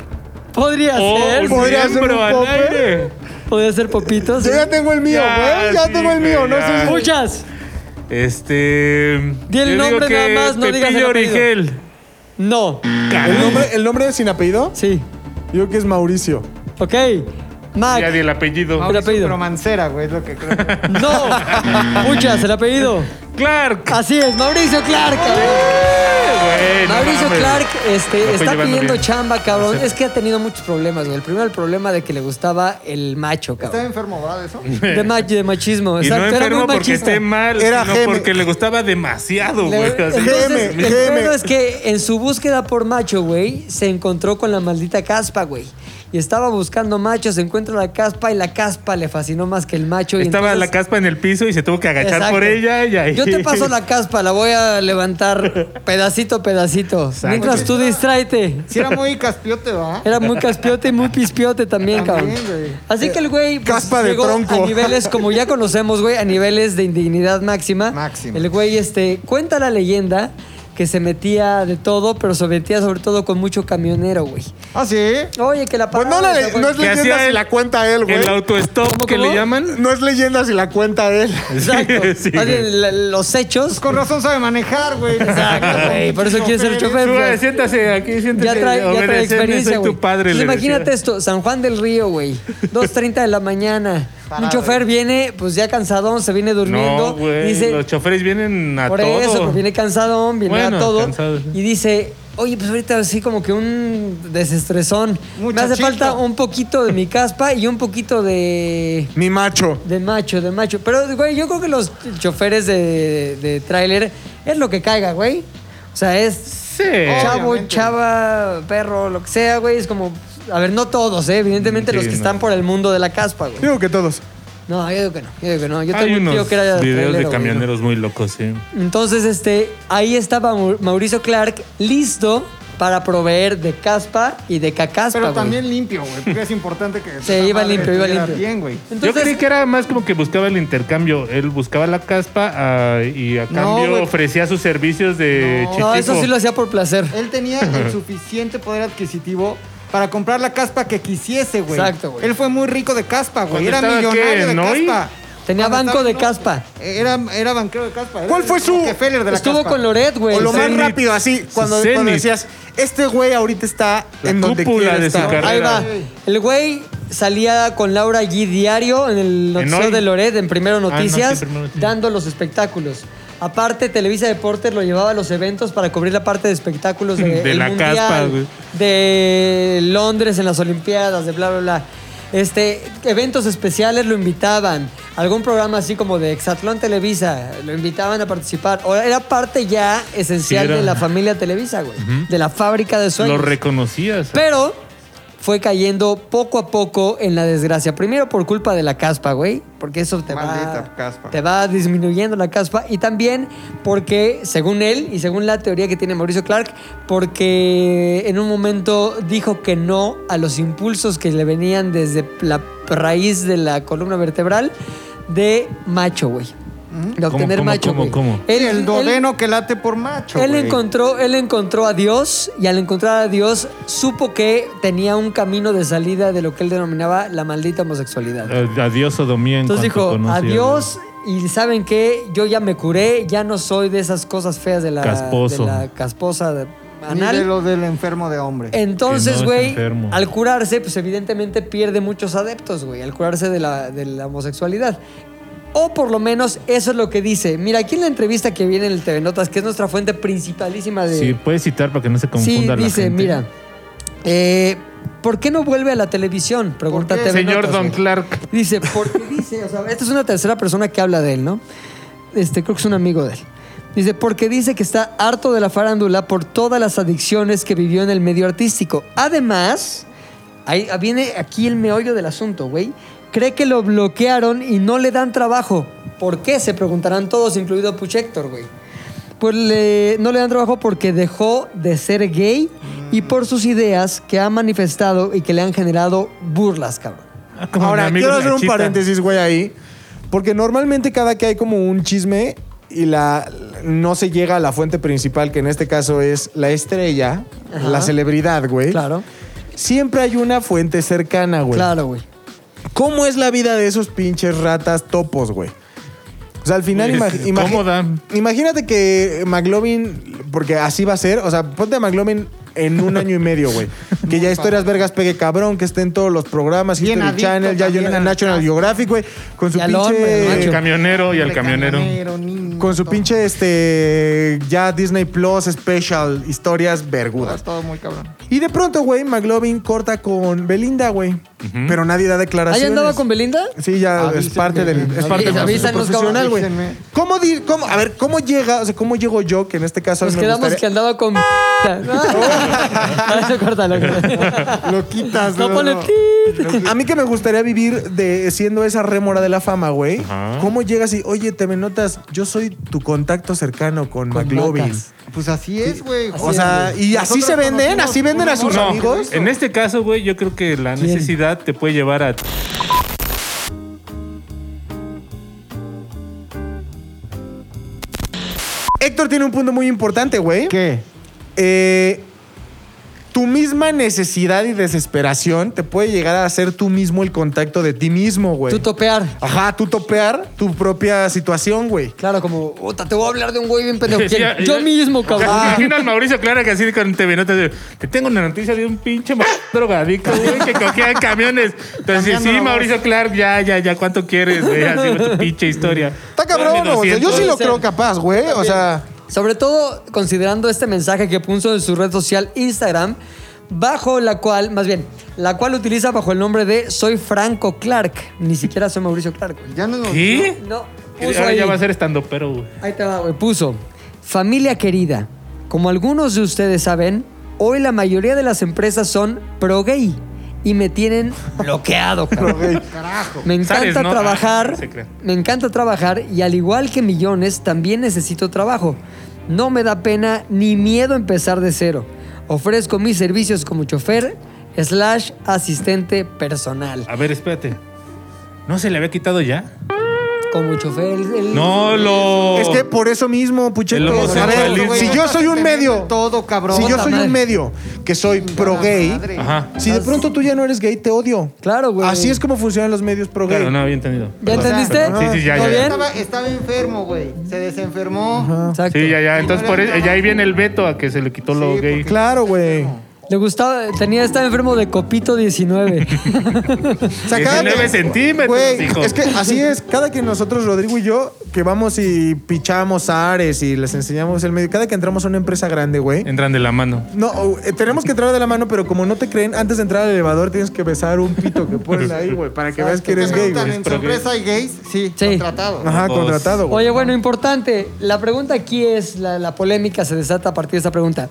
[SPEAKER 1] Podría
[SPEAKER 2] O
[SPEAKER 1] ser.
[SPEAKER 2] un
[SPEAKER 3] ¿Podría ser un
[SPEAKER 2] miembro al
[SPEAKER 3] popper?
[SPEAKER 2] aire.
[SPEAKER 1] Podría ser popitos.
[SPEAKER 3] Yo ya tengo el mío,
[SPEAKER 2] Ya,
[SPEAKER 3] güey. Ya
[SPEAKER 2] sí,
[SPEAKER 3] tengo el mío.
[SPEAKER 2] güey,
[SPEAKER 3] No
[SPEAKER 2] ya.
[SPEAKER 3] sé si-
[SPEAKER 1] Muchas.
[SPEAKER 2] Este.
[SPEAKER 1] Di el
[SPEAKER 2] yo
[SPEAKER 1] nombre
[SPEAKER 2] digo que
[SPEAKER 1] nada más, no digas
[SPEAKER 2] Pepillo
[SPEAKER 1] el apellido.
[SPEAKER 2] Origel.
[SPEAKER 1] No.
[SPEAKER 3] ¿El nombre, ¿El nombre sin apellido?
[SPEAKER 1] Sí.
[SPEAKER 3] Yo creo que es Mauricio.
[SPEAKER 1] Ok. Mac.
[SPEAKER 2] Ya di el apellido.
[SPEAKER 1] Ahora- apellido.
[SPEAKER 4] Pero Mancera, güey, es lo que creo. que-
[SPEAKER 1] No. Muchas, el apellido.
[SPEAKER 2] Clark.
[SPEAKER 1] Así es, Mauricio Clark. cabrón.
[SPEAKER 2] Güey, no
[SPEAKER 1] Mauricio
[SPEAKER 2] mames.
[SPEAKER 1] Clark
[SPEAKER 2] Lo
[SPEAKER 1] este,
[SPEAKER 2] estoy
[SPEAKER 1] está
[SPEAKER 2] llevando
[SPEAKER 1] pidiendo
[SPEAKER 2] bien.
[SPEAKER 1] chamba, cabrón.
[SPEAKER 2] Sí.
[SPEAKER 1] Es que ha tenido muchos problemas, güey. El primero, el problema de que le gustaba el macho,
[SPEAKER 4] Está
[SPEAKER 1] cabrón.
[SPEAKER 4] enfermo, ¿verdad? de Eso.
[SPEAKER 1] De, mach- de machismo.
[SPEAKER 2] Y no
[SPEAKER 1] Exacto, era muy
[SPEAKER 2] enfermo porque
[SPEAKER 1] machista.
[SPEAKER 2] esté mal,
[SPEAKER 3] Era
[SPEAKER 2] sino
[SPEAKER 3] geme.
[SPEAKER 2] porque le gustaba demasiado,
[SPEAKER 1] Le-
[SPEAKER 2] güey. Así,
[SPEAKER 1] Entonces,
[SPEAKER 3] Geme,
[SPEAKER 1] el
[SPEAKER 3] geme.
[SPEAKER 1] pedo es que en su búsqueda por macho, güey, se encontró con la maldita caspa, güey. Y estaba buscando macho, se encuentra la caspa y la caspa le fascinó más que el macho. y
[SPEAKER 2] Estaba
[SPEAKER 1] entonces-
[SPEAKER 2] la caspa en el piso y se tuvo que agachar
[SPEAKER 1] Exacto.
[SPEAKER 2] por ella y ahí.
[SPEAKER 1] Yo te paso la caspa, la voy a levantar pedacito a pedacito. Mientras tú distráete.
[SPEAKER 4] Si era muy caspiote, ¿va?
[SPEAKER 1] Era muy caspiote y muy pispiote también, cabrón.
[SPEAKER 4] También, güey.
[SPEAKER 1] Así que el güey pues,
[SPEAKER 3] Caspa de
[SPEAKER 1] llegó
[SPEAKER 3] tronco.
[SPEAKER 1] a niveles, como ya conocemos, güey, a niveles de indignidad máxima.
[SPEAKER 4] Máxima.
[SPEAKER 1] El güey, este, cuenta la leyenda que se metía de todo, pero se metía sobre todo con mucho camionero, güey.
[SPEAKER 4] Ah, sí.
[SPEAKER 1] Oye, Ah, que la
[SPEAKER 3] Pues no,
[SPEAKER 1] parada-
[SPEAKER 3] la- no es
[SPEAKER 2] ¿Qué hacía
[SPEAKER 3] leyenda si
[SPEAKER 2] él?
[SPEAKER 3] la cuenta él, güey.
[SPEAKER 2] El autostop
[SPEAKER 1] ¿Cómo,
[SPEAKER 2] que le
[SPEAKER 1] cómo?
[SPEAKER 2] llaman.
[SPEAKER 3] No es leyenda si la cuenta él.
[SPEAKER 1] Exacto.
[SPEAKER 2] Sí,
[SPEAKER 1] Más
[SPEAKER 2] güey.
[SPEAKER 1] bien, la- los hechos.
[SPEAKER 4] Con razón sabe manejar, güey.
[SPEAKER 1] Exacto,
[SPEAKER 3] Pues,
[SPEAKER 1] güey. Por eso quiere ser chofer.
[SPEAKER 2] Sube,
[SPEAKER 1] güey.
[SPEAKER 2] siéntase aquí, siéntese.
[SPEAKER 1] Ya trae, ya trae
[SPEAKER 2] obedeceme,
[SPEAKER 1] experiencia,
[SPEAKER 2] Soy
[SPEAKER 1] güey.
[SPEAKER 2] tu padre,
[SPEAKER 1] Pues
[SPEAKER 2] le
[SPEAKER 1] imagínate
[SPEAKER 2] decía.
[SPEAKER 1] esto, San Juan del Río, güey. 2.30 de la mañana.
[SPEAKER 4] Parado.
[SPEAKER 1] Un chofer viene, pues ya cansadón, se viene
[SPEAKER 2] No,
[SPEAKER 1] durmiendo.
[SPEAKER 2] güey.
[SPEAKER 1] dice,
[SPEAKER 2] Los choferes vienen a
[SPEAKER 1] por
[SPEAKER 2] todo.
[SPEAKER 1] eso, pues viene cansadón, viene
[SPEAKER 2] Bueno,
[SPEAKER 1] a todo.
[SPEAKER 2] cansado, sí.
[SPEAKER 1] Y dice, oye, pues ahorita así como que un desestresón. Me hace
[SPEAKER 4] Muchachito.
[SPEAKER 1] falta un poquito de mi caspa y un poquito de...
[SPEAKER 3] Mi macho.
[SPEAKER 1] De macho, de macho. Pero, güey, yo creo que los choferes de, de tráiler es lo que caiga, güey. O sea, es chavo,
[SPEAKER 4] Obviamente.
[SPEAKER 1] chava, perro, lo que sea, güey. Es como, a ver, no todos, ¿eh? evidentemente
[SPEAKER 2] Sí,
[SPEAKER 1] los que
[SPEAKER 2] no.
[SPEAKER 1] están por el mundo de la caspa, güey.
[SPEAKER 3] Digo que todos.
[SPEAKER 1] No, yo digo que no, yo digo que no. Yo
[SPEAKER 2] Hay
[SPEAKER 1] tengo un
[SPEAKER 2] unos
[SPEAKER 1] tío que era
[SPEAKER 2] videos
[SPEAKER 1] trailero,
[SPEAKER 2] de
[SPEAKER 1] güey, no.
[SPEAKER 2] camioneros muy locos, sí.
[SPEAKER 1] Entonces, este, ahí estaba Mau- Mauricio Clark listo para proveer de caspa y de cacaspa.
[SPEAKER 4] Pero
[SPEAKER 1] güey.
[SPEAKER 4] también limpio, güey. Porque es importante que.
[SPEAKER 1] Se iba limpio, iba limpio.
[SPEAKER 4] Bien, güey.
[SPEAKER 1] Entonces,
[SPEAKER 2] Yo creí que era más como que buscaba el intercambio. Él buscaba la caspa ah, y a cambio
[SPEAKER 4] güey.
[SPEAKER 2] ofrecía sus servicios de
[SPEAKER 4] No.
[SPEAKER 2] chichico.
[SPEAKER 1] No, eso sí lo hacía por placer.
[SPEAKER 4] Él tenía el suficiente poder adquisitivo para comprar la caspa que quisiese, güey.
[SPEAKER 1] Exacto, güey.
[SPEAKER 4] Él fue muy rico de caspa, güey.
[SPEAKER 2] Cuando
[SPEAKER 4] Era
[SPEAKER 2] estaba, ¿qué,
[SPEAKER 4] millonario de
[SPEAKER 2] en Hoy?
[SPEAKER 4] caspa.
[SPEAKER 1] Tenía
[SPEAKER 4] Cuando
[SPEAKER 1] banco
[SPEAKER 4] estaba
[SPEAKER 1] de
[SPEAKER 4] en Hoy,
[SPEAKER 1] caspa.
[SPEAKER 4] Era, era banquero de caspa. Era
[SPEAKER 3] ¿Cuál fue
[SPEAKER 4] el
[SPEAKER 3] su-
[SPEAKER 4] Rockefeller de la
[SPEAKER 1] Estuvo
[SPEAKER 4] caspa.
[SPEAKER 1] con Loret, güey.
[SPEAKER 4] O lo más
[SPEAKER 2] Zenit.
[SPEAKER 4] rápido, así. Cuando, cuando
[SPEAKER 2] Zenit.
[SPEAKER 4] decías,
[SPEAKER 3] Este güey ahorita está
[SPEAKER 2] La
[SPEAKER 3] en donde
[SPEAKER 2] cúpula
[SPEAKER 3] quiere
[SPEAKER 2] de su
[SPEAKER 3] estar.
[SPEAKER 2] carrera.
[SPEAKER 1] Ahí va.
[SPEAKER 4] Güey.
[SPEAKER 1] El güey salía con Laura G diario en el noticiero
[SPEAKER 2] hoy? Ah,
[SPEAKER 1] de Loret, en Primero
[SPEAKER 2] no, sí,
[SPEAKER 1] Noticias,
[SPEAKER 2] Primero Noticias.
[SPEAKER 1] dando los espectáculos. Aparte, Televisa Deportes lo llevaba a los eventos para cubrir la parte de espectáculos de,
[SPEAKER 2] De
[SPEAKER 1] el
[SPEAKER 2] la
[SPEAKER 1] Mundial,
[SPEAKER 2] caspa, güey.
[SPEAKER 1] de Londres en las Olimpiadas, de bla, bla, bla. Este, eventos especiales lo invitaban. Algún programa así como de Exatlón Televisa lo invitaban a participar. O era parte ya esencial
[SPEAKER 2] Sí, era.
[SPEAKER 1] de la familia Televisa, güey. De la fábrica de
[SPEAKER 2] Lo
[SPEAKER 1] sueños.
[SPEAKER 2] reconocías.
[SPEAKER 1] Pero fue cayendo poco a poco en la desgracia. Primero por culpa de la caspa, güey, porque eso te va,
[SPEAKER 4] Maldita caspa.
[SPEAKER 1] te va disminuyendo la caspa. Y también porque, según él y según la teoría que tiene Mauricio Clark, porque en un momento dijo que no a los impulsos que le venían desde la raíz de la columna vertebral de macho, güey. De
[SPEAKER 2] ¿Cómo,
[SPEAKER 1] obtener
[SPEAKER 2] cómo,
[SPEAKER 1] macho,
[SPEAKER 2] cómo,
[SPEAKER 1] güey.
[SPEAKER 2] cómo?
[SPEAKER 1] Él-
[SPEAKER 4] el
[SPEAKER 1] él-
[SPEAKER 4] dodeno que late por macho.
[SPEAKER 1] él
[SPEAKER 4] güey.
[SPEAKER 1] encontró, él encontró a Dios y al encontrar a Dios supo que tenía un camino de salida de lo que él denominaba la maldita homosexualidad.
[SPEAKER 2] Eh, Adiós, Sodomía. en
[SPEAKER 1] Entonces
[SPEAKER 2] cuanto
[SPEAKER 1] dijo,
[SPEAKER 2] conocí a
[SPEAKER 1] adiós y saben que yo ya me curé, ya no soy de esas cosas feas de la,
[SPEAKER 2] Casposo.
[SPEAKER 1] de la casposa de-
[SPEAKER 4] Ni de
[SPEAKER 1] anal.
[SPEAKER 4] lo del enfermo de hombre.
[SPEAKER 2] Que
[SPEAKER 1] Entonces,
[SPEAKER 2] no es
[SPEAKER 1] güey,
[SPEAKER 2] enfermo.
[SPEAKER 1] al curarse, pues evidentemente pierde muchos adeptos, güey, al curarse de la, de la homosexualidad. O por lo menos eso es lo que dice. Mira, aquí en la entrevista que viene en el TV Notas, que es nuestra fuente principalísima de,
[SPEAKER 2] Sí, puedes citar para que no se
[SPEAKER 1] eh. Sí,
[SPEAKER 2] confunda la
[SPEAKER 1] dice,
[SPEAKER 2] gente.
[SPEAKER 1] mira, eh, ¿por qué no vuelve a la televisión? Pregunta
[SPEAKER 4] ¿Por qué?
[SPEAKER 1] TV
[SPEAKER 2] Señor
[SPEAKER 1] Notas,
[SPEAKER 2] Don
[SPEAKER 1] güey.
[SPEAKER 2] Clark.
[SPEAKER 1] Dice, porque dice, o sea, esta es una tercera persona que habla de él, ¿no? Este, creo que es un amigo de él. Dice, porque dice que está harto de la farándula por todas las adicciones que vivió en el medio artístico. Además, ahí viene aquí el meollo del asunto, güey. Cree que lo bloquearon y no le dan trabajo. ¿Por qué? Se preguntarán todos, incluido Puchector, güey. Pues le- no le dan trabajo porque dejó de ser gay y por sus ideas que ha manifestado y que le han generado burlas, cabrón.
[SPEAKER 2] Ah, como mi
[SPEAKER 3] Ahora,
[SPEAKER 2] amigo
[SPEAKER 3] quiero hacer
[SPEAKER 2] la
[SPEAKER 3] un
[SPEAKER 2] chita.
[SPEAKER 3] paréntesis, güey, ahí. Porque normalmente cada que hay como un chisme y la no se llega a la fuente principal, que en este caso es la estrella,
[SPEAKER 1] Ajá.
[SPEAKER 3] la celebridad, güey.
[SPEAKER 1] Claro,
[SPEAKER 3] Siempre hay una fuente cercana, güey.
[SPEAKER 1] claro, güey.
[SPEAKER 3] ¿Cómo es la vida de esos pinches ratas topos, güey? O sea, al final
[SPEAKER 2] Es
[SPEAKER 3] ima- imagi-
[SPEAKER 2] cómoda.
[SPEAKER 3] imagínate que McLovin, porque así va a ser, o sea, ponte a McLovin en un año y medio, güey. Que ya historias vergas pegue cabrón, que esté en todos los programas,
[SPEAKER 4] Bien
[SPEAKER 3] History
[SPEAKER 4] adicto
[SPEAKER 3] Channel, ya
[SPEAKER 4] también
[SPEAKER 3] en
[SPEAKER 4] a la
[SPEAKER 3] National
[SPEAKER 4] casa.
[SPEAKER 3] Geographic, güey, con su
[SPEAKER 1] Y al hombre,
[SPEAKER 3] pinche
[SPEAKER 1] macho.
[SPEAKER 2] El camionero y al camionero.
[SPEAKER 4] niño,
[SPEAKER 3] con su
[SPEAKER 4] todo.
[SPEAKER 3] pinche este ya Disney Plus special historias vergudas.
[SPEAKER 4] Todo muy cabrón.
[SPEAKER 3] Y de pronto, güey, McLovin corta con Belinda, güey. Pero nadie da
[SPEAKER 1] ¿Ah, ya
[SPEAKER 3] declaraciones.
[SPEAKER 1] andaba con Belinda?
[SPEAKER 3] Sí, ya es
[SPEAKER 4] Avísenme.
[SPEAKER 3] parte del es
[SPEAKER 4] Avi-
[SPEAKER 3] parte del proceso
[SPEAKER 1] avísanos,
[SPEAKER 3] profesional, güey.
[SPEAKER 4] avísenme.
[SPEAKER 3] ¿Cómo, di- cómo- a ver, ¿cómo llega, o sea, cómo llego yo que en este caso a mí
[SPEAKER 1] Nos
[SPEAKER 3] me
[SPEAKER 1] quedamos que
[SPEAKER 3] gustaría-
[SPEAKER 1] andaba con. Eso córtalo. güey.
[SPEAKER 4] Lo quitas,
[SPEAKER 1] No
[SPEAKER 4] no,
[SPEAKER 1] pone
[SPEAKER 4] no.
[SPEAKER 1] tit.
[SPEAKER 3] a mí que me gustaría vivir de siendo esa rémora de la fama, güey.
[SPEAKER 2] Ajá.
[SPEAKER 3] ¿Cómo llegas y, oye, te me notas, yo soy tu contacto cercano con,
[SPEAKER 1] Con
[SPEAKER 3] McLovin?
[SPEAKER 1] notas.
[SPEAKER 4] Pues así es, güey.
[SPEAKER 3] O sea, y así
[SPEAKER 4] Nosotros
[SPEAKER 3] se venden,
[SPEAKER 4] conocimos
[SPEAKER 3] así venden a
[SPEAKER 4] una
[SPEAKER 3] sus
[SPEAKER 4] morra.
[SPEAKER 3] amigos.
[SPEAKER 2] En este caso, güey, yo creo que la
[SPEAKER 1] ¿Quién?
[SPEAKER 2] necesidad te puede llevar a.
[SPEAKER 3] Héctor tiene un punto muy importante, güey.
[SPEAKER 4] ¿Qué?
[SPEAKER 3] Eh, tu misma necesidad y desesperación te puede llegar a hacer tú mismo el contacto de ti mismo, güey.
[SPEAKER 1] Tú topear.
[SPEAKER 3] Ajá, tú topear tu propia situación, güey.
[SPEAKER 1] Claro, como, puta, te voy a hablar de un güey bien pendejo.
[SPEAKER 2] Sí,
[SPEAKER 1] ¿Quién?
[SPEAKER 2] ya-
[SPEAKER 1] Yo
[SPEAKER 2] ya-
[SPEAKER 1] mismo,
[SPEAKER 2] Ah.
[SPEAKER 1] cabrón.
[SPEAKER 2] Imagina al Mauricio Clara que así con TV Notas de, te tengo una noticia de un pinche ma- drogadicto, güey, que cogía en camiones. Entonces,
[SPEAKER 4] Cambiando
[SPEAKER 2] sí,
[SPEAKER 4] la
[SPEAKER 2] Mauricio Clark, ya, ya, ya, ¿cuánto quieres, güey? Así con tu pinche historia.
[SPEAKER 3] Está cabrón,
[SPEAKER 2] Dame
[SPEAKER 3] o sea, yo sí
[SPEAKER 2] 200.
[SPEAKER 3] lo creo capaz, güey. O sea,
[SPEAKER 1] Sobre todo considerando este mensaje que puso en su red social Instagram, bajo la cual, más bien, la cual utiliza bajo el nombre de Soy Franco Clark. Ni siquiera soy Mauricio Clark. güey.
[SPEAKER 4] Ya no.
[SPEAKER 2] ¿Qué?
[SPEAKER 1] No, puso
[SPEAKER 2] Ahora ya
[SPEAKER 1] ahí.
[SPEAKER 2] va a ser estando, pero, güey.
[SPEAKER 1] Ahí te va, güey. Puso, familia querida, como algunos de ustedes saben, hoy la mayoría de las empresas son pro-gay y me tienen bloqueado, cabrón.
[SPEAKER 4] Carajo.
[SPEAKER 1] Me encanta
[SPEAKER 2] Sales, ¿no? Ah,
[SPEAKER 1] trabajar,
[SPEAKER 2] se crea.
[SPEAKER 1] me encanta trabajar y al igual que millones también necesito trabajo. No me da pena ni miedo empezar de cero. Ofrezco mis servicios como chofer slash asistente personal.
[SPEAKER 2] A ver, espérate. ¿No se le había quitado ya?
[SPEAKER 1] Como chofer... el- el-
[SPEAKER 2] No lo.
[SPEAKER 3] Es que por eso mismo,
[SPEAKER 2] El
[SPEAKER 3] Pucheto.
[SPEAKER 2] homosexualismo.
[SPEAKER 3] A ver,
[SPEAKER 2] Güey,
[SPEAKER 3] si
[SPEAKER 4] no
[SPEAKER 3] yo
[SPEAKER 4] estás
[SPEAKER 3] soy un
[SPEAKER 4] entendiendo
[SPEAKER 3] medio,
[SPEAKER 4] todo, cabrón.
[SPEAKER 3] si yo
[SPEAKER 1] Puta
[SPEAKER 3] soy
[SPEAKER 1] madre.
[SPEAKER 3] un medio que soy pro gay,
[SPEAKER 4] Madre.
[SPEAKER 2] Ajá.
[SPEAKER 3] si de pronto tú ya no eres gay, te odio.
[SPEAKER 1] Claro, güey.
[SPEAKER 3] Así es como funcionan los medios pro gay.
[SPEAKER 2] Claro, no había entendido.
[SPEAKER 1] ¿Ya
[SPEAKER 2] Perdón.
[SPEAKER 1] entendiste?
[SPEAKER 2] Sí, sí, ya,
[SPEAKER 1] ¿Todo
[SPEAKER 2] ya, ya.
[SPEAKER 1] bien?
[SPEAKER 4] Estaba, estaba enfermo, güey. Se desenfermó.
[SPEAKER 1] Exacto.
[SPEAKER 2] Sí, ya, ya. Entonces, por eso- ya ahí viene el veto a que se le quitó lo
[SPEAKER 4] Sí,
[SPEAKER 2] gay.
[SPEAKER 4] porque-
[SPEAKER 3] Claro, güey.
[SPEAKER 1] Le gustaba, tenía, estaba enfermo de copito 19.
[SPEAKER 3] Se acaban de-
[SPEAKER 2] 19 centímetros,
[SPEAKER 3] Güey,
[SPEAKER 2] hijo.
[SPEAKER 3] es que así es. Cada que nosotros, Rodrigo y yo, que vamos y pichamos ares y les enseñamos el medio, cada que entramos a una empresa grande, güey.
[SPEAKER 2] Entran de la mano.
[SPEAKER 3] No, o- eh, tenemos que entrar de la mano, pero como no te creen, antes de entrar al elevador tienes que besar un pito que ponen ahí, güey, para que veas que eres
[SPEAKER 4] Me
[SPEAKER 3] gay,
[SPEAKER 4] preguntan,
[SPEAKER 3] güey.
[SPEAKER 4] ¿En
[SPEAKER 2] Pero
[SPEAKER 4] su
[SPEAKER 2] gay.
[SPEAKER 4] empresa hay gays? Sí,
[SPEAKER 1] Sí.
[SPEAKER 4] contratado.
[SPEAKER 3] Ajá, contratado, güey.
[SPEAKER 1] Oye, bueno, importante. La pregunta aquí es, la, la polémica se desata a partir de esta pregunta.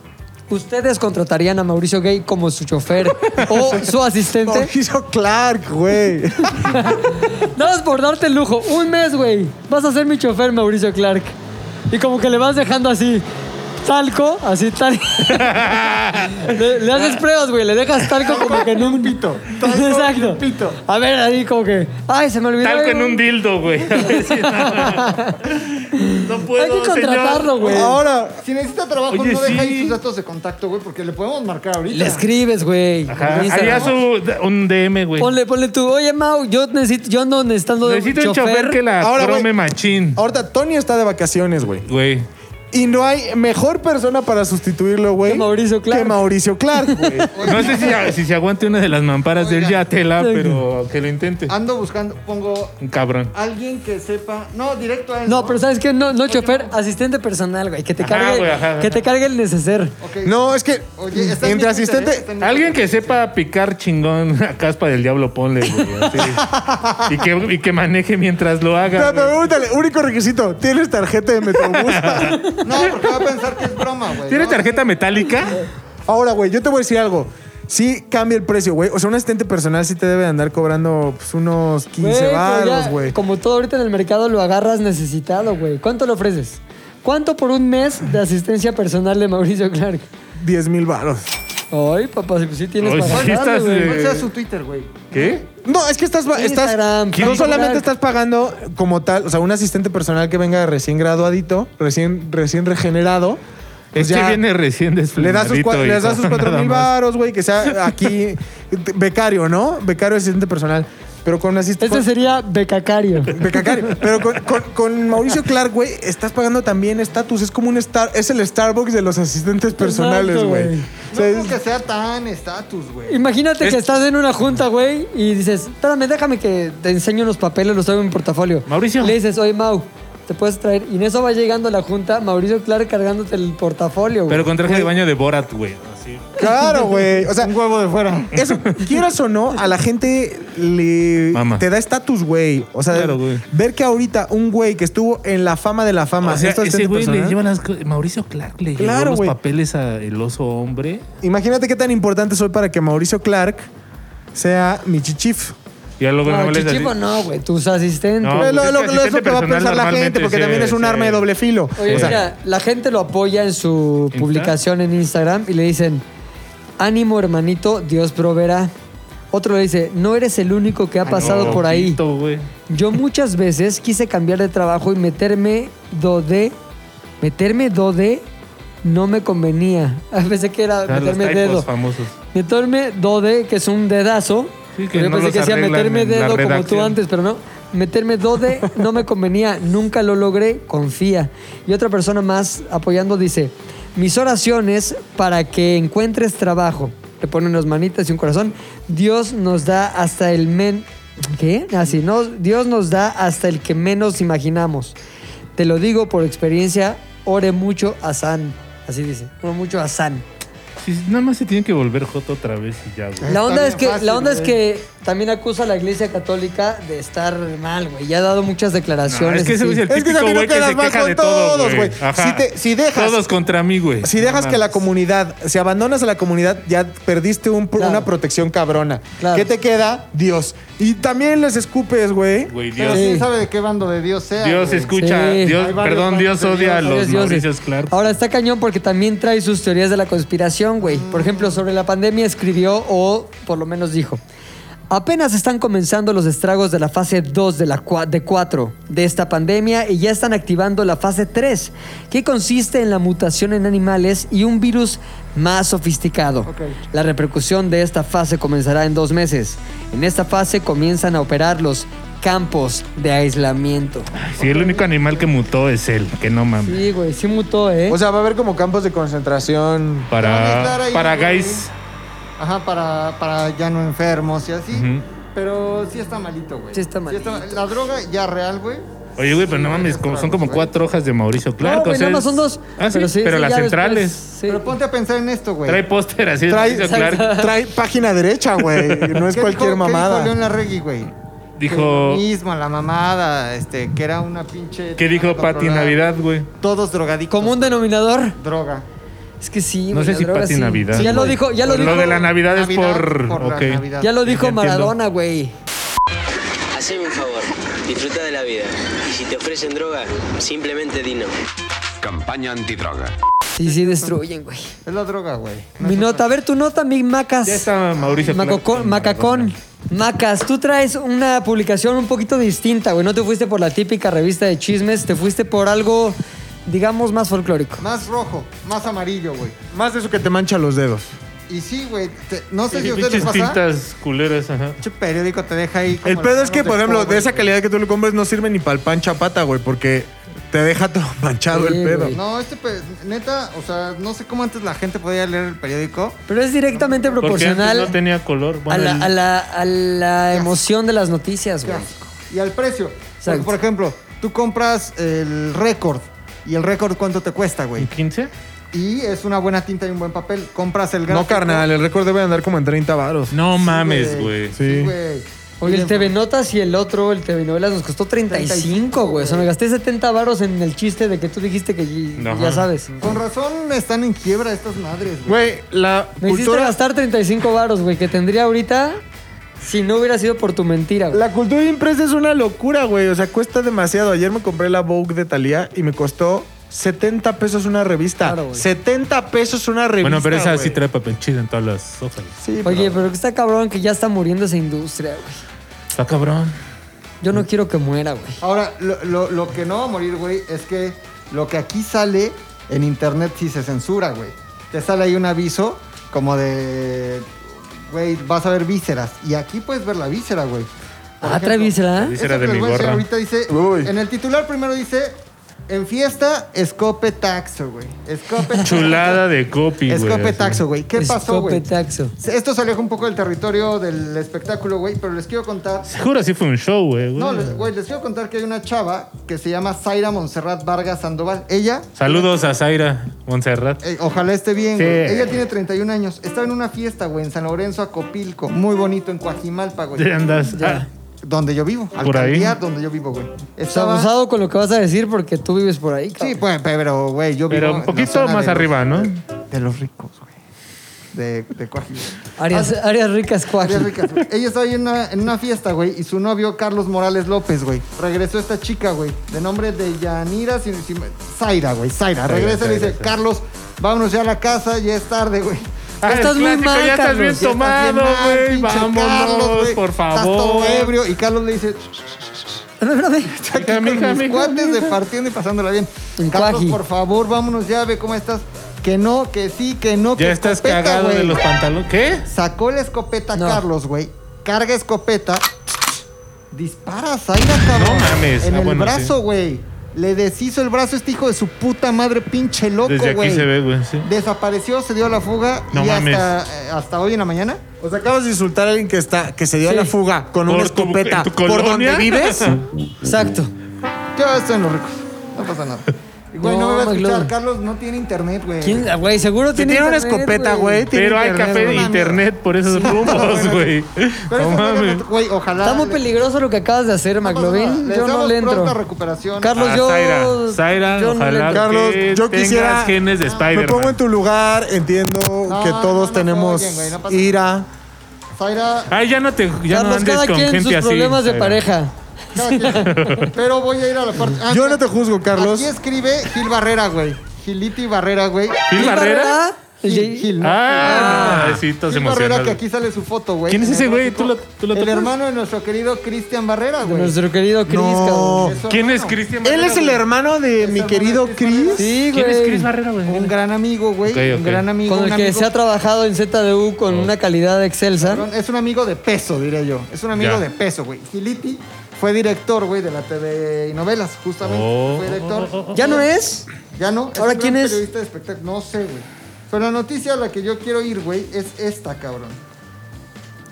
[SPEAKER 1] ¿Ustedes contratarían a Mauricio Gay como su chofer o su asistente?
[SPEAKER 3] Mauricio Clark, güey.
[SPEAKER 1] Nada más por darte el lujo. Un mes, güey. Vas a ser mi chofer, Mauricio Clark. Y como que le vas dejando así talco, así tal. le, le haces pruebas, güey. Le dejas talco como que en un pito. Exacto.
[SPEAKER 3] pito.
[SPEAKER 1] A ver, ahí como que. Ay, se me olvidó.
[SPEAKER 2] Talco
[SPEAKER 1] Ay,
[SPEAKER 2] en un dildo, güey. A ver si- no puedo.
[SPEAKER 1] Hay que contratarlo,
[SPEAKER 2] señor.
[SPEAKER 1] güey.
[SPEAKER 3] Ahora,
[SPEAKER 4] Pues, Si necesita trabajo,
[SPEAKER 2] Oye,
[SPEAKER 4] no deja ahí
[SPEAKER 2] sí.
[SPEAKER 4] sus datos de contacto, güey, porque le podemos marcar ahorita.
[SPEAKER 1] Le escribes, güey.
[SPEAKER 2] Ajá.
[SPEAKER 1] Por Instagram.
[SPEAKER 2] Ah, Haría su, un DM, güey.
[SPEAKER 1] Ponle, ponle tú, oye Mau, yo necesito, yo ando necesitando de
[SPEAKER 2] Necesito un chofer que la
[SPEAKER 3] Ahora, güey.
[SPEAKER 2] brome machín.
[SPEAKER 3] ahorita Tony está de vacaciones, güey.
[SPEAKER 2] Güey.
[SPEAKER 3] Y no hay mejor persona para sustituirlo, güey.
[SPEAKER 1] Que Mauricio Clark.
[SPEAKER 3] Que Mauricio Clark, güey.
[SPEAKER 2] No sé si, si se aguante una de las mamparas del
[SPEAKER 4] Oiga.
[SPEAKER 2] Yatela, pero que lo intente.
[SPEAKER 4] Ando buscando, pongo
[SPEAKER 2] Un cabrón.
[SPEAKER 4] alguien que sepa. No, directo a él.
[SPEAKER 1] No, pero sabes que no, no chofer, asistente personal, güey, que te
[SPEAKER 2] Ajá,
[SPEAKER 1] cargue,
[SPEAKER 2] güey, ajá,
[SPEAKER 1] que
[SPEAKER 2] ajá.
[SPEAKER 1] te cargue el neceser.
[SPEAKER 4] Ok.
[SPEAKER 3] No, es que
[SPEAKER 4] Oye, está en mi
[SPEAKER 3] entre
[SPEAKER 4] Twitter,
[SPEAKER 3] asistente.
[SPEAKER 4] ¿eh? Está en mi
[SPEAKER 2] Alguien
[SPEAKER 4] Twitter.
[SPEAKER 2] que sepa picar chingón a caspa del diablo, ponle, güey. así. Y, que, y que maneje mientras lo haga.
[SPEAKER 3] Pero, pero
[SPEAKER 2] güey.
[SPEAKER 3] pregúntale, único requisito, ¿tienes tarjeta de Metrobús?
[SPEAKER 4] No, porque va a pensar que es broma, güey.
[SPEAKER 2] ¿Tiene
[SPEAKER 4] ¿no?
[SPEAKER 2] tarjeta metálica?
[SPEAKER 3] Ahora, güey, yo te voy a decir algo. Sí cambia el precio, güey. O sea, un asistente personal sí te debe de andar cobrando pues, unos 15
[SPEAKER 1] pero
[SPEAKER 3] baros,
[SPEAKER 1] ya,
[SPEAKER 3] güey.
[SPEAKER 1] Como todo ahorita en el mercado lo agarras necesitado, güey. ¿Cuánto le ofreces? ¿Cuánto por un mes de asistencia personal de Mauricio Clark?
[SPEAKER 3] 10 mil baros.
[SPEAKER 1] Ay, papá, si- pues sí tienes
[SPEAKER 2] Ay,
[SPEAKER 1] para
[SPEAKER 2] sí
[SPEAKER 1] darle,
[SPEAKER 2] estás,
[SPEAKER 1] güey.
[SPEAKER 2] eh,
[SPEAKER 4] ¿Cuál sea su Twitter, güey?
[SPEAKER 2] ¿Qué?
[SPEAKER 3] No, es que estás... estás
[SPEAKER 1] Instagram,
[SPEAKER 3] no
[SPEAKER 1] Facebook.
[SPEAKER 3] solamente estás pagando como tal, o sea, un asistente personal que venga recién graduadito, recién, recién regenerado. pues
[SPEAKER 2] Este
[SPEAKER 3] ya-
[SPEAKER 2] viene recién
[SPEAKER 3] Le da sus,
[SPEAKER 2] desflemadito.
[SPEAKER 3] cua-
[SPEAKER 2] y
[SPEAKER 3] les da
[SPEAKER 2] no,
[SPEAKER 3] sus cuatro
[SPEAKER 2] nada
[SPEAKER 3] mil
[SPEAKER 2] más.
[SPEAKER 3] baros, güey, que sea aquí t- becario, ¿no? Becario asistente personal. Pero con asistente.
[SPEAKER 1] Este sería becacario.
[SPEAKER 3] Becacario. Pero con, con- con Mauricio Clark, güey, estás pagando también estatus. Es como un star, es el Starbucks de los asistentes personales,
[SPEAKER 1] Exacto,
[SPEAKER 3] güey.
[SPEAKER 1] güey.
[SPEAKER 3] O
[SPEAKER 4] No
[SPEAKER 3] sea,
[SPEAKER 4] creo
[SPEAKER 3] es-
[SPEAKER 4] que sea tan estatus, güey.
[SPEAKER 1] Imagínate
[SPEAKER 2] Es-
[SPEAKER 1] que estás en una junta, güey, y dices, espérame, déjame que te enseño unos papeles, los traigo en mi portafolio.
[SPEAKER 2] Mauricio.
[SPEAKER 1] Le dices, oye, Mau, te puedes traer. Y en eso va llegando a la junta, Mauricio Clark cargándote el portafolio, güey.
[SPEAKER 2] Pero con traje de baño de Borat, güey. así.
[SPEAKER 3] claro, güey. O sea,
[SPEAKER 4] Un huevo de fuera.
[SPEAKER 3] eso, quieras o no, a la gente le
[SPEAKER 2] Mama.
[SPEAKER 3] te da estatus, güey. O sea,
[SPEAKER 2] Claro, güey.
[SPEAKER 3] ver que ahorita un güey que estuvo en la fama de la fama,
[SPEAKER 2] O sea,
[SPEAKER 3] esto es
[SPEAKER 2] ese
[SPEAKER 3] asistente
[SPEAKER 2] güey le
[SPEAKER 3] personal.
[SPEAKER 2] lleva las... co- Mauricio Clark le
[SPEAKER 3] Claro,
[SPEAKER 2] llevó los
[SPEAKER 3] güey.
[SPEAKER 2] papeles a el oso hombre.
[SPEAKER 3] Imagínate qué tan importante soy para que Mauricio Clark sea mi chichif.
[SPEAKER 2] Ya lo
[SPEAKER 1] no,
[SPEAKER 2] vemos.
[SPEAKER 1] chichifo no, güey, tus asistentes.
[SPEAKER 2] No,
[SPEAKER 3] Pues
[SPEAKER 2] pues
[SPEAKER 3] lo,
[SPEAKER 2] es
[SPEAKER 3] lo-
[SPEAKER 2] que
[SPEAKER 3] lo-
[SPEAKER 2] asistente
[SPEAKER 3] eso que va a
[SPEAKER 2] personal
[SPEAKER 3] pensar la gente,
[SPEAKER 2] normalmente
[SPEAKER 3] porque
[SPEAKER 2] sí,
[SPEAKER 3] también es un
[SPEAKER 2] sí.
[SPEAKER 3] arma de doble filo.
[SPEAKER 1] Oye,
[SPEAKER 3] O sea,
[SPEAKER 1] mira, la gente lo apoya en su
[SPEAKER 2] ¿Insta?
[SPEAKER 1] publicación en Instagram y le dicen, ánimo, hermanito, Dios proveerá. Otro le dice, no eres el único que ha pasado por ahí.
[SPEAKER 2] Poquito, güey.
[SPEAKER 1] Yo muchas veces quise cambiar de trabajo y meterme do de. Meterme do de no me convenía. A veces que era
[SPEAKER 2] O sea, los
[SPEAKER 1] meterme
[SPEAKER 2] typos
[SPEAKER 1] dedo.
[SPEAKER 2] famosos.
[SPEAKER 1] Meterme do de, que es un dedazo.
[SPEAKER 2] Sí, que
[SPEAKER 1] Pero yo
[SPEAKER 2] no
[SPEAKER 1] pensé
[SPEAKER 2] los
[SPEAKER 1] que decía
[SPEAKER 2] arreglan
[SPEAKER 1] meterme
[SPEAKER 2] en la
[SPEAKER 1] dedo como tú
[SPEAKER 2] redacción.
[SPEAKER 1] antes, pero no. Meterme do de no me convenía. Nunca lo logré. Confía. Y otra persona más apoyando dice: Mis oraciones para que encuentres trabajo. Le ponen unas manitas y un corazón. Dios nos da hasta el men. ¿Qué? Ah, Así, no. Dios nos da hasta el que menos imaginamos. Te lo digo por experiencia Ore mucho a San. Así dice. Ore mucho a San.
[SPEAKER 2] Sí, nada más se tiene que volver Joto otra vez y ya, güey.
[SPEAKER 1] La onda,
[SPEAKER 4] bien
[SPEAKER 1] es que,
[SPEAKER 4] fácil,
[SPEAKER 1] la onda es
[SPEAKER 4] güey.
[SPEAKER 1] que también acusa a la iglesia católica de estar mal, güey. Ya ha dado muchas declaraciones.
[SPEAKER 2] No, es que ese
[SPEAKER 1] así.
[SPEAKER 2] güey es el
[SPEAKER 4] Es que
[SPEAKER 2] típico
[SPEAKER 4] también
[SPEAKER 2] güey
[SPEAKER 4] no
[SPEAKER 2] que
[SPEAKER 4] quedas
[SPEAKER 2] se
[SPEAKER 4] mal
[SPEAKER 2] queja
[SPEAKER 4] con
[SPEAKER 2] de todo,
[SPEAKER 4] todos,
[SPEAKER 2] güey.
[SPEAKER 4] güey.
[SPEAKER 2] Ajá.
[SPEAKER 10] Si te- si dejas-
[SPEAKER 2] Todos contra mí, güey.
[SPEAKER 10] Si dejas
[SPEAKER 2] No
[SPEAKER 10] que la
[SPEAKER 2] mames.
[SPEAKER 10] comunidad, si abandonas a la comunidad, ya perdiste un pro-
[SPEAKER 1] Claro.
[SPEAKER 10] una protección cabrona.
[SPEAKER 1] Claro.
[SPEAKER 10] ¿Qué te queda? Dios. Y también les escupes, güey.
[SPEAKER 2] Güey,
[SPEAKER 4] Pero
[SPEAKER 2] Dios.
[SPEAKER 4] quién
[SPEAKER 1] Sí.
[SPEAKER 4] sabe de qué bando de Dios sea.
[SPEAKER 2] Dios
[SPEAKER 4] güey.
[SPEAKER 2] escucha.
[SPEAKER 1] Sí.
[SPEAKER 2] Dios,
[SPEAKER 4] Hay varios
[SPEAKER 2] perdón, Dios
[SPEAKER 4] bandos de
[SPEAKER 2] odia a
[SPEAKER 4] Dios,
[SPEAKER 2] los
[SPEAKER 1] Varios dioses.
[SPEAKER 2] Mauricios Clark.
[SPEAKER 1] Ahora está cañón porque también trae sus teorías de la conspiración, güey. Por ejemplo, sobre la pandemia escribió o por lo menos dijo. Apenas están comenzando los estragos de la fase 2 de, la cua- de 4 de esta pandemia y ya están activando la fase 3, que consiste en la mutación en animales y un virus más sofisticado. La repercusión de esta fase comenzará en dos meses. En esta fase comienzan a operar los campos de aislamiento.
[SPEAKER 2] Si el único animal que mutó es él, que no mames.
[SPEAKER 1] Sí, güey, sí mutó, ¿eh?
[SPEAKER 10] O sea, va a haber como campos de concentración.
[SPEAKER 4] Van a estar
[SPEAKER 2] Para,
[SPEAKER 4] ahí,
[SPEAKER 2] para
[SPEAKER 4] güey.
[SPEAKER 2] guys.
[SPEAKER 4] Ajá, para, para ya no enfermos y así.
[SPEAKER 2] Ujú.
[SPEAKER 4] Pero sí está malito, güey.
[SPEAKER 1] Sí está malito.
[SPEAKER 4] la droga ya real, güey.
[SPEAKER 2] Oye, güey, pero no mames, como- son como cuatro hojas de Mauricio Clark.
[SPEAKER 1] No,
[SPEAKER 2] o
[SPEAKER 1] güey,
[SPEAKER 2] sea,
[SPEAKER 1] nada más son
[SPEAKER 2] es-
[SPEAKER 1] dos.
[SPEAKER 2] Ah, sí, pero,
[SPEAKER 1] sí,
[SPEAKER 2] las
[SPEAKER 1] ya después,
[SPEAKER 2] centrales.
[SPEAKER 1] sí.
[SPEAKER 4] Pero ponte a pensar en esto, güey.
[SPEAKER 2] Trae póster así de
[SPEAKER 10] Trae-
[SPEAKER 2] Mauricio Clark.
[SPEAKER 10] Trae página derecha, güey. No es
[SPEAKER 4] ¿Qué
[SPEAKER 10] cualquier
[SPEAKER 4] dijo- ¿Qué dijo
[SPEAKER 10] mamada.
[SPEAKER 4] León Larregui, güey? Que
[SPEAKER 2] Dijo.
[SPEAKER 4] lo mismo, la mamada, este, que era una pinche...
[SPEAKER 2] ¿Qué dijo Pati
[SPEAKER 4] controlada.
[SPEAKER 2] Navidad, güey?
[SPEAKER 4] Todos drogadictos.
[SPEAKER 1] Como un denominador.
[SPEAKER 4] Droga.
[SPEAKER 1] Es que sí,
[SPEAKER 2] No
[SPEAKER 1] güey,
[SPEAKER 2] sé
[SPEAKER 1] la
[SPEAKER 2] si
[SPEAKER 1] droga
[SPEAKER 2] Pati
[SPEAKER 1] sí.
[SPEAKER 2] Navidad.
[SPEAKER 1] Sí, ya lo
[SPEAKER 2] güey.
[SPEAKER 1] dijo, ya lo
[SPEAKER 2] Pero
[SPEAKER 1] dijo.
[SPEAKER 2] Lo de la Navidad,
[SPEAKER 4] Navidad
[SPEAKER 2] es por.
[SPEAKER 4] por la
[SPEAKER 2] ok.
[SPEAKER 4] Navidad.
[SPEAKER 1] Ya lo
[SPEAKER 2] Sí,
[SPEAKER 1] dijo
[SPEAKER 2] entiendo.
[SPEAKER 1] Maradona, güey.
[SPEAKER 11] Haceme un favor, disfruta de la vida. Y si te ofrecen droga, simplemente di no.
[SPEAKER 12] Campaña antidroga.
[SPEAKER 1] Sí, sí destruyen, güey.
[SPEAKER 4] Es la droga, güey.
[SPEAKER 1] Mi nota, a ver tu nota, mi Macas.
[SPEAKER 2] Ya está Mauricio Clark
[SPEAKER 1] Macocón-
[SPEAKER 2] con
[SPEAKER 1] Macacón. Macas, tú traes una publicación un poquito distinta, güey. No te fuiste por la típica revista de chismes, te fuiste por algo, digamos, más folclórico.
[SPEAKER 4] Más rojo, más amarillo, güey.
[SPEAKER 10] Más de eso que te mancha los dedos.
[SPEAKER 4] Y sí, güey, te- no sé
[SPEAKER 2] Sí,
[SPEAKER 4] si a ustedes les
[SPEAKER 2] pinches
[SPEAKER 4] pasa.
[SPEAKER 2] tintas culeras, ajá.
[SPEAKER 4] Pinche periódico te deja ahí. como
[SPEAKER 10] El pedo
[SPEAKER 4] las
[SPEAKER 10] es que,
[SPEAKER 4] manos
[SPEAKER 10] por
[SPEAKER 4] de
[SPEAKER 10] ejemplo,
[SPEAKER 4] cobre,
[SPEAKER 10] de esa
[SPEAKER 4] güey.
[SPEAKER 10] calidad que tú le compras no sirve ni para el pan chapata, güey, porque te deja todo manchado
[SPEAKER 1] Sí,
[SPEAKER 10] el pedo.
[SPEAKER 1] güey.
[SPEAKER 4] No, este, pe- neta, o sea, no sé cómo antes la gente podía leer el periódico.
[SPEAKER 1] Pero es directamente
[SPEAKER 2] Porque antes
[SPEAKER 1] proporcional
[SPEAKER 2] no tenía color.
[SPEAKER 1] a,
[SPEAKER 2] Bueno,
[SPEAKER 1] la,
[SPEAKER 2] el-
[SPEAKER 1] a la- a la emoción de las noticias, güey.
[SPEAKER 4] Y al precio. Porque,
[SPEAKER 1] Exacto.
[SPEAKER 4] por ejemplo, tú compras el récord. ¿Y el récord cuánto te cuesta, güey?
[SPEAKER 2] ¿Un 15?
[SPEAKER 4] Y es una buena tinta y un buen papel. Compras el gráfico.
[SPEAKER 10] No, carnal, el récord debe andar como en 30 varos.
[SPEAKER 2] No
[SPEAKER 4] Sí,
[SPEAKER 2] mames, güey.
[SPEAKER 4] Sí,
[SPEAKER 10] Sí.
[SPEAKER 4] güey.
[SPEAKER 1] Oye, el TV Notas y el otro, el TV Novelas, nos costó 35, güey. O sea, me gasté 70 varos en el chiste de que tú dijiste que y-
[SPEAKER 2] Ajá.
[SPEAKER 1] ya sabes.
[SPEAKER 4] Con razón están en quiebra estas madres, güey.
[SPEAKER 10] Güey, la
[SPEAKER 1] Me hiciste
[SPEAKER 10] cultura,
[SPEAKER 1] gastar 35 varos, güey, que tendría ahorita si no hubiera sido por tu mentira, güey.
[SPEAKER 10] la cultura impresa es una locura, güey. O sea, cuesta demasiado. Ayer me compré la Vogue de Thalía y me costó 70 pesos una revista.
[SPEAKER 1] Claro, güey.
[SPEAKER 10] 70 pesos una revista.
[SPEAKER 2] Bueno, pero esa
[SPEAKER 10] güey.
[SPEAKER 2] sí trae papel chido en todas las hojas.
[SPEAKER 10] Sí,
[SPEAKER 1] Oye,
[SPEAKER 10] pero-
[SPEAKER 1] pero que está cabrón que ya está muriendo esa industria, güey.
[SPEAKER 2] Está cabrón.
[SPEAKER 1] Yo no quiero que muera, güey.
[SPEAKER 4] Ahora, lo, lo- lo que no va a morir, güey, es que lo que aquí sale en internet sí se censura, güey. Te sale ahí un aviso como de, güey, vas a ver vísceras. Y aquí puedes ver la víscera, güey. Por
[SPEAKER 1] Ah, trae
[SPEAKER 4] ejemplo,
[SPEAKER 1] víscera, ¿eh?
[SPEAKER 2] Víscera
[SPEAKER 4] eso
[SPEAKER 2] de
[SPEAKER 4] que
[SPEAKER 2] mi
[SPEAKER 4] les voy a decir
[SPEAKER 2] gorra.
[SPEAKER 4] Ahorita dice,
[SPEAKER 10] Uy.
[SPEAKER 4] en el titular primero dice, en fiesta, escope taxo, güey. Escope taxo.
[SPEAKER 2] Chulada de copy, güey.
[SPEAKER 4] Escope
[SPEAKER 2] así.
[SPEAKER 4] taxo, güey. ¿Qué pasó, güey?
[SPEAKER 1] Escopetaxo.
[SPEAKER 4] Esto se aleja un poco del territorio del espectáculo, güey, pero les quiero contar
[SPEAKER 2] Seguro sí fue un show, güey.
[SPEAKER 4] no,
[SPEAKER 2] güey.
[SPEAKER 4] les- güey, les quiero contar que hay una chava que se llama Zaira Montserrat Vargas Sandoval. Ella,
[SPEAKER 2] Saludos a Zaira Montserrat.
[SPEAKER 4] eh, ojalá esté bien,
[SPEAKER 2] Sí.
[SPEAKER 4] güey. Ella tiene 31 años. Estaba en una fiesta, güey, en San Lorenzo, Acopilco. Muy bonito, en Coajimalpa,
[SPEAKER 2] ¿Dónde
[SPEAKER 4] güey.
[SPEAKER 2] andas?
[SPEAKER 1] Ya.
[SPEAKER 4] Donde yo vivo.
[SPEAKER 2] Por ahí.
[SPEAKER 4] Alcaldía, donde yo vivo, güey.
[SPEAKER 1] O sea,
[SPEAKER 4] Estaba...
[SPEAKER 1] abusado con lo que vas a decir porque tú vives por ahí,
[SPEAKER 4] Sí,
[SPEAKER 1] cabrón.
[SPEAKER 4] pues, pero, güey, yo vivo...
[SPEAKER 2] Pero
[SPEAKER 4] en
[SPEAKER 2] un
[SPEAKER 4] la
[SPEAKER 2] poquito
[SPEAKER 4] zona
[SPEAKER 2] más
[SPEAKER 4] de-
[SPEAKER 2] arriba, ¿no?
[SPEAKER 4] De los ricos, güey. De, de Coajimalpa.
[SPEAKER 1] Áreas, áreas ricas, cuac.
[SPEAKER 4] María Rica, güey. Ella estaba ahí en una, en una fiesta, güey, y su novio Carlos Morales López, güey. Regresó esta chica, güey, de nombre de Yanira, si- si- Zaira, güey, Zaira. Regresa y le dice, Carlos, vámonos ya a la casa, ya es tarde, güey.
[SPEAKER 2] Ah,
[SPEAKER 1] estás
[SPEAKER 2] el
[SPEAKER 1] muy
[SPEAKER 2] clásico,
[SPEAKER 1] mal,
[SPEAKER 2] Ya estás
[SPEAKER 1] Carlos,
[SPEAKER 2] bien
[SPEAKER 4] Ya estás bien
[SPEAKER 2] tomado,
[SPEAKER 4] mal,
[SPEAKER 2] güey.
[SPEAKER 4] pinche
[SPEAKER 2] Vámonos,
[SPEAKER 4] Carlos, güey.
[SPEAKER 2] por
[SPEAKER 4] Estás todo
[SPEAKER 2] favor.
[SPEAKER 4] ebrio. Y Carlos le dice, "Shh,
[SPEAKER 1] Espérame, espérame.
[SPEAKER 4] aquí con
[SPEAKER 2] mija,
[SPEAKER 4] mis
[SPEAKER 2] mija,
[SPEAKER 4] cuates de partiendo y pasándola bien.
[SPEAKER 1] En
[SPEAKER 4] Carlos,
[SPEAKER 1] cuaji.
[SPEAKER 4] por favor, vámonos ya, ve cómo estás. Que no, que sí, que no, que
[SPEAKER 2] Ya estás
[SPEAKER 4] escopeta,
[SPEAKER 2] cagado de
[SPEAKER 4] güey.
[SPEAKER 2] los pantalones. ¿Qué?
[SPEAKER 4] Sacó la escopeta
[SPEAKER 1] No.
[SPEAKER 4] Carlos, güey. Carga escopeta. Dispara, Zaira, cabrón.
[SPEAKER 2] No mames.
[SPEAKER 4] En
[SPEAKER 2] Ah,
[SPEAKER 4] el
[SPEAKER 2] bueno,
[SPEAKER 4] brazo, güey. Le deshizo el brazo a este hijo de su puta madre, pinche loco, güey.
[SPEAKER 2] Desde aquí se ve, güey. sí.
[SPEAKER 4] Desapareció, se dio a la fuga.
[SPEAKER 2] No
[SPEAKER 4] y
[SPEAKER 2] mames.
[SPEAKER 4] Hasta, eh, hasta hoy en la mañana.
[SPEAKER 10] O sea, Pues acabas de insultar a alguien que está que se dio
[SPEAKER 1] Sí.
[SPEAKER 10] a la fuga con
[SPEAKER 2] Por
[SPEAKER 10] una
[SPEAKER 2] tu-
[SPEAKER 10] escopeta
[SPEAKER 2] en tu
[SPEAKER 10] por
[SPEAKER 2] colonia.
[SPEAKER 10] donde vives.
[SPEAKER 1] Exacto.
[SPEAKER 4] Yo estoy en los ricos. No pasa nada. Güey, no, me va a
[SPEAKER 1] McLovin.
[SPEAKER 4] escuchar. Carlos no tiene internet, güey.
[SPEAKER 1] ¿Quién? Ah, Güey, seguro
[SPEAKER 4] Si
[SPEAKER 1] tiene.
[SPEAKER 4] tiene una
[SPEAKER 1] internet,
[SPEAKER 4] escopeta, güey, tiene
[SPEAKER 2] Pero hay café de
[SPEAKER 4] güey.
[SPEAKER 2] internet por esos
[SPEAKER 4] Sí.
[SPEAKER 2] rumbos, güey.
[SPEAKER 4] Pero
[SPEAKER 2] No
[SPEAKER 4] eso no
[SPEAKER 2] mames.
[SPEAKER 4] le- Güey, ojalá.
[SPEAKER 1] Está muy peligroso lo que acabas de hacer, McLovin.
[SPEAKER 4] Les
[SPEAKER 1] Yo no
[SPEAKER 4] damos
[SPEAKER 1] le entro.
[SPEAKER 4] pronta recuperación.
[SPEAKER 1] Carlos,
[SPEAKER 2] Ah,
[SPEAKER 1] yo.
[SPEAKER 2] Zaira, Zaira,
[SPEAKER 1] yo no le
[SPEAKER 2] ojalá
[SPEAKER 1] entro.
[SPEAKER 2] Carlos, que
[SPEAKER 10] yo
[SPEAKER 2] tengas
[SPEAKER 10] quisiera-
[SPEAKER 2] genes de
[SPEAKER 10] Me pongo
[SPEAKER 2] Spider-Man.
[SPEAKER 10] en tu lugar, entiendo que
[SPEAKER 4] no,
[SPEAKER 10] todos
[SPEAKER 4] no
[SPEAKER 10] tenemos
[SPEAKER 4] oyen, güey, no pasa
[SPEAKER 10] ira.
[SPEAKER 4] Zaira,
[SPEAKER 2] Ay, ya no te ya no
[SPEAKER 1] Carlos,
[SPEAKER 2] andes
[SPEAKER 1] cada
[SPEAKER 2] con
[SPEAKER 1] quien
[SPEAKER 2] gente
[SPEAKER 1] sus
[SPEAKER 2] así.
[SPEAKER 1] problemas de
[SPEAKER 2] Zaira.
[SPEAKER 1] pareja.
[SPEAKER 4] cada quien. Pero voy a ir a la parte. Ah,
[SPEAKER 10] Yo no te juzgo, Carlos.
[SPEAKER 4] Aquí escribe Gil Barrera, güey. Giliti Barrera, güey.
[SPEAKER 2] ¿Gil Barrera?
[SPEAKER 4] Gil, Gil, ¿no?
[SPEAKER 2] Ah, necesito
[SPEAKER 4] Gil Barrera, que
[SPEAKER 2] emocional.
[SPEAKER 4] aquí sale su foto, güey.
[SPEAKER 2] ¿Quién es
[SPEAKER 4] En
[SPEAKER 2] ese
[SPEAKER 4] el
[SPEAKER 2] güey?
[SPEAKER 4] gráfico.
[SPEAKER 2] ¿Tú lo- tú lo
[SPEAKER 4] El
[SPEAKER 2] topas?
[SPEAKER 4] hermano de nuestro querido Cristian Barrera, güey.
[SPEAKER 1] Nuestro querido Chris,
[SPEAKER 10] No.
[SPEAKER 1] cabrón.
[SPEAKER 4] Eso,
[SPEAKER 2] ¿Quién es
[SPEAKER 4] bueno,
[SPEAKER 2] Cristian
[SPEAKER 10] Él
[SPEAKER 2] Barrera,
[SPEAKER 10] es el
[SPEAKER 2] güey?
[SPEAKER 10] hermano de mi querido Chris.
[SPEAKER 1] Sí, güey.
[SPEAKER 2] ¿Quién es Chris Barrera, güey?
[SPEAKER 4] Un gran amigo, güey.
[SPEAKER 2] Ok, ok.
[SPEAKER 4] Un gran amigo.
[SPEAKER 1] Con
[SPEAKER 4] un
[SPEAKER 1] el que
[SPEAKER 4] amigo-
[SPEAKER 1] se ha trabajado en ZDU con una calidad excelsa.
[SPEAKER 4] Perdón, es un amigo de peso, diría yo. Es un amigo
[SPEAKER 2] Ya.
[SPEAKER 4] de peso, güey. Giliti fue director, güey, de la TV y novelas, justamente.
[SPEAKER 2] Oh.
[SPEAKER 4] Fue director.
[SPEAKER 1] ¿Ya no es?
[SPEAKER 4] Ya no.
[SPEAKER 1] Ahora,
[SPEAKER 4] un gran
[SPEAKER 1] ¿quién es?
[SPEAKER 4] periodista de espectáculo. No sé, güey. Pero la noticia a la que yo quiero ir, güey, es esta, cabrón.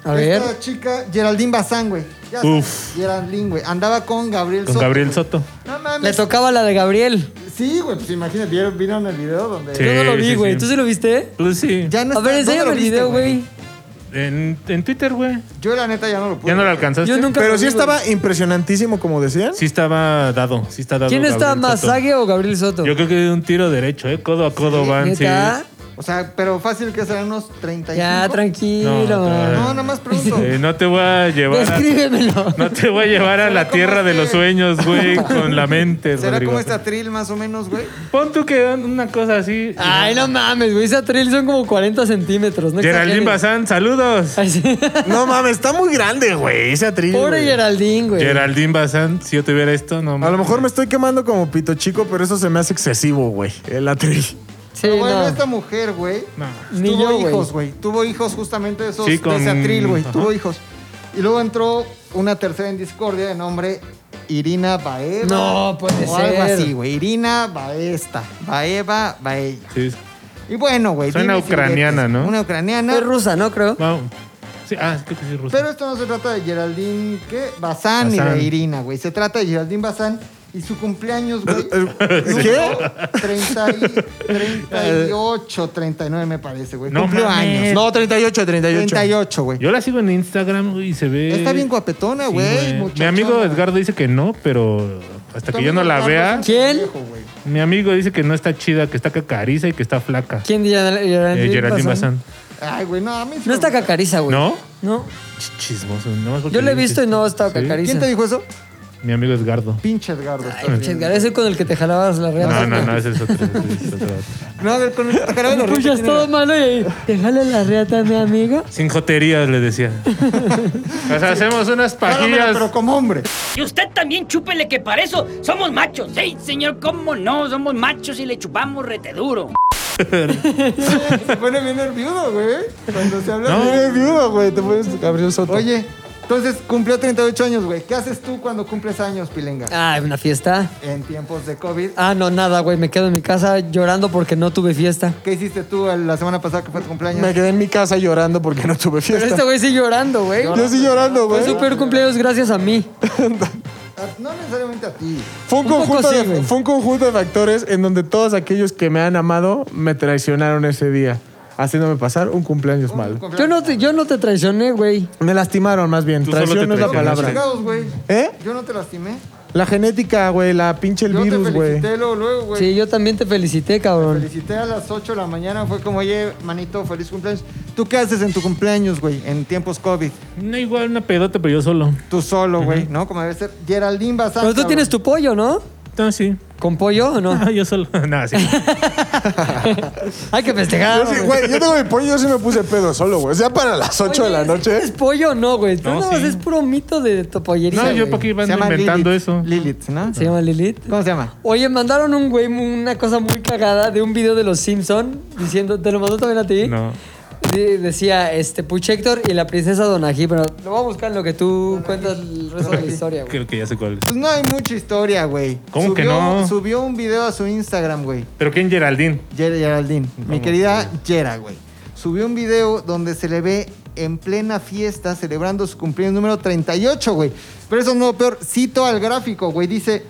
[SPEAKER 1] A ver.
[SPEAKER 4] Esta chica, Geraldine Bazán, güey. Ya
[SPEAKER 2] Uf.
[SPEAKER 4] sabes, Geraldine, güey. Andaba con Gabriel
[SPEAKER 2] Con
[SPEAKER 4] Soto,
[SPEAKER 2] Gabriel
[SPEAKER 4] güey.
[SPEAKER 2] Soto.
[SPEAKER 4] No
[SPEAKER 1] Le
[SPEAKER 4] mames.
[SPEAKER 1] tocaba la de Gabriel.
[SPEAKER 4] Sí, güey, pues imagínate, ¿vieron, vieron el video donde.
[SPEAKER 2] Sí.
[SPEAKER 1] Yo no lo vi,
[SPEAKER 2] sí,
[SPEAKER 1] güey.
[SPEAKER 2] sí.
[SPEAKER 1] ¿Tú sí lo viste?
[SPEAKER 2] Pues sí.
[SPEAKER 4] Ya no
[SPEAKER 1] A
[SPEAKER 4] está-
[SPEAKER 1] ver,
[SPEAKER 4] ¿dónde
[SPEAKER 1] enséñame
[SPEAKER 4] lo
[SPEAKER 1] el
[SPEAKER 4] viste,
[SPEAKER 1] video, güey.
[SPEAKER 2] En, en Twitter, güey.
[SPEAKER 4] Yo, la neta, ya no lo pude.
[SPEAKER 2] ¿Ya no lo
[SPEAKER 4] ver.
[SPEAKER 2] alcanzaste?
[SPEAKER 1] Yo nunca
[SPEAKER 10] Pero
[SPEAKER 1] lo
[SPEAKER 10] sí
[SPEAKER 1] vi,
[SPEAKER 10] estaba
[SPEAKER 1] güey.
[SPEAKER 10] impresionantísimo, como decían.
[SPEAKER 2] Sí estaba dado, sí está dado.
[SPEAKER 1] ¿Quién está
[SPEAKER 2] Gabriel
[SPEAKER 1] más,
[SPEAKER 2] Soto.
[SPEAKER 1] Sague o Gabriel Soto?
[SPEAKER 2] Yo creo que de un tiro derecho, ¿eh? Codo a codo van, sí.
[SPEAKER 1] ¿Neta?
[SPEAKER 4] O sea, pero fácil que serán unos 35.
[SPEAKER 1] Ya, tranquilo.
[SPEAKER 2] No, otra vez.
[SPEAKER 4] No, nada más pregunto.
[SPEAKER 2] Eh, no te voy a llevar a,
[SPEAKER 1] Descríbemelo.
[SPEAKER 2] no te voy a llevar a la
[SPEAKER 4] ¿Será
[SPEAKER 2] tierra
[SPEAKER 4] como
[SPEAKER 2] de
[SPEAKER 4] este?
[SPEAKER 2] los sueños, güey, con la mente,
[SPEAKER 4] ¿Será
[SPEAKER 2] Rodrigo.
[SPEAKER 4] como este atril más o menos, güey?
[SPEAKER 2] Pon tú que una cosa así.
[SPEAKER 1] Ay, no mames, güey. Esa trail son como 40 centímetros. No
[SPEAKER 2] Geraldine
[SPEAKER 1] exageres.
[SPEAKER 2] Bazán, saludos.
[SPEAKER 1] Ay, sí.
[SPEAKER 10] No mames, está muy grande, güey, ese atril.
[SPEAKER 1] Pobre
[SPEAKER 10] güey.
[SPEAKER 1] Geraldine, güey.
[SPEAKER 2] Geraldine Bazán, si yo tuviera esto, no
[SPEAKER 10] A lo
[SPEAKER 2] mames.
[SPEAKER 10] mejor me estoy quemando como pito chico, pero eso se me hace excesivo, güey. El atril.
[SPEAKER 1] Sí,
[SPEAKER 4] Pero bueno,
[SPEAKER 1] no.
[SPEAKER 4] esta mujer, güey,
[SPEAKER 2] No.
[SPEAKER 1] Ni
[SPEAKER 4] tuvo
[SPEAKER 1] yo, güey.
[SPEAKER 4] hijos, güey. Tuvo hijos justamente de esos
[SPEAKER 2] Sí, con-
[SPEAKER 4] de ese atril, güey.
[SPEAKER 2] Ajá.
[SPEAKER 4] Tuvo hijos. Y luego entró una tercera en discordia de nombre Irina Baeva.
[SPEAKER 1] No, puede
[SPEAKER 4] o algo
[SPEAKER 1] ser.
[SPEAKER 4] así, güey. Irina Baesta. Baeva, Baella.
[SPEAKER 2] Sí.
[SPEAKER 4] Y bueno, güey.
[SPEAKER 2] Suena
[SPEAKER 4] dimes y diretes.
[SPEAKER 2] ucraniana, ¿no?
[SPEAKER 4] Una ucraniana.
[SPEAKER 1] Es rusa, ¿no? Creo.
[SPEAKER 2] Vamos. Sí, ah, creo que sí, ruso.
[SPEAKER 4] Pero esto no se trata de Geraldine, ¿qué? Bazán, y
[SPEAKER 2] Bazán.
[SPEAKER 4] de Irina, güey. Se trata de Geraldine Bazán y su cumpleaños, güey.
[SPEAKER 10] ¿Qué?
[SPEAKER 4] 30 y- 38, 39 me parece, güey.
[SPEAKER 2] No
[SPEAKER 4] Cumplió
[SPEAKER 2] mames.
[SPEAKER 4] años.
[SPEAKER 10] No, 38, 38.
[SPEAKER 4] 38, güey.
[SPEAKER 2] Yo la sigo en Instagram güey, y se ve.
[SPEAKER 4] Está bien guapetona,
[SPEAKER 2] Sí,
[SPEAKER 4] güey.
[SPEAKER 2] Mi
[SPEAKER 4] muchachona.
[SPEAKER 2] amigo Edgardo dice que no, pero hasta que yo no la
[SPEAKER 4] Carlos
[SPEAKER 2] vea,
[SPEAKER 4] es un
[SPEAKER 1] ¿Quién?
[SPEAKER 4] pendejo, güey.
[SPEAKER 2] mi amigo dice que no está chida, que está cacariza y que está flaca.
[SPEAKER 1] ¿Quién diría Geraldine,
[SPEAKER 2] Eh, Geraldine
[SPEAKER 1] Bazán?
[SPEAKER 2] Bazán.
[SPEAKER 4] Ay, güey, no, a mí sí
[SPEAKER 1] No
[SPEAKER 4] me
[SPEAKER 1] está
[SPEAKER 4] gusta.
[SPEAKER 1] cacariza, güey.
[SPEAKER 2] ¿No?
[SPEAKER 1] No.
[SPEAKER 2] Ch- Chismoso. nada más porque
[SPEAKER 1] Yo la he
[SPEAKER 2] dices-
[SPEAKER 1] visto y no está
[SPEAKER 2] este ¿Sí?
[SPEAKER 1] cacariza.
[SPEAKER 4] ¿Quién te dijo eso?
[SPEAKER 2] Mi amigo Edgardo.
[SPEAKER 4] Pinche Edgardo. está
[SPEAKER 1] Ay,
[SPEAKER 4] bien.
[SPEAKER 1] Edgar, ese con el que te jalabas la reata.
[SPEAKER 2] No, no, no, ese es otro. ese es otro.
[SPEAKER 4] No, a ver, con el caray, lo
[SPEAKER 1] Pues ya es
[SPEAKER 4] repite,
[SPEAKER 1] todo
[SPEAKER 4] mira.
[SPEAKER 1] malo y ahí, te jala la reata, mi amigo.
[SPEAKER 2] Sin joterías, le decía. Nos hacemos unas
[SPEAKER 4] Páramela,
[SPEAKER 2] pajillas.
[SPEAKER 4] Pero como hombre.
[SPEAKER 13] Y usted también chúpele que para eso somos machos. Sí, señor, ¿cómo no? Somos machos y le chupamos rete duro.
[SPEAKER 4] Se pone bien nervioso, güey. Cuando se habla
[SPEAKER 2] No.
[SPEAKER 4] de
[SPEAKER 10] Eres viudo, güey. Te pones Gabriel Soto.
[SPEAKER 4] Oye, entonces cumplió 38 años, güey. ¿Qué haces tú cuando cumples años, Pilenga?
[SPEAKER 1] Ah, una fiesta.
[SPEAKER 4] En tiempos de COVID.
[SPEAKER 1] Ah, no, nada, güey. Me quedo en mi casa llorando porque no tuve fiesta.
[SPEAKER 4] ¿Qué hiciste tú la semana pasada que fue tu cumpleaños?
[SPEAKER 10] me quedé en mi casa llorando porque no tuve
[SPEAKER 1] Pero
[SPEAKER 10] fiesta.
[SPEAKER 1] este güey sí llorando, güey.
[SPEAKER 10] Yo sí llorando,
[SPEAKER 1] Fue
[SPEAKER 10] güey.
[SPEAKER 1] su peor cumpleaños gracias a mí.
[SPEAKER 4] Ah, No necesariamente a ti.
[SPEAKER 10] Fue un,
[SPEAKER 1] Un poco
[SPEAKER 10] conjunto
[SPEAKER 1] sí,
[SPEAKER 10] de,
[SPEAKER 1] güey.
[SPEAKER 10] fue un conjunto de factores en donde todos aquellos que me han amado me traicionaron ese día, haciéndome pasar un cumpleaños malo.
[SPEAKER 1] Yo no te, yo no te traicioné, güey.
[SPEAKER 10] Me lastimaron más bien,
[SPEAKER 2] Tú solo
[SPEAKER 10] traición
[SPEAKER 2] te
[SPEAKER 10] no es la
[SPEAKER 2] traicionaste.
[SPEAKER 10] palabra.
[SPEAKER 4] Chingados, güey.
[SPEAKER 10] ¿Eh?
[SPEAKER 4] Yo no te lastimé.
[SPEAKER 10] La genética, güey, la pinche el
[SPEAKER 4] Yo
[SPEAKER 10] virus,
[SPEAKER 4] te
[SPEAKER 10] güey.
[SPEAKER 4] felicité luego, luego, güey.
[SPEAKER 1] Sí, yo también te felicité, cabrón.
[SPEAKER 4] Felicité a las 8 de la mañana. Fue como, oye, manito, feliz cumpleaños. ¿Tú qué haces en tu cumpleaños, güey? En tiempos COVID.
[SPEAKER 2] No, igual una pedota, pero yo solo.
[SPEAKER 4] Tú solo, güey, ¿no? Como debe ser. Geraldine Bazán.
[SPEAKER 1] Pero tú
[SPEAKER 4] cabrón.
[SPEAKER 1] tienes tu pollo, ¿no?
[SPEAKER 2] No, sí.
[SPEAKER 1] ¿Con pollo o no?
[SPEAKER 2] Ah, yo solo. Nada, sí.
[SPEAKER 1] Hay que festejar.
[SPEAKER 10] Yo sí,
[SPEAKER 1] güey.
[SPEAKER 10] güey, yo tengo mi pollo, yo sí me puse pedo solo, güey. O sea, para las 8 de
[SPEAKER 1] Oye,
[SPEAKER 10] la
[SPEAKER 1] ¿Es
[SPEAKER 10] noche.
[SPEAKER 1] pollo o no, güey? Tú
[SPEAKER 2] No,
[SPEAKER 1] nada más
[SPEAKER 2] sí.
[SPEAKER 1] es puro mito de tu pollería.
[SPEAKER 2] No, yo
[SPEAKER 1] güey.
[SPEAKER 2] para qué iban
[SPEAKER 4] Se llama
[SPEAKER 2] inventando
[SPEAKER 4] Lilith.
[SPEAKER 2] eso.
[SPEAKER 4] Lilith, ¿no?
[SPEAKER 1] ¿Se llama Lilith?
[SPEAKER 4] ¿Cómo se llama?
[SPEAKER 1] Oye, mandaron un güey una cosa muy cagada de un video de los Simpson diciendo, ¿te lo mandó también a ti?
[SPEAKER 2] No.
[SPEAKER 1] De- decía, este, Puchector y la princesa Donají, pero lo voy a buscar en lo que tú cuentas el resto de la historia, güey.
[SPEAKER 2] Creo que ya sé cuál es.
[SPEAKER 4] Pues no hay mucha historia, güey.
[SPEAKER 2] ¿Cómo
[SPEAKER 4] Subió-
[SPEAKER 2] que no?
[SPEAKER 4] Subió un video a su Instagram, güey.
[SPEAKER 2] Pero ¿quién Geraldine?
[SPEAKER 4] Ger- Geraldine, mi querida Gera, güey. Subió un video donde se le ve en plena fiesta celebrando su cumpleaños número 38, güey. Pero eso no, peor, cito al gráfico, güey. Dice,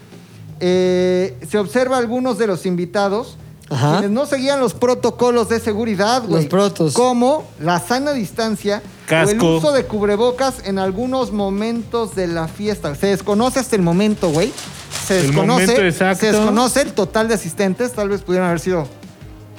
[SPEAKER 4] eh, se observa a algunos de los invitados quienes no seguían los protocolos de seguridad, güey.
[SPEAKER 1] Los protos.
[SPEAKER 4] Como la sana distancia o el
[SPEAKER 2] Casco.
[SPEAKER 4] uso de cubrebocas en algunos momentos de la fiesta. Se desconoce hasta el momento, güey. Se
[SPEAKER 2] El
[SPEAKER 4] desconoce.
[SPEAKER 2] momento exacto.
[SPEAKER 4] Se desconoce el total de asistentes. Tal vez pudieran haber sido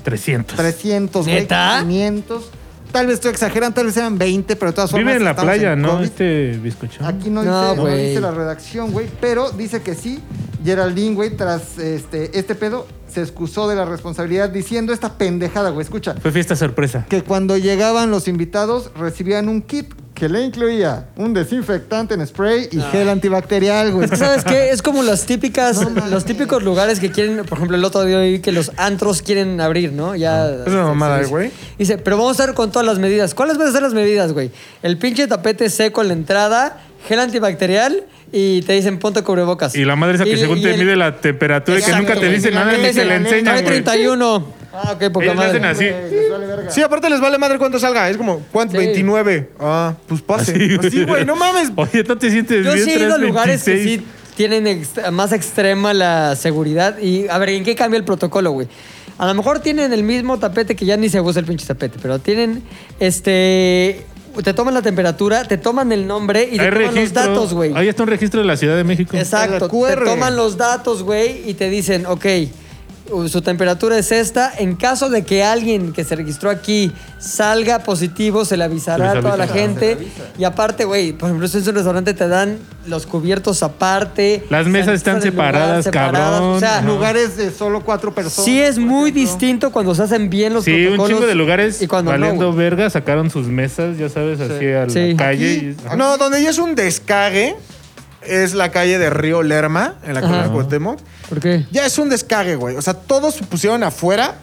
[SPEAKER 2] 300.
[SPEAKER 4] 300, güey,
[SPEAKER 2] Pues, ¿Neta?
[SPEAKER 4] 500. Tal vez estoy exagerando, tal vez eran 20, pero de todas formas.
[SPEAKER 2] Vive en la
[SPEAKER 4] estamos
[SPEAKER 2] playa,
[SPEAKER 4] en
[SPEAKER 2] ¿no?
[SPEAKER 4] COVID.
[SPEAKER 2] Este bizcochón.
[SPEAKER 4] Aquí no,
[SPEAKER 2] No,
[SPEAKER 4] dice, no
[SPEAKER 2] güey.
[SPEAKER 4] dice la redacción, güey, pero dice que sí. Geraldine, güey, tras este, este pedo, se excusó de la responsabilidad diciendo esta pendejada, güey. Escucha,
[SPEAKER 2] Fue fiesta sorpresa.
[SPEAKER 4] que cuando llegaban los invitados recibían un kit que le incluía un desinfectante en spray
[SPEAKER 2] Ah.
[SPEAKER 4] y gel antibacterial, güey.
[SPEAKER 1] Es que, ¿sabes qué? Es como las típicas, los típicos lugares que quieren, por ejemplo, el otro día oí que los antros quieren abrir, ¿no?
[SPEAKER 2] Ah,
[SPEAKER 1] Ya.
[SPEAKER 3] Es una mamada,
[SPEAKER 1] se dice.
[SPEAKER 3] güey.
[SPEAKER 1] Dice, pero vamos a estar con todas las medidas. ¿Cuáles van a ser las medidas, güey? El pinche tapete seco en la entrada, gel antibacterial y te dicen ponte cubrebocas.
[SPEAKER 2] Y la madre esa
[SPEAKER 1] Y-
[SPEAKER 2] que según
[SPEAKER 1] y
[SPEAKER 2] te
[SPEAKER 1] el-
[SPEAKER 2] mide la temperatura y que nunca te
[SPEAKER 1] Exacto,
[SPEAKER 2] dice
[SPEAKER 1] güey.
[SPEAKER 2] nada ni
[SPEAKER 1] Dice,
[SPEAKER 2] te la enseñan,
[SPEAKER 1] trae
[SPEAKER 2] güey.
[SPEAKER 1] 31. Ah, ok, poca
[SPEAKER 2] Ellos le
[SPEAKER 1] madre.
[SPEAKER 2] hacen así.
[SPEAKER 4] Eh,
[SPEAKER 3] Sí, aparte les vale madre cuánto salga. Es como, ¿cuánto? 29. Ah, pues pase.
[SPEAKER 2] Así, güey.
[SPEAKER 3] Así, güey, no mames.
[SPEAKER 2] Oye, no te sientes
[SPEAKER 1] Yo
[SPEAKER 2] bien.
[SPEAKER 1] sí he ido a
[SPEAKER 2] traes
[SPEAKER 1] lugares que
[SPEAKER 2] 26.
[SPEAKER 1] sí tienen ext- más extrema la seguridad. Y a ver, ¿en qué cambia el protocolo, güey? A lo mejor tienen el mismo tapete que ya ni se usa el pinche tapete, pero tienen este. Te toman la temperatura, te toman el nombre y te
[SPEAKER 2] Hay
[SPEAKER 1] toman
[SPEAKER 2] registro.
[SPEAKER 1] los datos, güey.
[SPEAKER 2] Ahí está un registro de la Ciudad de México.
[SPEAKER 1] Exacto. Te toman los datos, güey, y te dicen, ok, uh, su temperatura es esta. En caso de que alguien que se registró aquí salga positivo, se le avisará
[SPEAKER 14] Se les
[SPEAKER 1] a toda la
[SPEAKER 14] avisa.
[SPEAKER 1] gente. Y aparte, güey, por ejemplo, si es un restaurante, te dan los cubiertos aparte.
[SPEAKER 2] Las mesas están
[SPEAKER 1] del
[SPEAKER 2] separadas, cabrón.
[SPEAKER 1] O sea,
[SPEAKER 2] Ajá.
[SPEAKER 4] Lugares de solo cuatro personas.
[SPEAKER 1] Sí es muy distinto cuando se hacen bien los
[SPEAKER 2] Sí, un
[SPEAKER 1] protocolos.
[SPEAKER 2] chingo de lugares
[SPEAKER 1] y cuando
[SPEAKER 2] valiendo
[SPEAKER 1] no. güey.
[SPEAKER 2] verga sacaron sus mesas, ya sabes, así a la
[SPEAKER 1] Sí.
[SPEAKER 2] calle.
[SPEAKER 1] Aquí-
[SPEAKER 2] y-
[SPEAKER 3] No, donde ya es un descague es la calle de Río Lerma, en la colonia
[SPEAKER 1] Ajá.
[SPEAKER 3] Cuauhtémoc.
[SPEAKER 1] ¿Por qué?
[SPEAKER 3] Ya es un descague, güey. O sea, todos se pusieron afuera.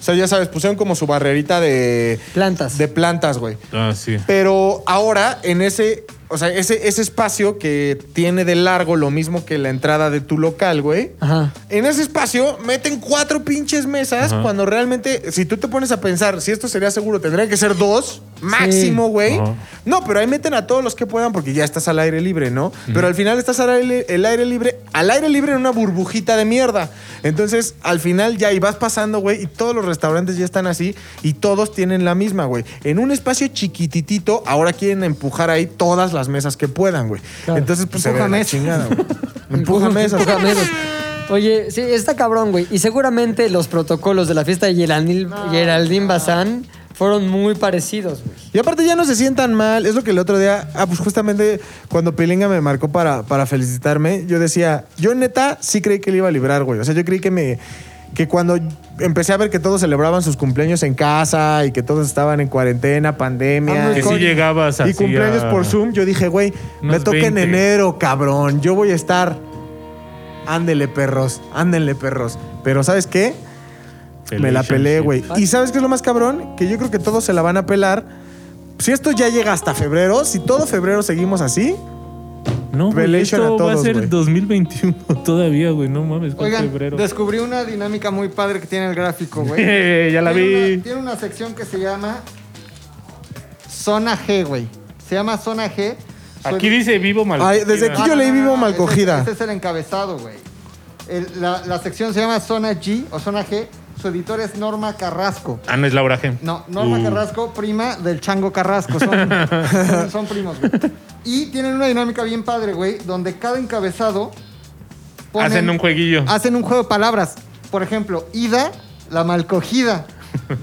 [SPEAKER 3] O sea, ya sabes, pusieron como su barrerita de...
[SPEAKER 1] Plantas.
[SPEAKER 3] De plantas, güey.
[SPEAKER 2] Ah, sí.
[SPEAKER 3] Pero ahora, en ese... O sea, ese, ese espacio que tiene de largo lo mismo que la entrada de tu local, güey.
[SPEAKER 1] Ajá.
[SPEAKER 3] En ese espacio meten cuatro pinches mesas
[SPEAKER 2] Ajá.
[SPEAKER 3] cuando realmente, si tú te pones a pensar, si esto sería seguro, tendría que ser dos, máximo, güey.
[SPEAKER 2] Ajá.
[SPEAKER 3] No, pero ahí meten a todos los que puedan porque ya estás al aire libre, ¿no? Pero al final estás al aire, el aire libre, al aire libre en una burbujita de mierda. Entonces, al final ya y vas pasando, güey, y todos los restaurantes ya están así y todos tienen la misma, güey. En un espacio chiquititito, ahora quieren empujar ahí todas las mesas que puedan, güey. Entonces, pues se ve
[SPEAKER 1] Empuja
[SPEAKER 3] de la
[SPEAKER 1] mesas.
[SPEAKER 3] chingada, güey. Empuja mesas.
[SPEAKER 1] Empuja mesas. Oye, sí, está cabrón, güey. Y seguramente los protocolos de la fiesta de Geraldine, Geraldine Bazán fueron muy parecidos, güey.
[SPEAKER 3] Y aparte ya no se sientan mal. Es lo que el otro día, ah, pues justamente cuando Pelinga me marcó para, para felicitarme, yo decía, yo neta sí creí que le iba a librar, güey. O sea, yo creí que me. Que cuando empecé a ver que todos celebraban sus cumpleaños en casa y que todos estaban en cuarentena, pandemia.
[SPEAKER 2] Ah, Que sí llegabas así
[SPEAKER 3] Y cumpleaños
[SPEAKER 2] a-
[SPEAKER 3] por Zoom, yo dije, güey, me
[SPEAKER 2] Unos
[SPEAKER 3] toca en
[SPEAKER 2] 20.
[SPEAKER 3] enero, cabrón. Yo voy a estar. Ándele, perros. Ándele, perros. Pero ¿sabes qué? Me la pelé, güey. Y ¿sabes qué es lo más cabrón? Que yo creo que todos se la van a pelar. Si esto ya llega hasta febrero, si todo febrero seguimos así,
[SPEAKER 2] No, güey,
[SPEAKER 3] Velation
[SPEAKER 2] esto
[SPEAKER 3] a
[SPEAKER 2] va a
[SPEAKER 3] todos,
[SPEAKER 2] ser
[SPEAKER 3] güey.
[SPEAKER 2] 2021 todavía, güey. No mames, ¿cuál
[SPEAKER 4] Oigan,
[SPEAKER 2] febrero?
[SPEAKER 4] descubrí una dinámica muy padre que tiene el gráfico,
[SPEAKER 2] Eh,
[SPEAKER 4] güey.
[SPEAKER 2] ya la
[SPEAKER 4] Tiene
[SPEAKER 2] vi.
[SPEAKER 4] una- tiene una sección que se llama Zona G, güey. Se llama Zona G. Ah, Su
[SPEAKER 2] Aquí dice vivo mal.
[SPEAKER 3] Ay, desde aquí yo leí vivo mal
[SPEAKER 4] Ese es-
[SPEAKER 3] cogida.
[SPEAKER 4] Ese, es el encabezado, güey. El- La, la sección se llama Zona G o Zona G. Su editor es Norma Carrasco.
[SPEAKER 2] Ah, no es Laura G.
[SPEAKER 4] No, Norma
[SPEAKER 2] Uh.
[SPEAKER 4] Carrasco, prima del Chango Carrasco. Son, son- son primos, güey. Y tienen una dinámica bien padre, güey, donde cada encabezado ponen-
[SPEAKER 2] Hacen un jueguillo.
[SPEAKER 4] hacen un juego de palabras. Por ejemplo, Ida, la malcogida.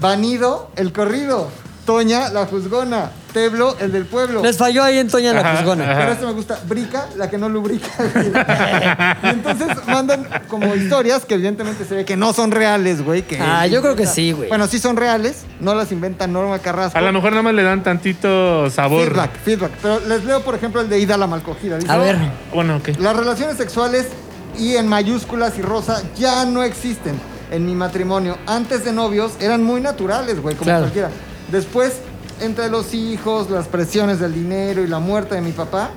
[SPEAKER 4] Vanido, el corrido. Toña, la juzgona. Teblo, el del pueblo.
[SPEAKER 1] Les falló ahí en Toña la
[SPEAKER 4] Ajá,
[SPEAKER 1] Juzgona.
[SPEAKER 4] Pero esto me gusta. Brica, la que no lubrica. Y entonces mandan como historias que evidentemente se ve que no son reales, güey. que-
[SPEAKER 1] Ah, yo creo que sí, güey.
[SPEAKER 4] Bueno, sí son reales. No las inventa Norma Carrasco.
[SPEAKER 2] A lo mejor nada más le dan tantito sabor.
[SPEAKER 4] Feedback, feedback. Pero les leo, por ejemplo, el de Ida la malcogida. Dice,
[SPEAKER 2] Bueno, ok.
[SPEAKER 4] Las relaciones sexuales y en mayúsculas y rosa ya no existen en mi matrimonio. Antes de novios eran muy naturales, güey, como
[SPEAKER 1] Claro.
[SPEAKER 4] cualquiera. Después, entre los hijos, las presiones del dinero y la muerte de mi papá,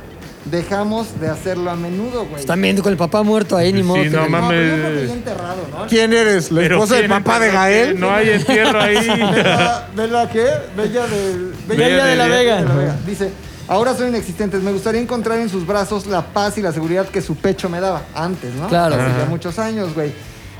[SPEAKER 4] dejamos de hacerlo a menudo, güey.
[SPEAKER 1] Pues también con el papá muerto ahí, ni
[SPEAKER 2] Sí,
[SPEAKER 1] modo. que-
[SPEAKER 2] no
[SPEAKER 4] Yo creo que
[SPEAKER 2] mames.
[SPEAKER 4] ya enterrado, ¿no?
[SPEAKER 3] ¿quién eres? ¿La
[SPEAKER 2] Pero
[SPEAKER 3] esposa del
[SPEAKER 2] ¿quién
[SPEAKER 3] papá de
[SPEAKER 2] enterró quién?
[SPEAKER 3] Gael?
[SPEAKER 2] No hay entierro ahí.
[SPEAKER 4] ¿De la qué? Bella del...
[SPEAKER 2] Bella de la Vega.
[SPEAKER 4] Dice, Ahora son inexistentes. Me gustaría encontrar en sus brazos la paz y la seguridad que su pecho me daba antes, ¿no?
[SPEAKER 1] Claro.
[SPEAKER 4] Hace
[SPEAKER 1] Ajá.
[SPEAKER 4] ya muchos años, güey.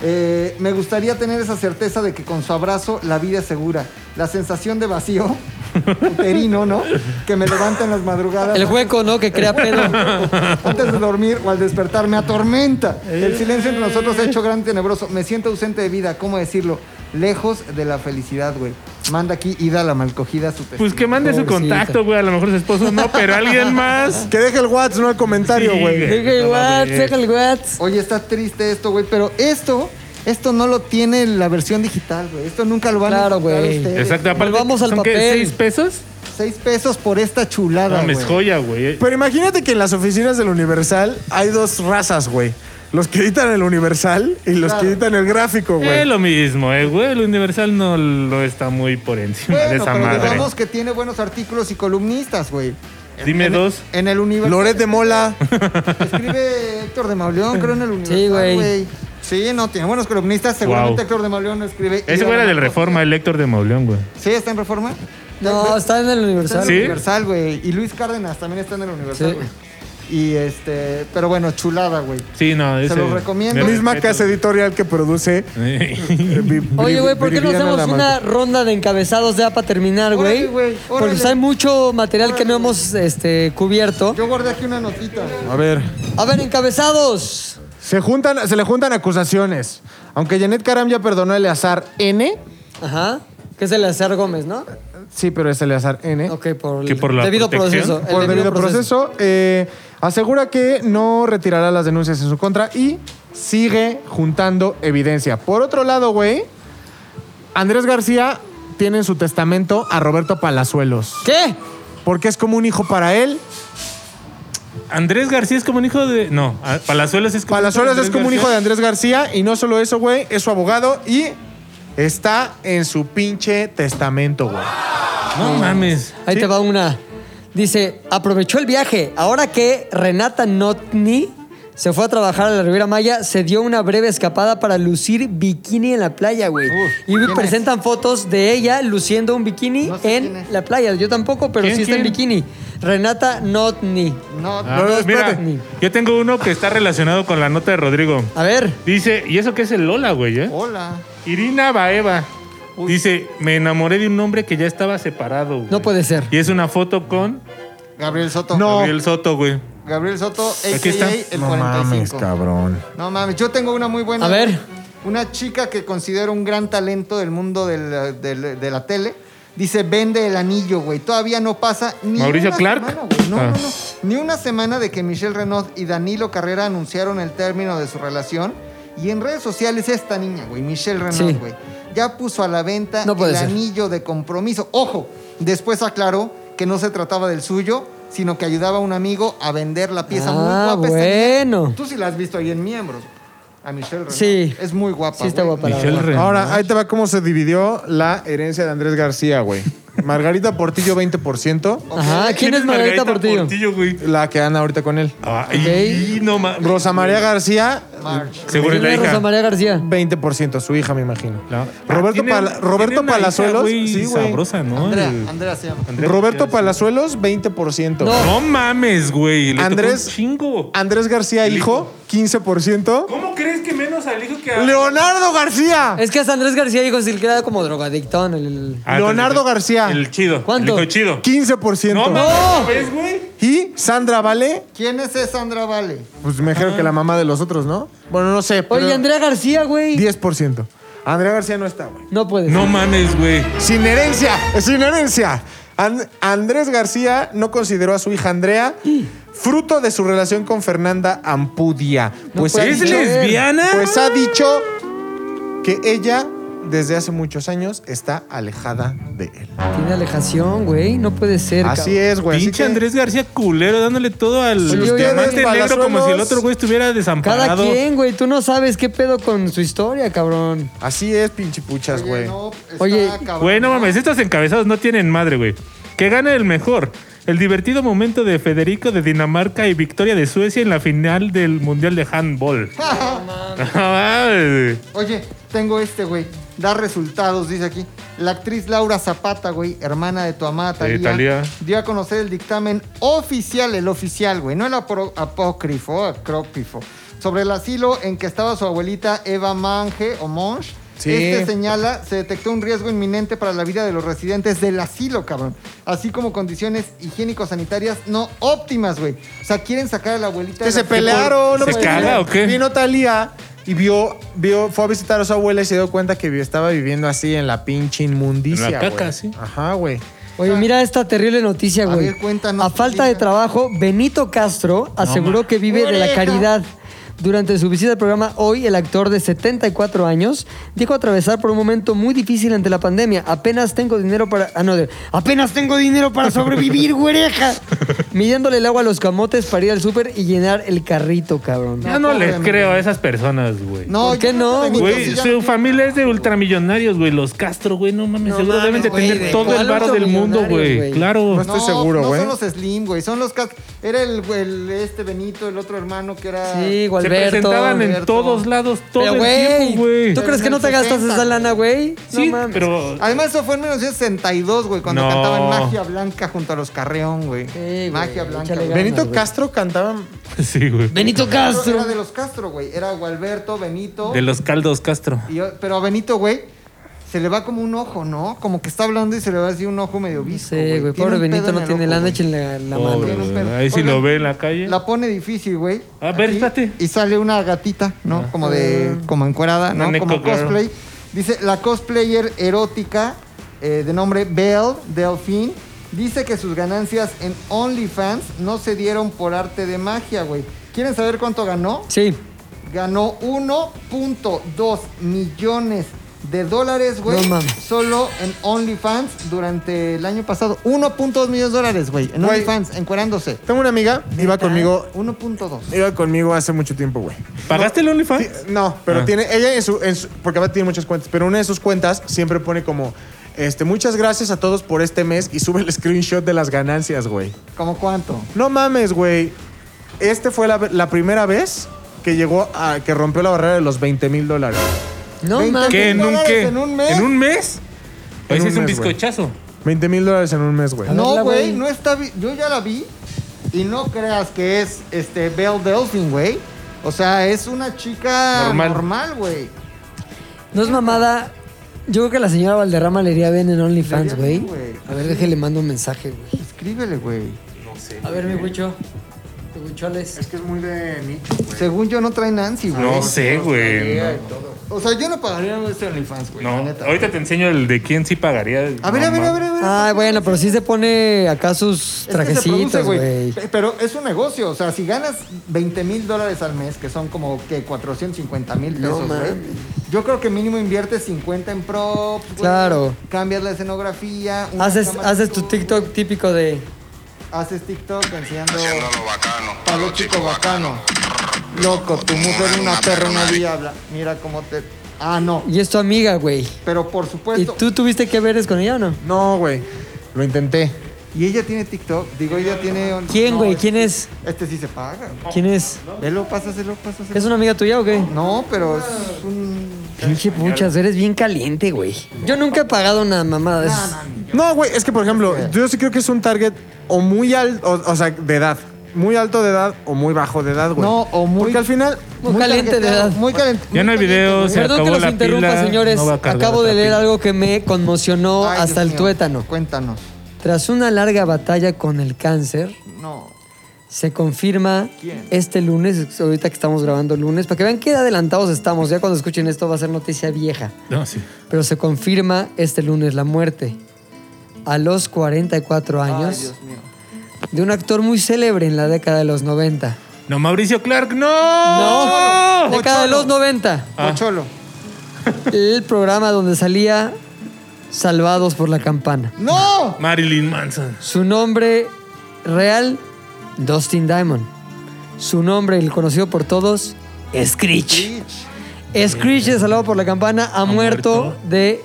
[SPEAKER 4] Eh, me gustaría tener esa certeza de que con su abrazo la vida es segura. La sensación de vacío, uterino, ¿no? Que me levanta en las madrugadas.
[SPEAKER 1] El hueco, ¿no? Que crea pedo.
[SPEAKER 4] Antes de dormir o al despertar me atormenta.
[SPEAKER 2] Eh.
[SPEAKER 4] El silencio entre nosotros se ha hecho gran y tenebroso. Me siento ausente de vida, ¿cómo decirlo? Lejos de la felicidad, güey. Manda aquí y da la malcogida a su
[SPEAKER 2] Pues que mande su contacto, güey. A lo mejor su esposo no, pero alguien más.
[SPEAKER 3] Que deje el WhatsApp, no el comentario,
[SPEAKER 2] Sí,
[SPEAKER 3] güey.
[SPEAKER 2] güey. Deje el No WhatsApp, mames. deje
[SPEAKER 4] el WhatsApp. Oye, está triste esto, güey, pero esto, esto no lo tiene la versión digital, güey. Esto nunca lo van a
[SPEAKER 1] Claro,
[SPEAKER 4] encontrar
[SPEAKER 1] güey.
[SPEAKER 4] ustedes.
[SPEAKER 2] Exacto, aparte,
[SPEAKER 1] Volvamos al
[SPEAKER 2] ¿son qué,
[SPEAKER 1] papel.
[SPEAKER 2] ¿Seis pesos?
[SPEAKER 4] Seis pesos por esta chulada,
[SPEAKER 2] No, me
[SPEAKER 4] güey.
[SPEAKER 2] joya, güey.
[SPEAKER 3] Pero imagínate que en las oficinas del Universal hay dos razas, güey. Los que editan el Universal y los
[SPEAKER 4] Claro.
[SPEAKER 3] que editan el gráfico, güey.
[SPEAKER 2] Es lo mismo, eh, güey. El Universal no lo está muy por encima de
[SPEAKER 4] Bueno,
[SPEAKER 2] esa
[SPEAKER 4] pero
[SPEAKER 2] madre.
[SPEAKER 4] digamos que tiene buenos artículos y columnistas, güey.
[SPEAKER 2] Dime dos.
[SPEAKER 4] En el universo.
[SPEAKER 3] Loret de Mola.
[SPEAKER 4] Escribe Héctor de Mauleón, creo, en el universo.
[SPEAKER 1] Sí, güey.
[SPEAKER 4] Sí, no, tiene buenos columnistas. Seguramente
[SPEAKER 2] Wow.
[SPEAKER 4] Héctor de Mauleón escribe.
[SPEAKER 2] Ese güey era del Reforma, el Héctor de Mauleón, güey.
[SPEAKER 4] Sí, está en Reforma.
[SPEAKER 1] No, está en el
[SPEAKER 4] Está en
[SPEAKER 1] Universal.
[SPEAKER 4] el
[SPEAKER 2] ¿Sí?
[SPEAKER 4] Universal, güey. Y Luis Cárdenas también está en el Universal,
[SPEAKER 1] Sí.
[SPEAKER 4] güey. Y este, pero bueno, chulada, güey.
[SPEAKER 2] Sí, no, ese.
[SPEAKER 4] Se lo recomiendo.
[SPEAKER 2] me
[SPEAKER 3] Misma
[SPEAKER 2] respeto.
[SPEAKER 3] casa editorial que produce. eh, Vi-
[SPEAKER 1] Oye,
[SPEAKER 3] Vi-
[SPEAKER 1] güey, ¿por qué no
[SPEAKER 3] Viridiana
[SPEAKER 1] hacemos
[SPEAKER 3] Lamarca.
[SPEAKER 1] una ronda de encabezados ya para terminar,
[SPEAKER 4] Órale,
[SPEAKER 1] güey?
[SPEAKER 4] güey,
[SPEAKER 1] Porque pues,
[SPEAKER 4] órale.
[SPEAKER 1] hay mucho material que no hemos este, cubierto.
[SPEAKER 4] Yo guardé aquí una notita.
[SPEAKER 3] A ver.
[SPEAKER 1] A ver, encabezados.
[SPEAKER 3] Se, juntan, se le juntan acusaciones. Aunque Janet Karam ya perdonó a Eleazar N.
[SPEAKER 1] Ajá. Que es el Acer Gómez, ¿no?
[SPEAKER 3] Sí, pero es Eleazar N.
[SPEAKER 1] Ok, por,
[SPEAKER 2] Que
[SPEAKER 1] el
[SPEAKER 2] por la
[SPEAKER 1] debido
[SPEAKER 2] protección.
[SPEAKER 1] proceso. el
[SPEAKER 3] Por debido proceso, eh, asegura que no retirará las denuncias en su contra y sigue juntando evidencia. Por otro lado, güey, Andrés García tiene en su testamento a Roberto Palazuelos.
[SPEAKER 1] ¿Qué?
[SPEAKER 3] Porque es como un hijo para él.
[SPEAKER 2] Andrés García es como un hijo de. No, a- Palazuelos es como.
[SPEAKER 3] Palazuelos es
[SPEAKER 2] Andrés
[SPEAKER 3] como un hijo de
[SPEAKER 2] García.
[SPEAKER 3] Andrés García. Y no solo eso, güey, es su abogado y está en su pinche testamento, güey.
[SPEAKER 2] No mames.
[SPEAKER 1] Ahí
[SPEAKER 3] Sí.
[SPEAKER 1] te va una. Dice, aprovechó el viaje. Ahora que Renata Notni se fue a trabajar a la Riviera Maya, se dio una breve escapada para lucir bikini en la playa, güey. Y
[SPEAKER 4] ¿quién es?
[SPEAKER 1] presentan fotos de ella luciendo un bikini
[SPEAKER 4] No sé quién
[SPEAKER 1] en
[SPEAKER 4] es.
[SPEAKER 1] la playa. Yo tampoco, pero
[SPEAKER 2] ¿Quién,
[SPEAKER 1] sí está en
[SPEAKER 2] quién?
[SPEAKER 1] bikini. Renata Notni.
[SPEAKER 4] No,
[SPEAKER 2] Ah,
[SPEAKER 3] No, no, espérate.
[SPEAKER 2] mira, yo tengo uno que está relacionado con la nota de Rodrigo.
[SPEAKER 1] A ver.
[SPEAKER 2] Dice, ¿y eso qué es el Lola, güey? eh?
[SPEAKER 4] hola.
[SPEAKER 2] Irina Baeva. Dice, me enamoré de un hombre que ya estaba separado. güey".
[SPEAKER 1] No puede ser.
[SPEAKER 2] Y es una foto con
[SPEAKER 4] Gabriel Soto.
[SPEAKER 3] No.
[SPEAKER 2] Gabriel Soto, güey.
[SPEAKER 4] Gabriel Soto,
[SPEAKER 2] Aquí está.
[SPEAKER 4] a.k.a. el
[SPEAKER 3] No
[SPEAKER 4] 45.
[SPEAKER 3] mames, cabrón.
[SPEAKER 4] No mames, yo tengo una muy buena.
[SPEAKER 1] A ver.
[SPEAKER 4] Una chica que considero un gran talento del mundo de la, de la- de la tele. Dice, vende el anillo, güey. Todavía no pasa ni
[SPEAKER 2] ¿Mauricio
[SPEAKER 4] una
[SPEAKER 2] Clark?
[SPEAKER 4] semana, güey. No,
[SPEAKER 2] Ah.
[SPEAKER 4] no, no. Ni una semana de que Michelle Renaud y Danilo Carrera anunciaron el término de su relación. Y en redes sociales esta niña, güey, Michelle Renaud,
[SPEAKER 1] Sí.
[SPEAKER 4] güey. Ya puso a la venta
[SPEAKER 1] No puede
[SPEAKER 4] el
[SPEAKER 1] ser.
[SPEAKER 4] anillo de compromiso. Ojo, después aclaró que no se trataba del suyo, sino que ayudaba a un amigo a vender la pieza
[SPEAKER 1] Ah,
[SPEAKER 4] muy guapa. esta niña.
[SPEAKER 1] bueno.
[SPEAKER 4] Tú sí la has visto ahí en miembros. A Michelle Renaud.
[SPEAKER 1] Sí.
[SPEAKER 4] Es muy guapa.
[SPEAKER 1] Sí, está
[SPEAKER 4] güey.
[SPEAKER 1] guapa. la
[SPEAKER 2] Michelle
[SPEAKER 1] verdad.
[SPEAKER 2] Renaud.
[SPEAKER 3] Ahora, ahí te va cómo se dividió la herencia de Andrés García, güey. Margarita Portillo, 20%.
[SPEAKER 1] Ajá, ¿quién, es Margarita Portillo?
[SPEAKER 2] güey?
[SPEAKER 3] La que anda ahorita con él.
[SPEAKER 2] Ah, Ay, no ma-
[SPEAKER 3] Rosa María García,
[SPEAKER 4] March.
[SPEAKER 2] Seguro es
[SPEAKER 1] ¿Quién
[SPEAKER 2] la
[SPEAKER 1] es Rosa
[SPEAKER 2] hija.
[SPEAKER 1] María García?
[SPEAKER 3] 20%, su hija, me imagino.
[SPEAKER 2] La-
[SPEAKER 3] Roberto,
[SPEAKER 2] Tiene-
[SPEAKER 3] Pala-
[SPEAKER 2] tiene
[SPEAKER 3] Roberto
[SPEAKER 2] una hija,
[SPEAKER 3] Palazuelos.
[SPEAKER 2] güey,
[SPEAKER 3] sí, güey.
[SPEAKER 2] sabrosa, ¿no?
[SPEAKER 4] Andrea,
[SPEAKER 2] El-
[SPEAKER 4] Andrea se llama.
[SPEAKER 2] Andrea
[SPEAKER 3] Roberto
[SPEAKER 2] García.
[SPEAKER 3] Palazuelos, 20%.
[SPEAKER 2] No mames, güey. Andrés.
[SPEAKER 3] Andrés-
[SPEAKER 2] chingo.
[SPEAKER 3] Andrés García, hijo, 15%.
[SPEAKER 2] ¿Cómo crees que menos al hijo que a.
[SPEAKER 3] Leonardo García.
[SPEAKER 1] Es que es Andrés García, hijo, se le queda como drogadictón. el- el-
[SPEAKER 2] Ah,
[SPEAKER 3] Leonardo
[SPEAKER 2] entonces,
[SPEAKER 3] García.
[SPEAKER 2] El chido.
[SPEAKER 1] ¿Cuánto?
[SPEAKER 2] El hijo chido.
[SPEAKER 3] 15%.
[SPEAKER 2] No,
[SPEAKER 1] No.
[SPEAKER 2] mames, ¿ves, güey?
[SPEAKER 3] Y Sandra Vale,
[SPEAKER 4] ¿Quién es esa Sandra Vale?
[SPEAKER 3] pues
[SPEAKER 2] Ah.
[SPEAKER 3] mejor que la mamá de los otros, ¿no? Bueno, no sé, pero
[SPEAKER 1] Oye, Andrea García, güey.
[SPEAKER 3] 10%. Andrea García no está, güey.
[SPEAKER 1] No puede ser.
[SPEAKER 2] No mames, güey.
[SPEAKER 3] Sin herencia, sin herencia. An- Andrés García no consideró a su hija Andrea fruto de su relación con Fernanda Ampudia.
[SPEAKER 1] No
[SPEAKER 3] Pues, ha
[SPEAKER 1] puede
[SPEAKER 2] ¿Es
[SPEAKER 3] dicho-
[SPEAKER 1] ser.
[SPEAKER 2] lesbiana?
[SPEAKER 3] pues ha dicho que ella desde hace muchos años está alejada de él.
[SPEAKER 1] Tiene alejación, güey. No puede ser.
[SPEAKER 3] Así es, güey. Pues, así
[SPEAKER 2] Pinche
[SPEAKER 3] que- Pues,
[SPEAKER 2] Andrés García culero dándole todo al
[SPEAKER 3] Oye, oye,
[SPEAKER 2] diamante
[SPEAKER 3] ustedes,
[SPEAKER 2] negro como si el
[SPEAKER 3] palazuelos.
[SPEAKER 2] otro güey estuviera
[SPEAKER 1] Cada
[SPEAKER 2] desamparado.
[SPEAKER 1] quien, güey. Tú no sabes qué pedo con su historia, cabrón.
[SPEAKER 3] Así es, pinche puchas,
[SPEAKER 4] Oye,
[SPEAKER 3] güey.
[SPEAKER 4] no, está
[SPEAKER 1] Oye,
[SPEAKER 4] cabrón.
[SPEAKER 2] Güey, no mames, estos encabezados no tienen madre, güey. Que gane el mejor. El divertido momento de Federico de Dinamarca y victoria de Suecia en la final del Mundial de Handball. No mames, güey.
[SPEAKER 4] Oye, tengo este, güey. Da resultados, dice aquí. la actriz Laura Zapata, güey, hermana de tu amada
[SPEAKER 2] De
[SPEAKER 4] Talía,
[SPEAKER 2] Thalía.
[SPEAKER 4] dio a conocer el dictamen oficial, el oficial, güey, no el apro- apócrifo, acrópifo, sobre el asilo en que estaba su abuelita Eva Mange o Monge.
[SPEAKER 10] Sí.
[SPEAKER 4] Este señala, se detectó un riesgo inminente para la vida de los residentes del asilo, cabrón. Así como condiciones higiénico-sanitarias no óptimas, güey. O sea, quieren sacar a la abuelita.
[SPEAKER 10] Que
[SPEAKER 4] del
[SPEAKER 10] se
[SPEAKER 4] asilo.
[SPEAKER 10] pelearon. no
[SPEAKER 2] ¿Se
[SPEAKER 10] puede
[SPEAKER 2] caga
[SPEAKER 10] ser.
[SPEAKER 2] o qué?
[SPEAKER 10] Vino Talía y vio, vio, fue a visitar a su abuela y se dio cuenta que vi- estaba viviendo así en la pinche inmundicia.
[SPEAKER 1] En la caca,
[SPEAKER 10] güey.
[SPEAKER 1] sí.
[SPEAKER 10] Ajá, güey.
[SPEAKER 1] Oye, mira esta terrible noticia, güey. A, falta de trabajo, Benito Castro aseguró
[SPEAKER 10] ma.
[SPEAKER 1] que vive de la
[SPEAKER 10] Oreja.
[SPEAKER 1] caridad. Durante su visita al programa Hoy, el actor de 74 años dijo atravesar por un momento muy difícil ante la pandemia. Apenas tengo dinero para... Ah, no, de- apenas tengo dinero para sobrevivir, güereja. Midiéndole el agua a los camotes para ir al súper y llenar el carrito, cabrón.
[SPEAKER 2] Yo no les creo a esas personas, güey.
[SPEAKER 1] No, ¿Por qué yo no, no? Benito,
[SPEAKER 2] Güey,
[SPEAKER 1] si ya
[SPEAKER 2] su familia es de ultramillonarios, güey. Los Castro, güey, no mames.
[SPEAKER 1] No
[SPEAKER 2] seguro
[SPEAKER 1] mames,
[SPEAKER 2] deben de
[SPEAKER 1] güey,
[SPEAKER 2] tener
[SPEAKER 1] ¿de
[SPEAKER 2] todo el
[SPEAKER 1] cuál
[SPEAKER 2] varo del mundo,
[SPEAKER 1] ultramillonarios,
[SPEAKER 2] güey.
[SPEAKER 1] güey?
[SPEAKER 2] Claro.
[SPEAKER 4] no son los Slim, güey. Son los cas- Era el, el- este Benito, el otro hermano que era.
[SPEAKER 1] Sí, Gualberto.
[SPEAKER 4] Gualberto.
[SPEAKER 2] lados,
[SPEAKER 4] todo
[SPEAKER 1] Pero,
[SPEAKER 4] el tiempo, güey.
[SPEAKER 1] ¿Tú crees que no te
[SPEAKER 4] Pero en el
[SPEAKER 1] gastas
[SPEAKER 4] 70,
[SPEAKER 1] esa lana, güey?
[SPEAKER 4] Sí,
[SPEAKER 1] no mames. Ah,
[SPEAKER 2] pero-
[SPEAKER 4] Además, eso fue en 1962, güey, cuando
[SPEAKER 2] No.
[SPEAKER 4] cantaban Magia Blanca junto a los Carreón, güey. Magia Blanca. güey.
[SPEAKER 10] Benito Castro cantaba.
[SPEAKER 2] Sí, güey.
[SPEAKER 4] Era de los Castro, güey. Era Gualberto, Benito.
[SPEAKER 2] De los caldos Castro.
[SPEAKER 4] y yo- pero a Benito, güey, se le va como un ojo, ¿no? Como que está hablando y se le va así un ojo medio visto.
[SPEAKER 1] Sí, güey, pobre Benito no tiene lana, échenle la, la mano.
[SPEAKER 2] Pobre, güey. Ahí sí lo ve en la calle.
[SPEAKER 4] La pone difícil, güey.
[SPEAKER 2] A ver,
[SPEAKER 4] Aquí,
[SPEAKER 2] espérate.
[SPEAKER 4] Y sale una gatita, ¿no? Como de. como encuerada, ¿no?
[SPEAKER 2] Una
[SPEAKER 4] Como
[SPEAKER 2] Neko Girl.
[SPEAKER 4] cosplay. Dice, la cosplayer erótica eh, de nombre Belle Delphine dice que sus ganancias en OnlyFans no se dieron por arte de magia, güey. ¿Quieren saber cuánto ganó?
[SPEAKER 1] Sí.
[SPEAKER 4] Ganó 1.2 millones de dólares, güey.
[SPEAKER 1] No mames.
[SPEAKER 4] Solo en OnlyFans durante el año pasado. 1.2 millones de dólares, güey. En
[SPEAKER 10] Güey.
[SPEAKER 4] OnlyFans, encuerándose.
[SPEAKER 10] Tengo una amiga, iba conmigo,
[SPEAKER 4] 1.2.
[SPEAKER 10] iba conmigo hace mucho tiempo, güey.
[SPEAKER 2] ¿Pagaste el OnlyFans?
[SPEAKER 10] No, pero
[SPEAKER 2] Ah.
[SPEAKER 10] tiene, ella en su, en su- porque ahora tiene muchas cuentas, pero una de sus cuentas siempre pone como, este, muchas gracias a todos por este mes y sube el screenshot de las ganancias, güey.
[SPEAKER 4] ¿Cómo cuánto?
[SPEAKER 10] No mames, güey. Este fue la, la primera vez que llegó a, que rompió la barrera de los 20 mil dólares.
[SPEAKER 1] No
[SPEAKER 10] 20
[SPEAKER 1] mames.
[SPEAKER 10] mil
[SPEAKER 2] ¿Qué? ¿En un
[SPEAKER 10] dólares
[SPEAKER 2] qué?
[SPEAKER 10] en un mes?
[SPEAKER 2] ¿En un mes?
[SPEAKER 10] En
[SPEAKER 2] Ahí sí es
[SPEAKER 10] un
[SPEAKER 2] un
[SPEAKER 10] mes, güey.
[SPEAKER 2] bizcochazo.
[SPEAKER 10] 20 mil dólares en un mes, güey.
[SPEAKER 4] No, güey, no está. vi- Yo ya la vi y no creas que es este Belle Delphine, güey. O sea, es una chica
[SPEAKER 1] Normal.
[SPEAKER 4] normal, güey.
[SPEAKER 1] No es mamada. Yo creo que la señora Valderrama le iría bien en OnlyFans,
[SPEAKER 4] Le iría
[SPEAKER 1] güey.
[SPEAKER 4] bien, güey.
[SPEAKER 1] A ver, déjale, mando un mensaje, güey.
[SPEAKER 4] Escríbele, güey.
[SPEAKER 2] No sé.
[SPEAKER 1] A ver, mi guicho. Es
[SPEAKER 10] que es muy de nicho.
[SPEAKER 4] Según yo, no trae Nancy, güey.
[SPEAKER 2] No sé, güey. no.
[SPEAKER 4] O sea, yo no pagaría ese OnlyFans, güey.
[SPEAKER 2] No, ahorita te enseño el de quién sí pagaría.
[SPEAKER 4] A ver, a ver, a ver, a ver.
[SPEAKER 1] Ah, bueno, pero sí se pone acá sus
[SPEAKER 4] Es que se produce,
[SPEAKER 1] trajecitos, güey.
[SPEAKER 4] Pe- Pero es un negocio. O sea, si ganas 20 mil dólares al mes, que son como que 450 mil
[SPEAKER 1] No
[SPEAKER 4] pesos, güey.
[SPEAKER 1] mames.
[SPEAKER 4] yo creo que mínimo inviertes 50 en props, güey.
[SPEAKER 1] Claro.
[SPEAKER 4] Cambias la escenografía. una
[SPEAKER 1] Haces,
[SPEAKER 4] cámara
[SPEAKER 1] haces tu TikTok típico de.
[SPEAKER 4] Haces TikTok enseñando. Palo chico bacano. Loco, tu mujer una perra, una diabla. Mira cómo te. Ah, no.
[SPEAKER 1] Y es tu amiga, güey.
[SPEAKER 4] Pero por
[SPEAKER 1] ¿Y
[SPEAKER 4] supuesto.
[SPEAKER 1] tú tuviste que veres con ella o no?
[SPEAKER 10] No, güey. Lo intenté.
[SPEAKER 4] ¿Y ella tiene TikTok? Digo, ella tiene. un-
[SPEAKER 1] ¿Quién,
[SPEAKER 4] No,
[SPEAKER 1] güey?
[SPEAKER 4] este-
[SPEAKER 1] ¿Quién es?
[SPEAKER 4] Este sí se paga.
[SPEAKER 1] ¿Quién es?
[SPEAKER 4] Velo, pásaselo, pásaselo.
[SPEAKER 1] ¿Es una amiga tuya o qué?
[SPEAKER 4] No, pero es un.
[SPEAKER 1] Pinche puchas, eres bien caliente, güey. Yo nunca he pagado una mamada de esas.
[SPEAKER 10] No, güey, es que por ejemplo, yo sí creo que es un target o muy alto, o, o sea, de edad. Muy alto de edad o muy bajo de edad, güey.
[SPEAKER 4] No, o muy.
[SPEAKER 10] Porque al final.
[SPEAKER 1] Muy caliente de edad.
[SPEAKER 4] Muy caliente.
[SPEAKER 2] Ya no hay video, se
[SPEAKER 1] Perdón que
[SPEAKER 2] acabó
[SPEAKER 1] los
[SPEAKER 2] la
[SPEAKER 1] interrumpa,
[SPEAKER 2] pila,
[SPEAKER 1] señores.
[SPEAKER 2] no va a cargar
[SPEAKER 1] Acabo de
[SPEAKER 2] otra
[SPEAKER 1] leer
[SPEAKER 2] pila.
[SPEAKER 1] algo que me conmocionó
[SPEAKER 4] Ay,
[SPEAKER 1] hasta
[SPEAKER 4] Dios
[SPEAKER 1] el
[SPEAKER 4] mío.
[SPEAKER 1] tuétano.
[SPEAKER 4] Cuéntanos.
[SPEAKER 1] Tras una larga batalla con el cáncer,
[SPEAKER 4] No.
[SPEAKER 1] se confirma
[SPEAKER 4] ¿Quién?
[SPEAKER 1] este lunes, ahorita que estamos grabando lunes, para que vean qué adelantados estamos. Ya cuando escuchen esto va a ser noticia vieja.
[SPEAKER 2] No, sí.
[SPEAKER 1] Pero se confirma este lunes la muerte a los 44
[SPEAKER 4] Ay,
[SPEAKER 1] años
[SPEAKER 4] Dios mío.
[SPEAKER 1] de un actor muy célebre en la década de los 90.
[SPEAKER 2] No, Mauricio Clark, no. Ah,
[SPEAKER 1] No, década de los 90.
[SPEAKER 4] Pocholo.
[SPEAKER 1] El programa donde salía Salvados por la Campana.
[SPEAKER 4] ¡No!
[SPEAKER 2] Marilyn Manson.
[SPEAKER 1] Su nombre real, Dustin Diamond. Su nombre, el conocido por todos, Screech. Screech, de Salvado por la Campana, ha, muerto, de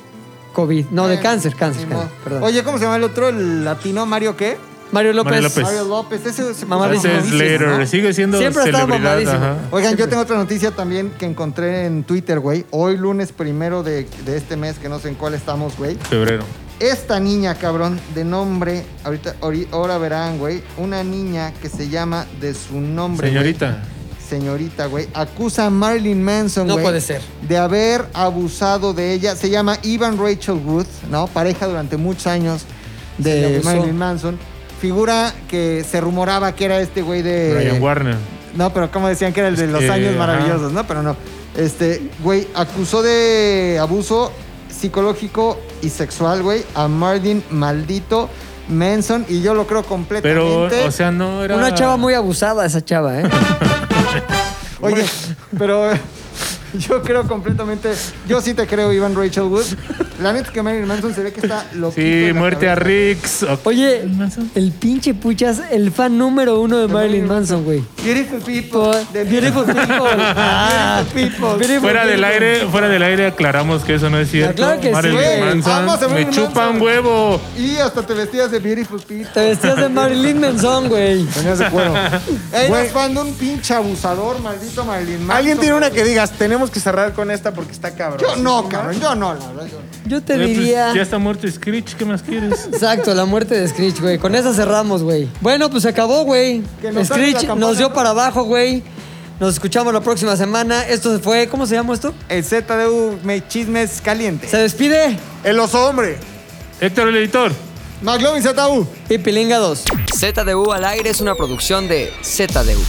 [SPEAKER 1] COVID. No, de cáncer, cáncer, cáncer, perdón.
[SPEAKER 4] Oye, ¿cómo se llama el otro? ¿El latino Mario qué?
[SPEAKER 1] Mario López.
[SPEAKER 2] Mario López.
[SPEAKER 4] Mario López, ese es
[SPEAKER 2] Ese es Pues, later. Sigue siendo
[SPEAKER 1] Siempre ha estado
[SPEAKER 2] celebridad.
[SPEAKER 1] mamadísimo.
[SPEAKER 2] ajá.
[SPEAKER 4] Oigan, yo tengo otra noticia también que encontré en Twitter, güey. Hoy lunes primero de, de este mes, que no sé en cuál estamos, güey.
[SPEAKER 2] Febrero.
[SPEAKER 4] Esta niña, cabrón, de nombre, ahorita, ori- ahora verán, güey, una niña que se llama de su nombre. güey.
[SPEAKER 2] Señorita.
[SPEAKER 4] Señorita, güey, acusa a Marilyn Manson,
[SPEAKER 1] No
[SPEAKER 4] güey,
[SPEAKER 1] puede ser.
[SPEAKER 4] De haber abusado de ella. Se llama Ivan Rachel Ruth, ¿no? Pareja durante muchos años
[SPEAKER 1] Se le
[SPEAKER 4] de
[SPEAKER 1] abusó.
[SPEAKER 4] Marilyn Manson. Figura que se rumoraba que era este güey de.
[SPEAKER 2] Brian Warner.
[SPEAKER 4] No, pero como decían que era el de los
[SPEAKER 2] que,
[SPEAKER 4] años
[SPEAKER 2] ajá.
[SPEAKER 4] maravillosos, ¿no? Pero no. Este, güey, acusó de abuso psicológico y sexual, güey, a Martin Maldito Manson. Y yo lo creo completamente.
[SPEAKER 2] Pero, o sea, no era-
[SPEAKER 1] Una chava muy abusada, esa chava, ¿eh?
[SPEAKER 4] Oye, pero eh, yo creo completamente. Yo sí te creo, Iván Rachel Wood. La neta es que Marilyn Manson se ve que está loquito.
[SPEAKER 2] Sí, muerte a Rix.
[SPEAKER 1] Oye, el pinche puchas, el fan número uno de Marilyn Manson, güey.
[SPEAKER 4] Beautiful people. The
[SPEAKER 1] beautiful people. Ah,
[SPEAKER 4] Beautiful people.
[SPEAKER 2] Fuera del aire, fuera del aire aclaramos que eso no es cierto.
[SPEAKER 4] claro que sí.
[SPEAKER 2] Marilyn
[SPEAKER 4] Güey,
[SPEAKER 2] Manson,
[SPEAKER 4] amas a
[SPEAKER 2] me
[SPEAKER 4] Marilyn
[SPEAKER 2] chupa un
[SPEAKER 4] Manson.
[SPEAKER 2] huevo.
[SPEAKER 4] Y hasta te vestías de Beautiful People.
[SPEAKER 1] Te vestías de Marilyn Manson, güey.
[SPEAKER 4] Venías de cuero.
[SPEAKER 10] Güey.
[SPEAKER 4] Eres fan de un pinche abusador, maldito Marilyn Manson.
[SPEAKER 10] Alguien tiene una que digas, tenemos que cerrar con esta porque está cabrón.
[SPEAKER 4] Yo no, cabrón. Yo no, la verdad. yo no.
[SPEAKER 1] Yo te
[SPEAKER 2] Eh, pues,
[SPEAKER 1] diría.
[SPEAKER 2] ya está muerto Screech, ¿qué más quieres?
[SPEAKER 1] Exacto, la muerte de Screech, güey. Con esa cerramos, güey. Bueno, pues se acabó, güey.
[SPEAKER 4] Que nos salga la
[SPEAKER 1] Screech
[SPEAKER 4] campana.
[SPEAKER 1] nos dio para abajo, güey. Nos escuchamos la próxima semana. Esto fue, ¿cómo se llama esto?
[SPEAKER 4] El ZDU me chismes calientes.
[SPEAKER 1] Se despide
[SPEAKER 10] El oso hombre.
[SPEAKER 2] Héctor, el editor.
[SPEAKER 4] McLovin ZDU.
[SPEAKER 1] y Pilinga 2.
[SPEAKER 15] ZDU al aire es una producción de ZDU.